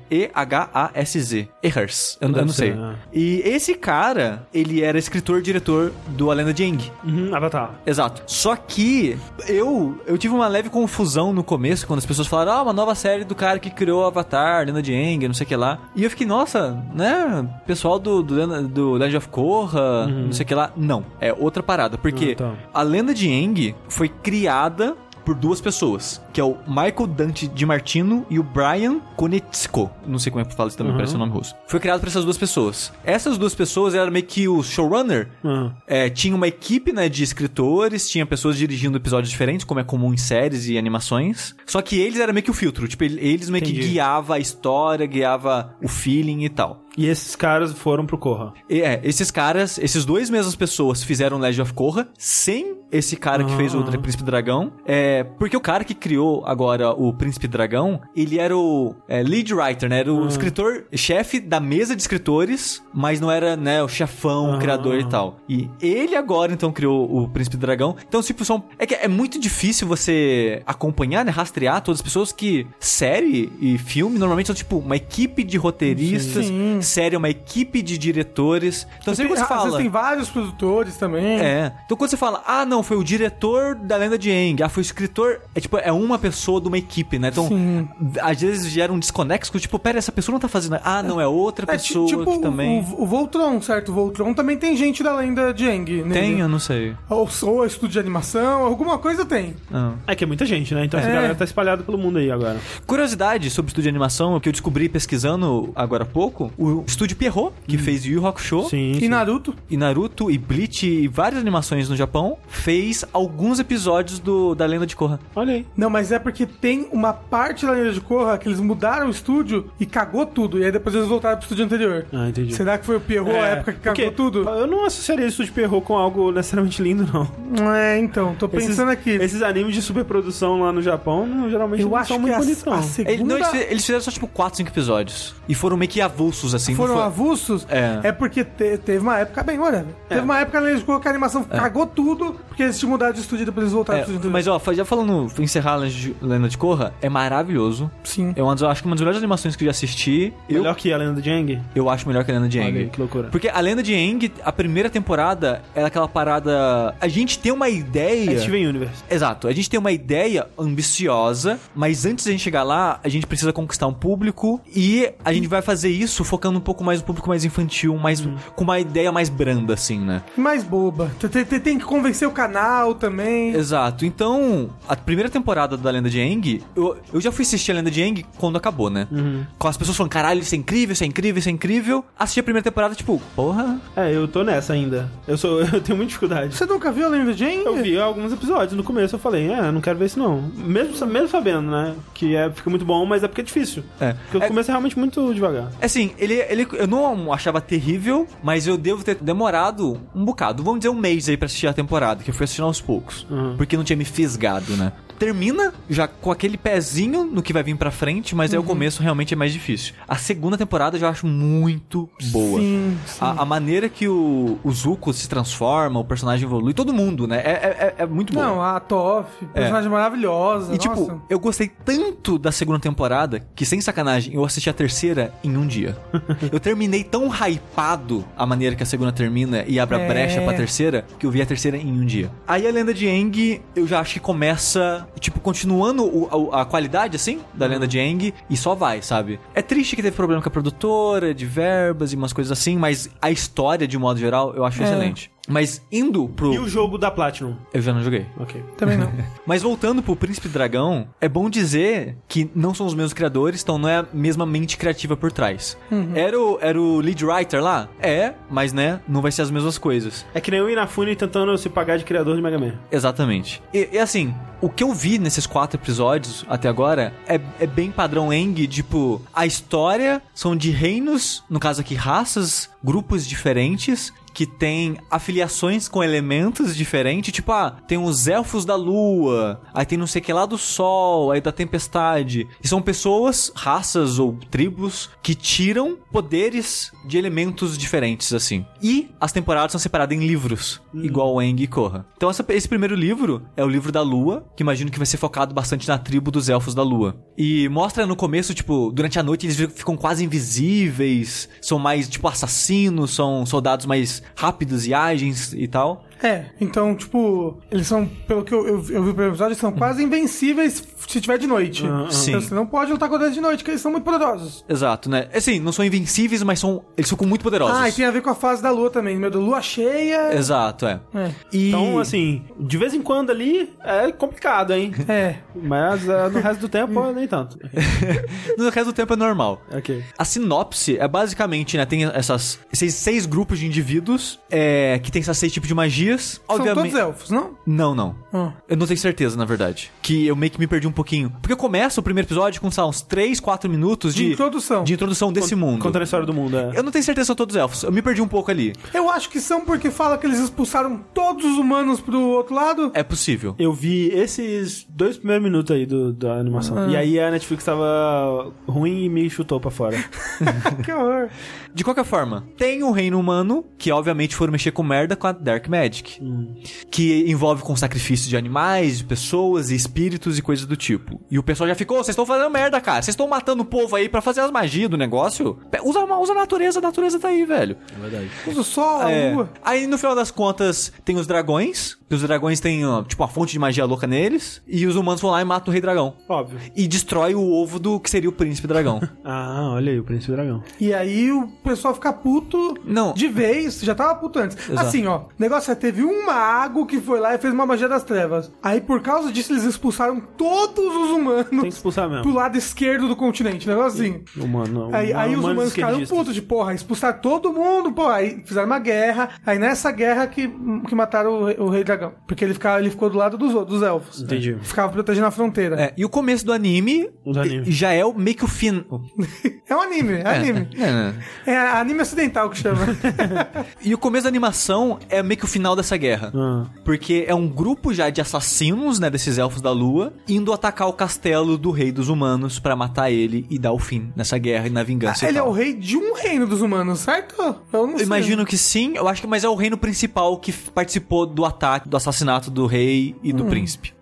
C: E-H-A-S-Z. Ehars. Eu, eu não
B: Deve
C: sei.
B: ser, é.
C: E esse cara, ele era escritor e diretor do A Lenda de Aang.
B: Uhum, Avatar.
C: Exato. Só que eu eu tive uma leve confusão no começo, quando as pessoas falaram, ah, uma nova série do cara que criou Avatar, Lenda de Aang, não sei o que lá. E eu fiquei, nossa, né? Pessoal do, do, Lenda- do Legend of Korra, não sei o que lá. Não, é outra parada. Porque
B: Ah, tá.
C: a Lenda de Aang foi criada por duas pessoas, que é o Michael Dante de Martino e o Brian Konetsko. Não sei como é que fala isso também, parece um nome russo. Foi criado por essas duas pessoas. Essas duas pessoas eram meio que o showrunner
B: Aham.
C: é, tinha uma equipe né, de escritores, tinha pessoas dirigindo episódios diferentes, como é comum em séries e animações. Só que eles eram meio que o filtro. Tipo, ele- eles meio que
B: Entendi.
C: guiava a história, guiava o feeling e tal.
B: E esses caras foram pro Corra.
C: E, é, esses caras, esses dois mesmas pessoas fizeram Legend of Korra sem esse cara que
B: Ah.
C: fez o Dra- Príncipe Dragão. É, porque o cara que criou agora o Príncipe Dragão, ele era o é, lead writer, né? Era
D: Hum.
C: o escritor-chefe da mesa de escritores, mas não era, né, o chefão, o
B: Ah.
C: criador e tal. E ele agora, então, criou o Príncipe Dragão. Então, tipo, são... É que é muito difícil você acompanhar, né, rastrear todas as pessoas que série e filme normalmente são, tipo, uma equipe de roteiristas,
D: Sim.
C: série é uma equipe de diretores. Então, sempre
D: Tem-
C: quando você
D: Às
C: fala...
D: vezes tem vários produtores também.
C: É. Então quando você fala, ah, não, foi o diretor da lenda de Aang, ah, foi o escritor. É tipo, é uma pessoa de uma equipe, né? Então,
D: Sim.
C: às vezes gera um desconexo, tipo, pera, essa pessoa não tá fazendo. Ah, não, é outra
D: É, ti-
C: pessoa
D: tipo
C: que também.
D: O, o Voltron, certo? O Voltron também tem gente da lenda de Aang. nele.
C: Tem, eu não sei.
D: Ou, ou estúdio de animação, alguma coisa tem.
C: Ah.
B: É que é muita gente, né? Então essa
D: É.
B: galera tá espalhada pelo mundo aí agora.
C: Curiosidade sobre o estúdio de animação que eu descobri pesquisando agora há pouco: o estúdio Pierrot, que
D: Hum.
C: fez Yu Yu Hakusho,
B: Sim.
D: E Naruto?
C: e Naruto, e Bleach, e várias animações no Japão, fez alguns episódios do, da lenda de Korra.
B: Olha aí.
D: Não, mas é porque tem uma parte da lenda de Korra que eles mudaram o estúdio e cagou tudo. E aí depois eles voltaram pro estúdio anterior.
B: Ah, entendi.
D: Será que foi o Pierrot a época que cagou
B: É, porque
D: tudo?
B: Eu não associaria isso de perro com algo necessariamente lindo, não.
D: É, então, tô pensando aqui.
B: Esses animes de superprodução lá no Japão, não, geralmente
D: Eu
B: não
D: acho
B: são
D: que
B: muito
D: a,
B: bonitos, não.
D: a
C: Ele- não,
D: segunda...
C: eles, fi- eles fizeram só tipo 4, 5 episódios. E foram meio que avulsos, assim. não
D: foram
C: foi-
D: avulsos,
C: É.
D: é, porque te- teve uma época, bem, olha, teve uma época na lenda de Korra que a animação cagou tudo, porque eles tinham mudado de estúdio e depois eles voltaram
C: É,
D: pro estúdio anterior.
C: mas ó, fa- já falando, encerrar a Lenda de- Lenda de Korra, é maravilhoso.
D: Sim.
C: É uma das, acho que uma das melhores animações que eu já assisti. Eu,
B: Melhor que a Lenda de Aang?
C: eu acho melhor que a Lenda de
B: Olha aí,
C: Aang.
B: que loucura.
C: Porque a Lenda de Aang, a primeira temporada, é aquela parada... A gente tem uma ideia...
B: É Steven Universe.
C: Exato, a gente tem uma ideia ambiciosa, mas antes da gente chegar lá, a gente precisa conquistar um público e a gente vai fazer isso focando um pouco mais no público mais infantil, mais
B: Uhum.
C: com uma ideia mais branda, assim, né?
D: Mais boba. Tem- Tem, tem- tem que convencer o canal também.
C: Exato. Então, a primeira temporada da Lenda de Aang, eu, eu já fui assistir a Lenda de Aang quando acabou, né? Com as pessoas falando, caralho, isso é incrível, isso é incrível, isso é incrível. Assisti a primeira temporada, tipo, porra.
B: É, eu tô nessa ainda. Eu sou, eu tenho muita dificuldade.
D: Você nunca viu a lenda de Aang?
B: Eu vi alguns episódios no começo, eu falei, é, não quero ver isso não. Mesmo, sa- mesmo sabendo, né? Que é, fica muito bom, mas é porque é difícil.
C: É.
B: Porque o
C: É-
B: começo é realmente muito devagar.
C: Assim, ele, ele eu não achava terrível, mas eu devo ter demorado um bocado, vamos dizer um mês aí pra assistir a temporada, que eu fui assistindo aos poucos,
B: Uhum.
C: porque não tinha me fisgado, né? Termina já com aquele pezinho no que vai vir pra frente, mas
D: Uhum.
C: aí o começo realmente é mais difícil. A segunda temporada eu já acho muito boa.
D: Sim, sim.
C: A, a maneira que o, o Zuko se transforma, o personagem evolui, todo mundo, né? É, é- é- é muito bom.
D: Não, a Toff, personagem maravilhosa.
C: E tipo,
D: nossa.
C: eu gostei tanto da segunda temporada que, sem sacanagem, eu assisti a terceira em um dia. eu terminei tão hypado a maneira que a segunda termina e abre a
D: É.
C: brecha pra terceira que eu vi a terceira em um dia. Aí a lenda de Aang, eu já acho que começa, tipo, continuando o- a, a qualidade, assim, da
D: Uhum.
C: lenda de Aang e só vai, sabe? É triste que teve problema com a produtora, de verbas e umas coisas assim, mas a história, de modo geral, eu acho
D: É.
C: excelente. Mas indo pro.
B: E o jogo da Platinum?
C: Eu já não joguei.
B: Ok.
D: Também não.
C: Mas voltando pro Príncipe Dragão, é bom dizer que não são os mesmos criadores, então não é a mesma mente criativa por trás. Era, o, era o lead writer lá? É, mas né, não vai ser as mesmas coisas.
B: É que nem o Inafune tentando se pagar de criador de Mega Man.
C: Exatamente. E, e, assim, o que eu vi nesses quatro episódios até agora é, é bem padrão Eng, tipo, a história são de reinos, no caso aqui raças, grupos diferentes. Que tem afiliações com elementos diferentes, tipo, ah, tem os elfos da lua, aí tem não sei o que lá do sol, aí da tempestade. E são pessoas, raças ou tribos, que tiram poderes de elementos diferentes, assim. E as temporadas são separadas em livros,
D: Hum.
C: igual o Eng e Korra. Então essa- esse primeiro livro é o livro da Lua, que imagino que vai ser focado bastante na tribo dos Elfos da Lua. E mostra no começo, tipo, durante a noite eles vi- ficam quase invisíveis, são mais, tipo, assassinos, são soldados mais rápidos e ágeis e tal.
D: É, então, tipo, eles são, pelo que eu, eu, eu vi pelo episódio, eles são quase invencíveis se tiver de noite.
C: Sim.
D: Então, você não pode lutar contra eles de noite, porque eles são muito poderosos.
C: Exato, né? Assim, não são invencíveis, mas são eles ficam muito poderosos.
D: Ah, e tem a ver com a fase da lua também, meu, da lua cheia.
C: Exato, é.
D: É.
C: E...
B: Então, assim, de vez em quando ali é complicado, hein?
D: É.
B: Mas ah, no resto do tempo, nem tanto.
C: No resto do tempo é normal.
B: Ok.
C: A sinopse é basicamente, né? Tem essas esses seis grupos de indivíduos é, que tem esses seis tipos de magias.
D: São todos elfos, não?
C: Não, não.
D: Ah.
C: Eu não tenho certeza, na verdade. Que eu meio que me perdi um pouquinho. Porque começa o primeiro episódio com, sei lá, uns 3, 4 minutos de,
D: De introdução.
C: de introdução desse mundo.
B: Contando a história do mundo, é.
C: Eu não tenho certeza se são todos elfos. Eu me perdi um pouco ali.
D: Eu acho que são porque fala que eles expulsaram todos os humanos pro outro lado.
C: É possível.
B: Eu vi esses dois primeiros minutos aí do, da animação. E aí a Netflix tava ruim e me chutou pra fora.
C: É.
D: que horror.
C: De qualquer forma, tem o reino humano, que obviamente foram mexer com merda com a Dark Magic. Que envolve com sacrifício de animais, de pessoas, e espíritos e coisas do tipo. E o pessoal já ficou, "Ô, vocês estão fazendo merda, cara. Vocês estão matando o povo aí pra fazer as magias do negócio. Pe- Usa, uma- usa a natureza, a natureza tá aí, velho.
D: Usa o sol,
C: É.
D: a lua.
C: Aí no final das contas tem os dragões, que os dragões têm ó, tipo uma fonte de magia louca neles, e os humanos vão lá e matam o rei dragão.
B: Óbvio.
C: E destrói o ovo do que seria o príncipe dragão.
B: Ah, olha aí, o Príncipe Dragão.
D: E aí o pessoal fica puto
C: Não.
D: de vez, já tava puto antes.
C: Exato.
D: Assim, ó, o negócio é, teve um mago que foi lá e fez uma magia das trevas. Aí por causa disso eles expulsaram todos os
B: Tem que
D: humanos
B: expulsar
D: pro
B: mesmo.
D: lado esquerdo do continente, negócio assim.
B: Humano,
D: Aí, aí os humanos ficaram
B: esquerdistas.
D: putos de porra, expulsaram todo mundo, porra. Aí fizeram uma guerra. Aí nessa guerra que, que mataram o, rei- o rei dragão. Porque ele, ficava, ele ficou do lado dos, outros, dos elfos.
B: Entendi.
D: Ficava protegendo a fronteira. É,
C: É, e o começo do anime,
B: Do anime.
C: já é o, meio que o fim.
D: um anime, é anime.
C: É, é, é.
D: É, anime ocidental que chama.
C: E o começo da animação é meio que o final dessa guerra.
B: Ah.
C: Porque é um grupo já de assassinos, né, desses elfos da lua, indo atacar o castelo do rei dos humanos pra matar ele e dar o fim nessa guerra e na vingança. e
D: ele é
C: tal.
D: o rei de um reino dos humanos, certo? Eu não
C: Eu
D: sei.
C: então. imagino que sim, eu acho que mas é o reino principal que f- participou do ataque, do assassinato do rei e
D: Hum.
C: do príncipe.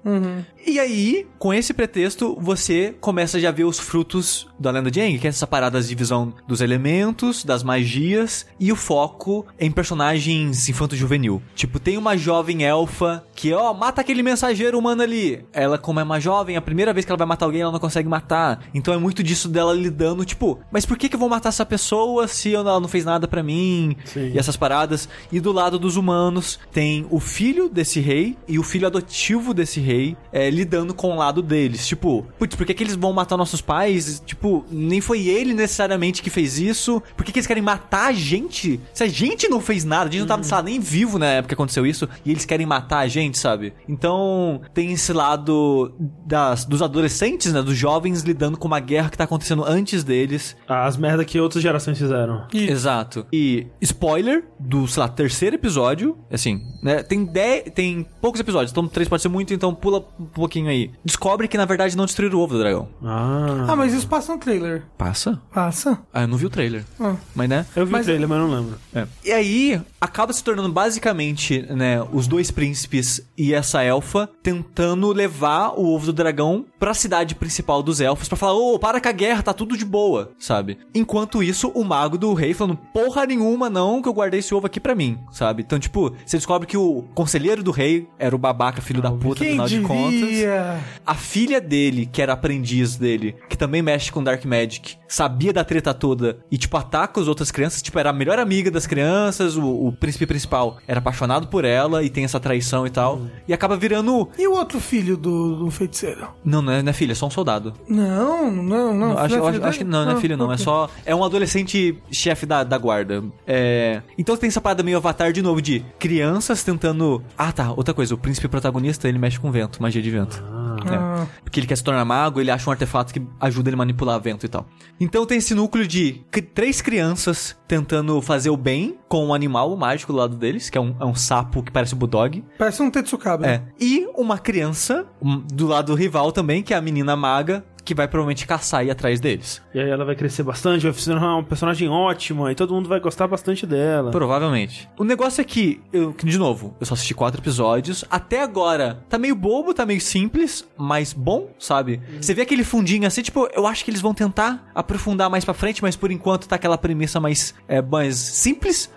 C: E aí, com esse pretexto, você começa já a ver os frutos da lenda de Aang, que é essa parada da divisão dos elementos, das magias e o foco em personagens infanto-juvenil. Tipo, tem uma jovem elfa que, ó, mata aquele mensageiro humano ali. Ela, como é uma jovem, a primeira vez que ela vai matar alguém, ela não consegue matar. Então é muito disso dela lidando, tipo, mas por que, que eu vou matar essa pessoa se eu- ela não fez nada pra mim?
B: Sim.
C: E essas paradas. E do lado dos humanos tem o filho desse rei e o filho adotivo desse rei é, lidando com o lado deles. Tipo, putz, por que, que eles vão matar nossos pais? Tipo, nem foi ele necessariamente que fez isso. Por que, que eles querem matar a gente? Se a gente não fez nada, a gente não tava sei lá, nem vivo na época que aconteceu isso e eles querem matar a gente, sabe? Então tem esse lado das, dos adolescentes, né? Dos jovens lidando com uma guerra que tá acontecendo antes deles
B: Ah, As merdas que outras gerações fizeram.
C: Exato. E spoiler do, sei lá, terceiro episódio, assim, né? Tem dez, tem poucos episódios, então três pode ser muito, então pula um pouquinho aí. Descobre que na verdade não destruíram o ovo do dragão.
B: Ah.
D: Ah, mas isso passa no trailer.
C: Passa?
D: Passa?
C: Ah, eu não vi o trailer.
D: Ah.
C: Mas né?
B: Eu vi
D: mas-
B: o trailer, mas não lembro.
C: É. E aí, acaba se tornando basicamente, né, os dois príncipes e essa elfa tentando levar o ovo do dragão pra cidade principal dos elfos pra falar: "Ô, para com a guerra, tá tudo de boa", sabe? Enquanto isso, o mago do rei falando: "Porra nenhuma não, que eu guardei esse ovo aqui pra mim", sabe? Então, tipo, você descobre que o conselheiro herdeiro do rei era o babaca, filho da puta,
D: Quem
C: afinal de contas.
D: diria?
C: A filha dele, que era aprendiz dele, que também mexe com Dark Magic, sabia da treta toda e, tipo, ataca as outras crianças. Tipo, era a melhor amiga das crianças, o, o príncipe principal era apaixonado por ela e tem essa traição e tal. E acaba virando.
D: E o outro filho do, do feiticeiro?
C: Não, não é, não é filha, é só um soldado.
D: Não, não, não.
C: Não, acho,
D: filho é
C: acho-
D: filho
C: acho que
D: dele?
C: não, não é
D: Ah,
C: filho, não. É
D: ok.
C: só. É um adolescente chefe da, da guarda. É, Então tem essa parada meio avatar de novo de crianças tentando. Ah, tá. Outra coisa, o príncipe protagonista ele mexe com vento, magia de vento. É.
D: Ah.
C: Porque ele quer se tornar mago, ele acha um artefato que ajuda ele a manipular vento e tal. Então tem esse núcleo de cri- três crianças tentando fazer o bem com um animal mágico do lado deles, que é um, é um sapo que parece o Bulldog.
D: Parece um Tetsukaba.
C: É. E uma criança um, do lado do rival também, que é a menina maga, que vai provavelmente caçar e ir atrás deles.
B: E aí ela vai crescer bastante, vai se tornar uma personagem ótima e todo mundo vai gostar bastante dela.
C: Provavelmente. O negócio é que, eu, que, de novo, eu só assisti quatro episódios. Até agora, tá meio bobo, tá meio simples, mas bom, sabe? Você vê aquele fundinho assim, tipo, eu acho que eles vão tentar aprofundar mais pra frente, mas por enquanto tá aquela premissa mais, é, mais simples.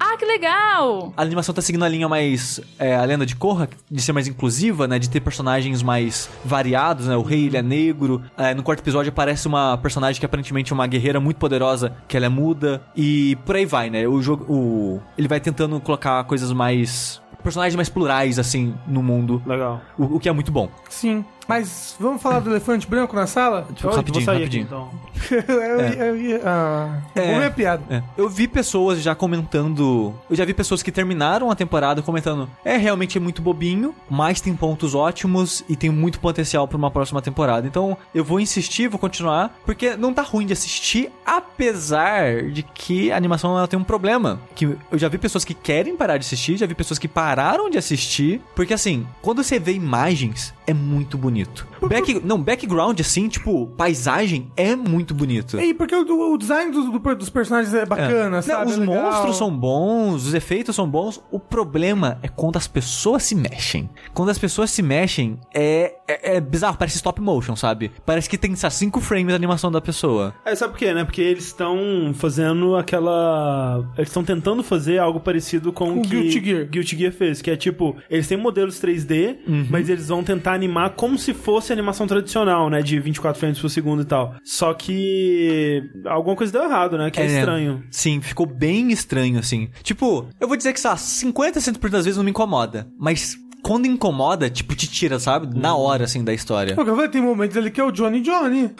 A: Ah, que legal!
C: A animação tá seguindo a linha mais. é, a lenda de Korra, de ser mais inclusiva, né? De ter personagens mais variados, né? O rei, ele é negro. É, no quarto episódio aparece uma personagem que aparentemente é uma guerreira muito poderosa, que ela é muda. E por aí vai, né? O jogo. O, ele vai tentando colocar coisas mais. personagens mais plurais, assim, no mundo.
B: Legal.
C: O, o que é muito bom.
D: Sim. Mas vamos falar do elefante branco na sala?
B: Olha,
C: Tipo,
B: eu Então, vou
C: rapidinho,
B: sair
C: rapidinho.
B: aqui, então.
D: eu, eu, eu, ah,
C: É.
D: Vou ver a piada.
C: É. Eu vi pessoas já comentando. Eu já vi pessoas que terminaram a temporada comentando. É, realmente é muito bobinho, mas tem pontos ótimos e tem muito potencial pra uma próxima temporada. Então eu vou insistir, vou continuar, porque não tá ruim de assistir, apesar de que a animação ela tem um problema. Que eu já vi pessoas que querem parar de assistir, já vi pessoas que pararam de assistir, porque assim, quando você vê imagens, é muito bonito. Back, não, background, assim, tipo, paisagem é muito bonito.
D: E porque o, o design do- do- dos personagens é bacana,
C: Não,
D: sabe?
C: os
D: É legal.
C: monstros são bons, os efeitos são bons. O problema é quando as pessoas se mexem. Quando as pessoas se mexem, é, é, é bizarro, parece stop motion, sabe? Parece que tem 5 frames a animação da pessoa.
B: É, sabe por quê, né? Porque eles estão fazendo aquela. Eles estão tentando fazer algo parecido com o,
D: O
B: que
D: Guilty Gear.
B: Guilty Gear fez, que é tipo, eles têm modelos 3D,
C: Uhum.
B: mas eles vão tentar animar como se fosse animação tradicional, né? De 24 frames por segundo e tal. Só que. alguma coisa deu errado, né? Que é, estranho.
C: Sim, ficou bem estranho, assim. Tipo, eu vou dizer que, sei lá, 50, 100% das vezes não me incomoda. Mas quando incomoda, tipo, te tira, sabe? Na
D: Uhum.
C: hora, assim, da história.
D: Porque eu falei, tem momentos ali que é o Johnny Johnny.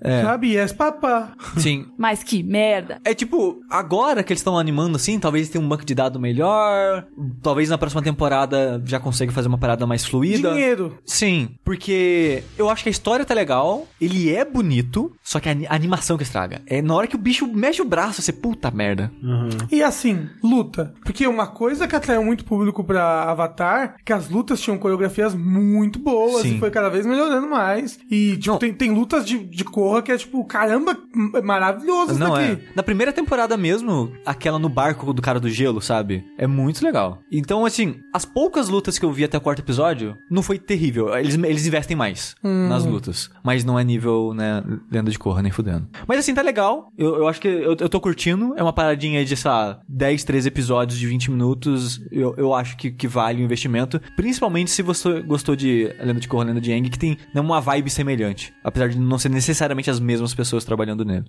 C: É,
D: Sabe? Yes, papá.
C: sim.
A: Mas que merda!
C: É tipo, agora que eles estão animando assim, talvez tenha um banco de dado melhor, talvez na próxima temporada já consiga fazer uma parada mais fluida.
D: Dinheiro.
C: Sim, porque eu acho que a história tá legal, ele é bonito, só que a ani- a animação que estraga. É na hora que o bicho mexe o braço, você, puta merda.
D: E assim, luta. Porque uma coisa é que atraiu muito público pra Avatar, que as lutas tinham coreografias muito boas
C: Sim.
D: e foi cada vez melhorando mais. E, tipo,
C: Não.
D: tem, tem lutas de, de corra que é tipo, caramba, é maravilhoso
C: Não
D: isso
C: é.
D: daqui.
C: Na primeira temporada mesmo, aquela no barco do cara do gelo, sabe? É muito legal. Então, assim, as poucas lutas que eu vi até o quarto episódio, não foi terrível. Eles, eles investem mais
D: Hum.
C: nas lutas. Mas não é nível, né, lenda de corra, nem fudendo. Mas assim, tá legal. Eu, eu acho que eu, eu tô curtindo. É uma paradinha de, sei lá, 10, 13 episódios de 20 minutos. Eu, eu acho que, que vale o investimento. Principalmente se você gostou de Lenda de Korra, Lenda de Yang, que tem né, uma vibe semelhante. Apesar de não ser necessariamente as mesmas pessoas trabalhando nele.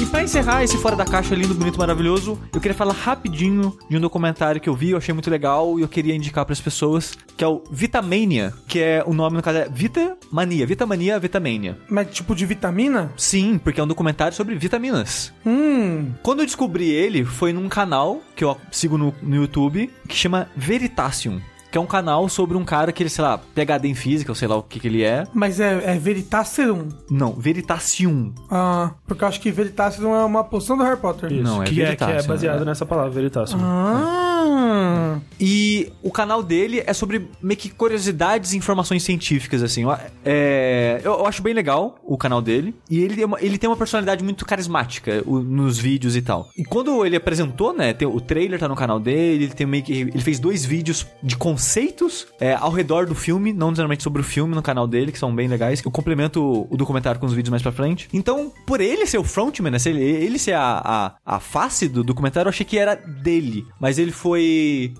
C: E pra encerrar esse Fora da Caixa lindo, bonito, maravilhoso, eu queria falar rapidinho de um documentário que eu vi, eu achei muito legal e eu queria indicar pras pessoas, que é o Vitamania, que é o nome no caso é Vitamania, Vitamania, Vitamania.
D: Mas tipo de vitamina?
C: Sim, porque é um documentário sobre vitaminas.
D: Hum.
C: Quando eu descobri ele, foi num canal que eu sigo no, no YouTube, que chama Veritasium, que é um canal sobre um cara que ele, sei lá, PhD em física, ou sei lá o que que ele é.
D: Mas é, é Veritaserum.
C: Não, Veritasium.
D: Ah, porque eu acho que Veritaserum é uma poção do Harry Potter.
C: Não, é
B: que, é, que é
C: Veritasium,
B: baseado
C: né?
B: nessa palavra, Veritasium.
D: Ah, Ah,
C: E o canal dele é sobre meio que curiosidades e informações científicas, assim. Eu- é, eu, eu acho bem legal o canal dele. E ele, é uma- ele tem uma personalidade muito carismática o- nos vídeos e tal. E quando ele apresentou, né? tem- o trailer tá no canal dele, ele tem meio que. Ele fez dois vídeos de conceitos é, ao redor do filme, não necessariamente sobre o filme no canal dele, que são bem legais. Eu complemento o- o documentário com os vídeos mais pra frente. Então, por ele ser o frontman, né? se Ele, ele ser a, a, a face do documentário, eu achei que era dele. Mas ele foi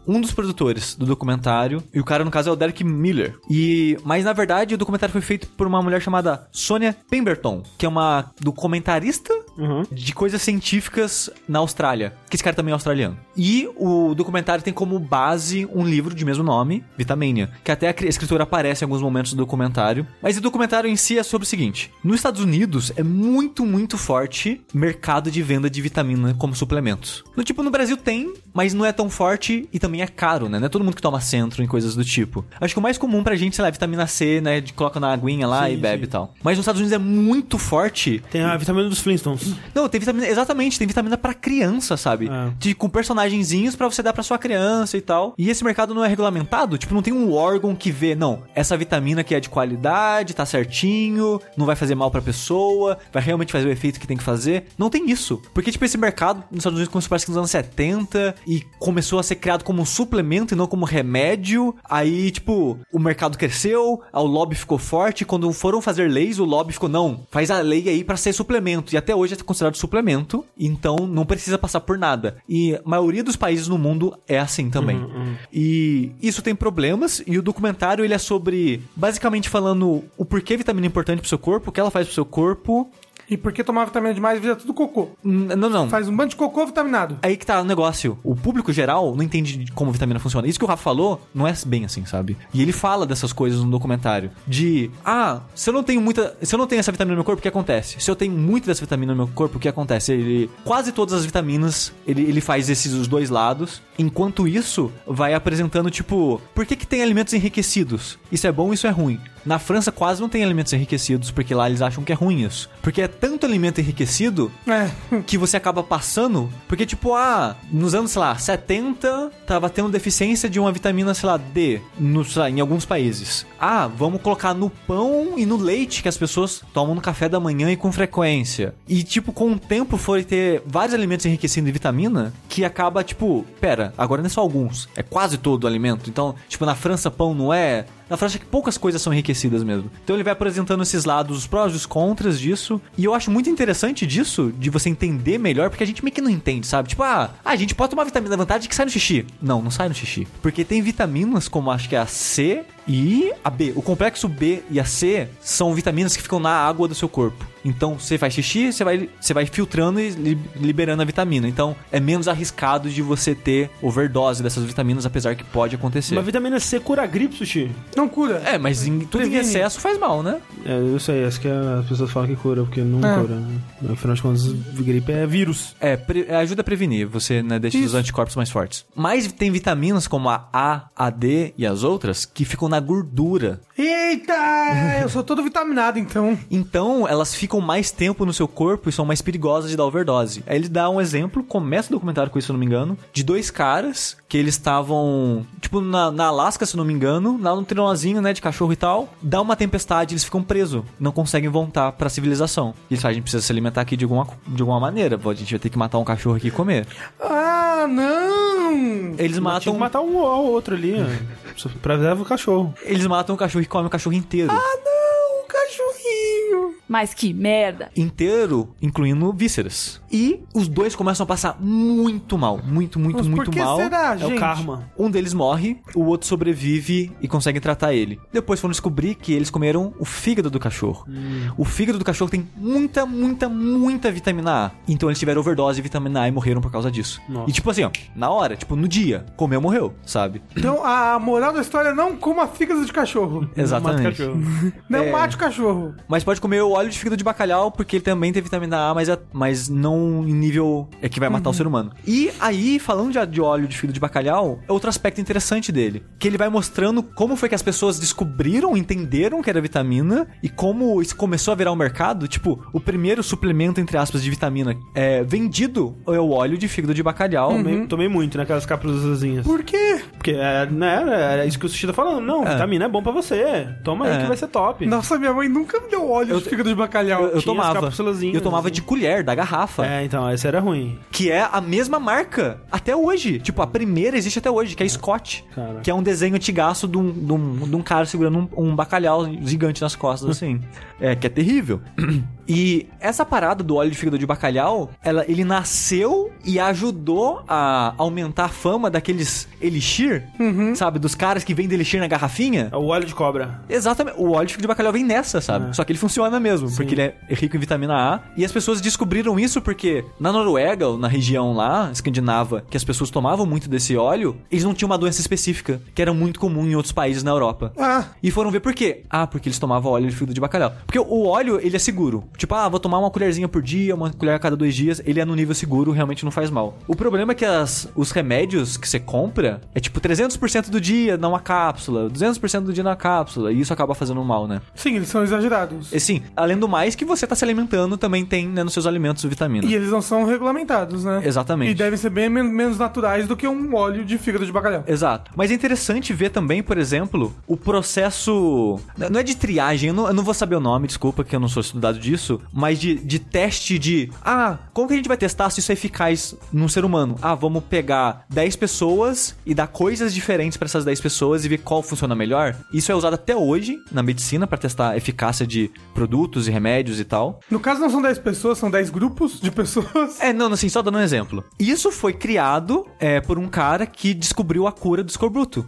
C: um dos produtores do documentário. E o cara, no caso, é o Derek Miller. E, mas, na verdade, o documentário foi feito por uma mulher chamada Sonia Pemberton, que é uma documentarista de coisas científicas na Austrália. Que esse cara também é australiano. E o documentário tem como base um livro de mesmo nome, Vitamania, que até a cri- escritora aparece em alguns momentos do documentário. Mas o documentário em si é sobre o seguinte: nos Estados Unidos é muito, muito forte mercado de venda de vitamina como suplementos. No tipo, no Brasil tem, mas não é tão forte e também é caro, né? Não é todo mundo que toma centro e coisas do tipo. Acho que o mais comum pra gente, sei lá, é vitamina C, né? De coloca na aguinha lá e bebe e tal. Mas nos Estados Unidos é muito forte
B: Tem a vitamina dos Flintstones.
C: não, Hum. tem vitamina. Exatamente, tem vitamina pra criança, sabe?
B: É.
C: De- com personagenzinhos pra você dar pra sua criança e tal. E esse mercado não é regulamentado? Tipo, não tem um órgão que vê, não, essa vitamina que é de qualidade, tá certinho, não vai fazer mal pra pessoa, vai realmente fazer o efeito que tem que fazer. Não tem isso. Porque, tipo, esse mercado nos Estados Unidos começou parece que nos anos 70 e começou a ser criado como um suplemento e não como remédio. Aí, tipo, o mercado cresceu, aí o lobby ficou forte. Quando foram fazer leis, o lobby ficou, não, faz a lei aí pra ser suplemento. E até hoje é considerado suplemento, então não precisa passar por nada. E a maioria dos países no mundo é assim também. E isso tem problemas, e o documentário ele é sobre, basicamente falando o porquê a vitamina é importante pro seu corpo, o que ela faz pro seu corpo.
D: e por que tomar vitamina demais vira tudo cocô?
C: N- Não, não.
D: Faz um bando de cocô vitaminado.
C: Aí que tá o negócio. O público geral não entende de como vitamina funciona. Isso que o Rafa falou não é bem assim, sabe? E ele fala dessas coisas no documentário. De, ah, se eu não tenho muita. Se eu não tenho essa vitamina no meu corpo, o que acontece? Se eu tenho muito dessa vitamina no meu corpo, o que acontece? Ele. Quase todas as vitaminas, ele, ele faz esses os dois lados. Enquanto isso, vai apresentando, tipo, por que, que tem alimentos enriquecidos? Isso é bom, isso é ruim. Na França quase não tem alimentos enriquecidos, porque lá eles acham que é ruim isso. Porque é tanto alimento enriquecido
D: É.
C: que você acaba passando, porque tipo, ah, nos anos, sei lá, 70, tava tendo deficiência de uma vitamina, sei lá, D, no, sei lá, em alguns países. Ah, vamos colocar no pão e no leite que as pessoas tomam no café da manhã e com frequência. E tipo, com o tempo foi ter vários alimentos enriquecidos em vitamina que acaba tipo, pera, agora não é só alguns, é quase todo o alimento. Então, tipo, na França pão não é, na França que poucas coisas são enriquecidas mesmo. Então ele vai apresentando esses lados, os prós e os contras disso. E eu acho muito interessante disso, de você entender melhor, porque a gente meio que não entende, sabe? Tipo, ah, a gente pode tomar vitamina à vontade que sai no xixi. Não, não sai no xixi. Porque tem vitaminas como acho que é a C e a B. O complexo B e a C são vitaminas que ficam na água do seu corpo. Então você faz xixi, você vai, você vai filtrando e li- liberando a vitamina. Então é menos arriscado de você ter overdose dessas vitaminas, apesar que pode acontecer.
B: Mas vitamina C cura a gripe, Sushi?
D: Não cura.
C: É, mas em, tudo em
D: Previne.
C: excesso faz mal, né?
B: É, eu sei, acho que as pessoas falam que cura, porque não
D: É.
B: cura. né? Afinal de contas, gripe é vírus.
C: É, pre- ajuda a prevenir, você né, deixa os
D: Isso.
C: anticorpos mais fortes. Mas tem vitaminas como a A, a D e as outras que ficam na gordura.
D: Eita, eu sou todo vitaminado então.
C: Então, elas ficam mais tempo no seu corpo e são mais perigosas de dar overdose. Aí ele dá um exemplo, começa o documentário com isso, se eu não me engano, de dois caras que eles estavam, tipo, na, na Alasca, se eu não me engano, lá no trenzinho, né, de cachorro e tal. Dá uma tempestade, eles ficam presos, não conseguem voltar pra civilização. E eles falam, a gente precisa se alimentar aqui de alguma, de alguma maneira, a gente vai ter que matar um cachorro aqui e comer.
D: Ah, não!
C: Eles
B: Mas Tinha
C: matam
B: que matar um ou outro ali, ó, só pra avisar o cachorro.
C: Eles matam o cachorro e comem o cachorro inteiro.
D: Ah, O cachorrinho!
A: Mas que merda.
C: Inteiro, incluindo vísceras. E os dois começam a passar muito mal. Muito, Tá muito,
D: Mas
C: muito
D: por que
C: mal.
D: será,
B: É
D: gente?
B: o karma.
C: Um deles morre, o outro sobrevive e consegue tratar ele. Depois foram descobrir que eles comeram o fígado do cachorro.
D: Hum.
C: O fígado do cachorro tem muita, muita, muita vitamina A. Então eles tiveram overdose de vitamina A e morreram por causa disso.
B: Nossa.
C: E tipo assim, ó, na hora, tipo no dia, comeu, morreu, sabe?
D: Então, a moral da história é não coma fígado de cachorro.
B: Mata o
C: Exatamente.
B: cachorro.
C: é.
D: Não mate o cachorro.
C: Mas pode comer o óleo de fígado de bacalhau, porque ele também tem vitamina A, mas, é- mas não em nível é que vai matar
B: Uhum.
C: o ser humano. E aí, falando de, de óleo de fígado de bacalhau, é outro aspecto interessante dele, que ele vai mostrando como foi que as pessoas descobriram, entenderam que era vitamina e como isso começou a virar um mercado. Tipo, o primeiro suplemento, entre aspas, de vitamina é, vendido é o óleo de fígado de bacalhau.
B: Tomei, tomei muito naquelas capuzazinhas.
D: Por quê?
B: Porque é, né, é isso que o Sushi tá falando. Não, vitamina é bom pra você. Toma aí
C: É.
B: que vai ser top.
D: Nossa, minha mãe nunca me deu óleo de fígado de bacalhau.
C: Eu, eu
B: Tinha as
C: tomava.
B: cápsulazinhas,
C: Eu tomava
B: assim.
C: de colher, da garrafa.
B: É, então, essa era ruim.
C: que é a mesma marca até hoje. Tipo, a primeira existe até hoje, que é Scott.
B: Cara.
C: Que é um desenho antigaço de um, de um, de um cara segurando um, um bacalhau gigante nas costas, assim. É, que é terrível. E essa parada do óleo de fígado de bacalhau, ela, ele nasceu e ajudou a aumentar a fama daqueles elixir, sabe? Dos caras que vendem elixir na garrafinha.
B: É o óleo de cobra.
C: Exatamente. O óleo de fico de bacalhau vem nessa, sabe? Só que ele funciona mesmo, porque ele é rico em vitamina A. E as pessoas descobriram isso porque na Noruega, ou na região lá, escandinava, que as pessoas tomavam muito desse óleo, eles não tinham uma doença específica, que era muito comum em outros países na Europa.
D: Ah,
C: E foram ver por quê? Ah, porque eles tomavam óleo de fígado de bacalhau. Porque o óleo, ele é seguro. Tipo, ah, vou tomar uma colherzinha por dia, uma colher a cada dois dias. Ele é no nível seguro, realmente não faz mal. O problema é que as, os remédios que você compra é tipo 300% do dia numa cápsula, 200% do dia na cápsula. E isso acaba fazendo mal, né?
D: sim, eles são exagerados.
C: E sim, além do mais, que você tá se alimentando também tem né, nos seus alimentos vitamina.
D: E eles não são regulamentados, né?
C: Exatamente.
D: E devem ser bem men- menos naturais do que um óleo de fígado de bacalhau.
C: Exato. Mas é interessante ver também, por exemplo, o processo. n- Não é de triagem, eu não, eu não vou saber o nome, desculpa que eu não sou estudado disso, mas de, de teste de. Ah, como que a gente vai testar se isso é eficaz num ser humano? Ah, vamos pegar 10 pessoas e dar coisas diferentes para essas 10 pessoas e ver qual funciona melhor. Isso é usado até hoje na medicina para testar a eficácia de produtos e remédios e tal.
D: No caso, não são 10 pessoas, são 10 grupos de pessoas.
C: É, não, assim, só dando um exemplo. Isso foi criado é, por um cara que descobriu a cura do escorbuto.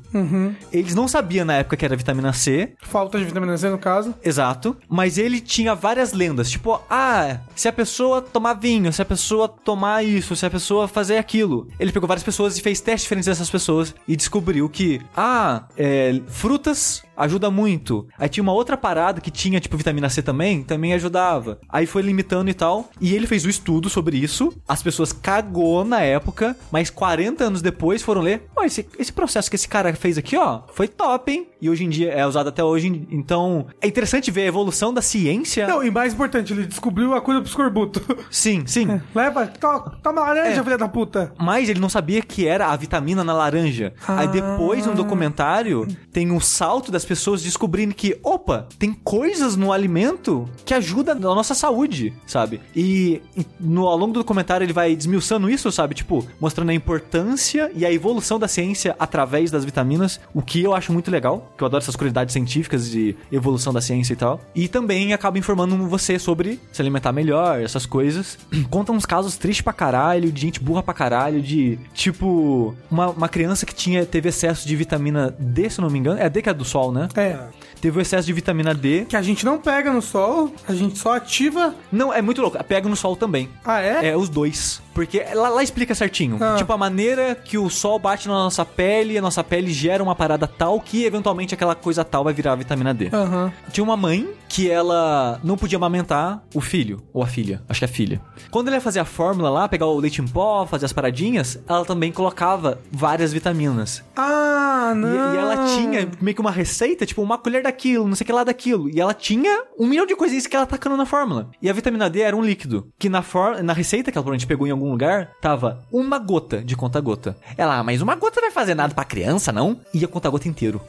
C: Eles não sabiam na época que era vitamina C,
D: Falta de vitamina C, no caso.
C: exato, mas ele tinha várias lendas, tipo, ah, se a pessoa tomar vinho, se a pessoa tomar isso, se a pessoa fazer aquilo. Ele pegou várias pessoas e fez testes diferentes dessas pessoas e descobriu que, ah, é, frutas ajuda muito. Aí tinha uma outra parada que tinha, tipo, vitamina C também, também ajudava. Aí foi limitando e tal. E ele fez o estudo sobre isso. As pessoas cagou na época, mas 40 anos depois foram ler. Pô, esse, esse processo que esse cara fez aqui, ó, foi top, hein? E hoje em dia é usado até hoje. em- Então, é interessante ver a evolução da ciência.
D: Não, e mais importante, ele descobriu a cura pro escorbuto.
C: Sim, sim.
D: Leva, to, toma laranja,
C: É.
D: filha da puta.
C: Mas ele não sabia que era a vitamina na laranja. Aí depois, no documentário, tem um salto das pessoas descobrindo que, opa, tem coisas no alimento que ajudam na nossa saúde, sabe? E, e no, ao longo do documentário ele vai desmiuçando isso, sabe? Tipo, mostrando a importância e a evolução da ciência através das vitaminas, o que eu acho muito legal, que eu adoro essas curiosidades científicas de evolução da ciência e tal. E também acaba informando você sobre se alimentar melhor, essas coisas. Conta uns casos tristes pra caralho, de gente burra pra caralho, de tipo, uma, uma criança que tinha teve excesso de vitamina D, se eu não me engano. É a D que é do sol, né?
D: É.
C: Teve o excesso de vitamina D.
D: Que a gente não pega no sol, a gente só ativa.
C: Não, é muito louco. Pega no sol também.
D: Ah, é?
C: É, os dois. Porque lá, lá explica certinho.
D: Ah.
C: Tipo, a maneira que o sol bate na nossa pele, a nossa pele gera uma parada tal que eventualmente aquela coisa tal vai virar a vitamina D.
D: Aham.
C: Tinha uma mãe que ela não podia amamentar o filho, ou a filha, acho que é a filha. Quando ela ia fazer a fórmula lá, pegar o leite em pó, fazer as paradinhas, ela também colocava várias vitaminas.
D: Ah,
C: E,
D: não.
C: e ela tinha meio que uma receita, tipo, uma colher daquilo, não sei o que lá daquilo. E ela tinha um milhão de coisinhas que ela tacando na fórmula. E a vitamina D era um líquido. Que na, for- na receita que ela provavelmente pegou em algum lugar, tava uma gota de conta-gota. Ela, ah, mas uma gota não vai fazer nada pra criança, não? E a conta-gota inteiro.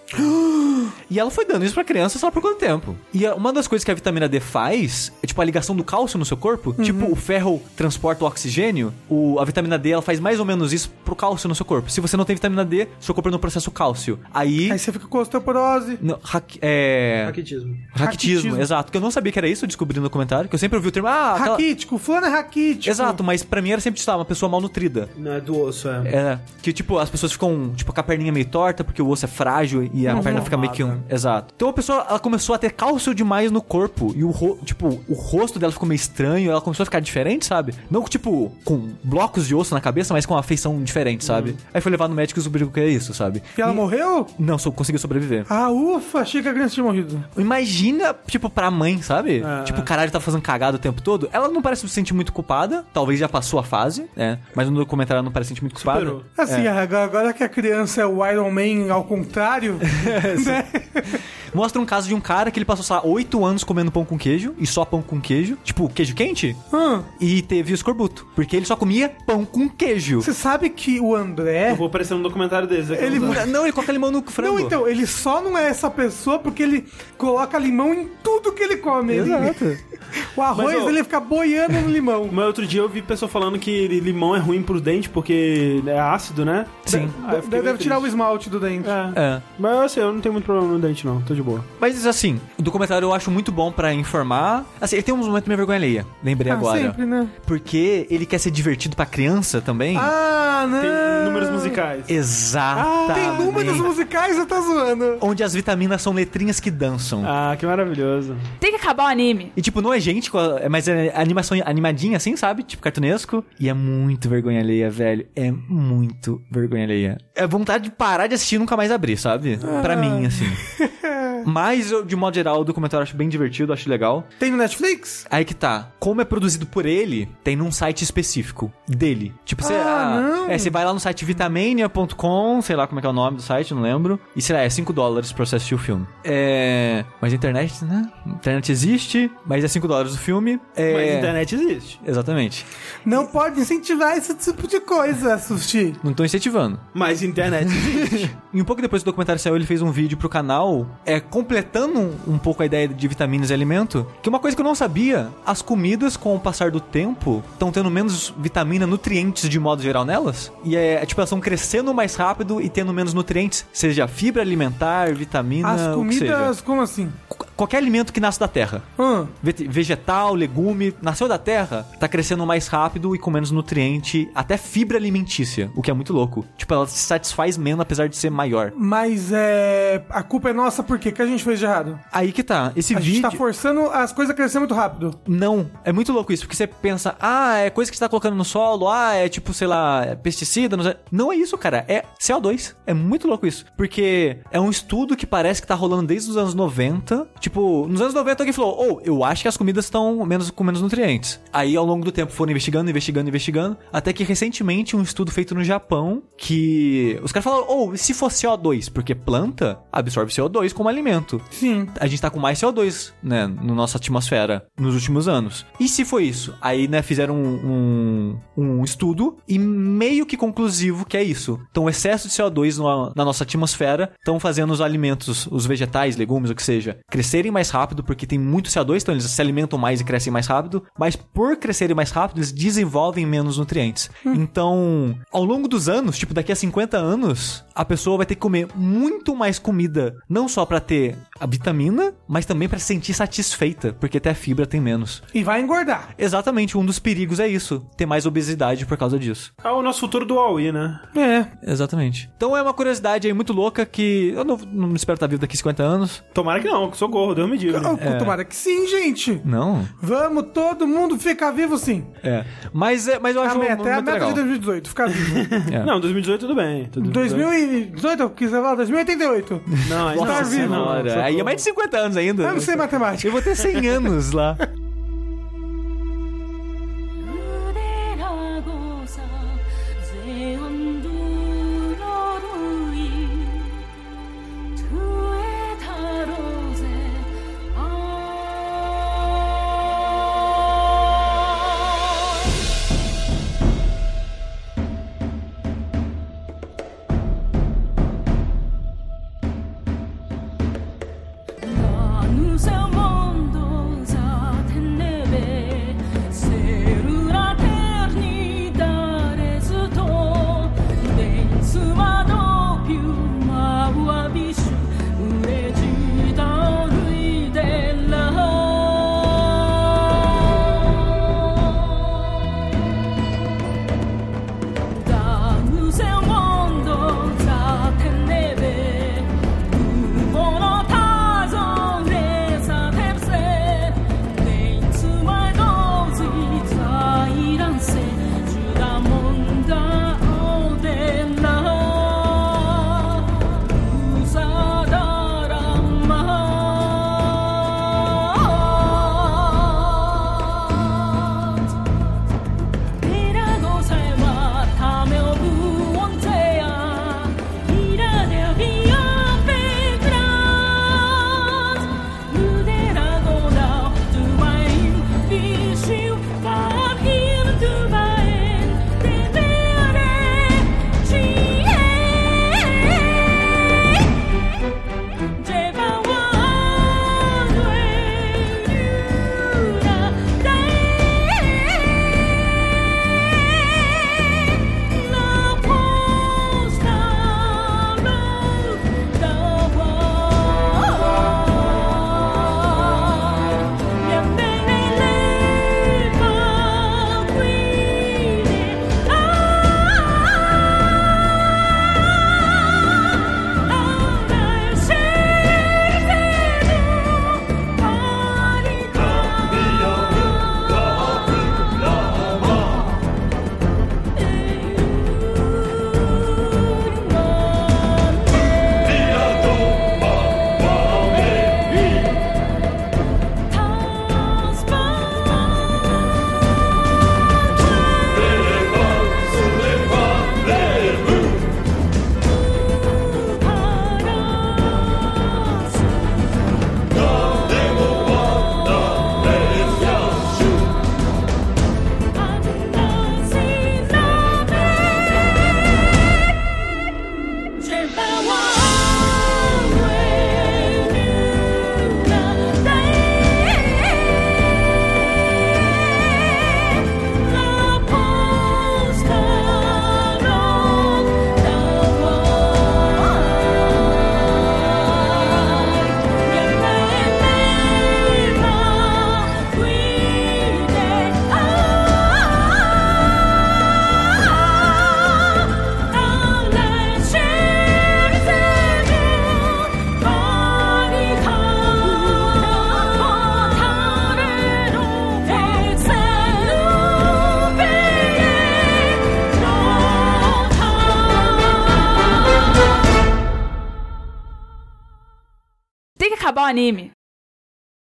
C: E ela foi dando isso pra criança, sei lá por quanto tempo. E a- uma das coisas que a vitamina D faz é tipo a ligação do cálcio no seu corpo. Tipo, o ferro transporta o oxigênio. O, a vitamina D ela faz mais ou menos isso pro cálcio no seu corpo. Se você não tem vitamina D, seu corpo não processa o cálcio. Aí.
D: Aí você fica com osteoporose.
C: não, hack- é.
B: Raquitismo.
C: Raquitismo,
D: Raquitismo.
C: exato. Que eu não sabia que era isso, eu descobri no comentário. Que eu sempre ouvi o termo. Ah, aquela...
D: Raquítico, fulano é raquítico.
C: Exato, mas pra mim era sempre tipo, ah, uma pessoa mal nutrida.
B: Não, é do osso, é.
C: É, que tipo, as pessoas ficam tipo com a perninha meio torta porque o osso é frágil e a perna fica meio que um. Exato. Então a pessoa ela começou a ter cálcio demais mais no corpo. E o, ro tipo, o rosto dela ficou meio estranho, ela começou a ficar diferente, sabe? Não, tipo, com blocos de osso na cabeça, mas com uma feição diferente, sabe? Aí foi levar no médico e descobriu o que é isso, sabe?
D: Uhum. E ela morreu?
C: Não, só conseguiu sobreviver.
D: Ah, ufa, achei que a criança tinha morrido.
C: Imagina, tipo, pra mãe, sabe?
B: É.
C: Tipo, caralho, tá fazendo cagada o tempo todo. Ela não parece se sentir muito culpada. Talvez já passou a fase, né? Mas no documentário ela não parece se sentir muito culpada.
B: Superou.
C: É.
D: Assim, agora, agora que a criança é o Iron Man ao contrário,
C: É,
D: né?
C: Mostra um caso de um cara que ele passou, sei lá, 8 anos comendo pão com queijo e só pão com queijo. Tipo, queijo quente.
D: Hum,
C: E teve escorbuto. Porque ele só comia pão com queijo.
D: você sabe que o André.
B: Eu vou aparecer um documentário deles aqui.
D: Ele-
B: no-
C: Não, ele coloca limão no frango.
D: Não, então, ele só não é essa pessoa porque ele coloca limão em tudo que ele come. Ele-
C: Exato.
D: o arroz
B: Mas, ô-
D: ele fica boiando no limão.
B: Mas outro dia eu vi pessoa falando que limão é ruim pro dente porque é ácido, né?
C: Sim.
B: Ah, eu
D: Deve
B: fiquei meio
D: tirar o
B: triste.
D: esmalte do dente.
B: É.
C: É.
B: Mas assim, eu não tenho muito problema no dente, não. Tô de boa.
C: Mas assim, o documentário eu acho muito bom pra informar. Assim, ele tem uns momentos meio vergonha alheia. Lembrei
D: Ah,
C: agora.
D: sempre, né?
B: Hum.
C: Porque ele quer ser divertido pra criança também.
D: Ah, não. Ah,
B: Tem números musicais. Tá,
C: Exatamente.
D: Tem números musicais, você tá zoando.
C: Onde as vitaminas são letrinhas que dançam.
B: Ah, que maravilhoso.
A: Tem que acabar o anime.
C: E, tipo, não é gente, com a- é- mas é animação animadinha, assim, sabe? Tipo, cartunesco. E é muito vergonha alheia, velho. É muito vergonha alheia. É vontade de parar de assistir e nunca mais abrir, sabe? Pra mim, assim. mas, eu, de modo geral, o documentário eu acho bem divertido, acho legal.
D: Tem no Netflix?
C: Aí que tá. Como é produzido por ele, tem num site específico dele. Tipo, você.
D: Ah, não.
C: É, você vai lá no site vitamania.com, sei lá como é que é o nome do site, não lembro. E sei lá, é 5 dólares pra você assistir o filme. É. Mas a internet, né? A internet existe, mas é 5 dólares o filme. É.
B: Mas a internet existe.
C: Exatamente.
D: Não pode incentivar esse tipo de coisa, Sushi.
C: Não tô incentivando.
B: Mas internet
C: E um pouco depois que o documentário saiu, ele fez um vídeo pro canal, é, completando um, um pouco a ideia de vitaminas e alimento. Que é uma coisa que eu não sabia, as comidas, com o passar do tempo, estão tendo menos vitamina, nutrientes de modo geral nelas. E é, tipo, elas estão crescendo mais rápido e tendo menos nutrientes. Seja fibra alimentar, vitamina,
D: As
C: o que seja.
D: comidas, como assim?
C: Qu- Qualquer alimento que nasce da terra.
D: Hum.
C: Vete- vegetal, legume, nasceu da terra, tá crescendo mais rápido e com menos nutriente, até fibra alimentícia, o que é muito louco. Tipo, ela se satisfaz menos apesar de ser maior.
D: Mas é. A culpa é nossa por quê? O que a gente fez de errado?
C: Aí que tá, esse
D: A gente
C: vídeo
D: tá forçando as coisas a crescer muito rápido.
C: não, é muito louco isso, porque você pensa, ah, é coisa que você tá colocando no solo, ah, é tipo, sei lá, é pesticida, não sei. Não é isso, cara, é CO2. É muito louco isso, porque é um estudo que parece que tá rolando desde os anos 90. Tipo, nos anos 90 alguém falou, ou eu acho que as comidas estão menos com menos nutrientes. Aí ao longo do tempo foram investigando, investigando, investigando, até que recentemente um estudo feito no Japão que os caras falaram, ou se for CO2, porque planta absorve CO2 como alimento
D: Sim.
C: a gente tá com mais CO2, né, na nossa atmosfera nos últimos anos. E se foi isso? Aí, né, fizeram um, um, um estudo e meio que conclusivo que é isso. Então, o excesso de CO2 no- na nossa atmosfera estão fazendo os alimentos, os vegetais, legumes, o que seja, crescerem mais rápido porque tem muito CO2, então eles se alimentam mais e crescem mais rápido, mas por crescerem mais rápido, eles desenvolvem menos nutrientes.
D: Hum.
C: Então, ao longo dos anos, tipo, daqui a 50 anos, a pessoa vai ter que comer muito mais comida, não só pra ter a vitamina, mas também pra se sentir satisfeita, porque até a fibra tem menos.
D: E vai engordar.
C: Exatamente, um dos perigos é isso, ter mais obesidade por causa disso.
B: é o nosso futuro do Huawei, né?
D: É.
C: Exatamente. Então é uma curiosidade aí muito louca que eu não, não espero estar vivo daqui a 50 anos.
B: Tomara que não, que socorro, Deus me diga.
C: É.
D: Tomara que sim, gente.
C: Não.
D: Vamos todo mundo ficar vivo sim.
C: É. Mas, é- mas eu
D: A
C: acho
D: meta, é a
C: muito
D: meta
C: legal.
D: de 2018, ficar vivo.
B: Não, 2018 tudo bem. Tudo
D: 2018, eu quis falar 2088.
B: Não, aí não,
C: Nossa
B: não,
D: vivo.
C: senhora.
B: socorro.
C: Tá Aí é mais de 50 anos ainda.
D: Eu não sei matemática.
C: Eu vou ter 100 anos lá.
E: 무대라고서 재현 두로루이 두에 다로제 아 난 우세먼도자 텐네베 세루라 테르니다레스도 댄스마도 퓨마우아 비슈 우레지다 루이델라 다무세먼도자 텐네베 우모노 타정레사
A: acabar o anime.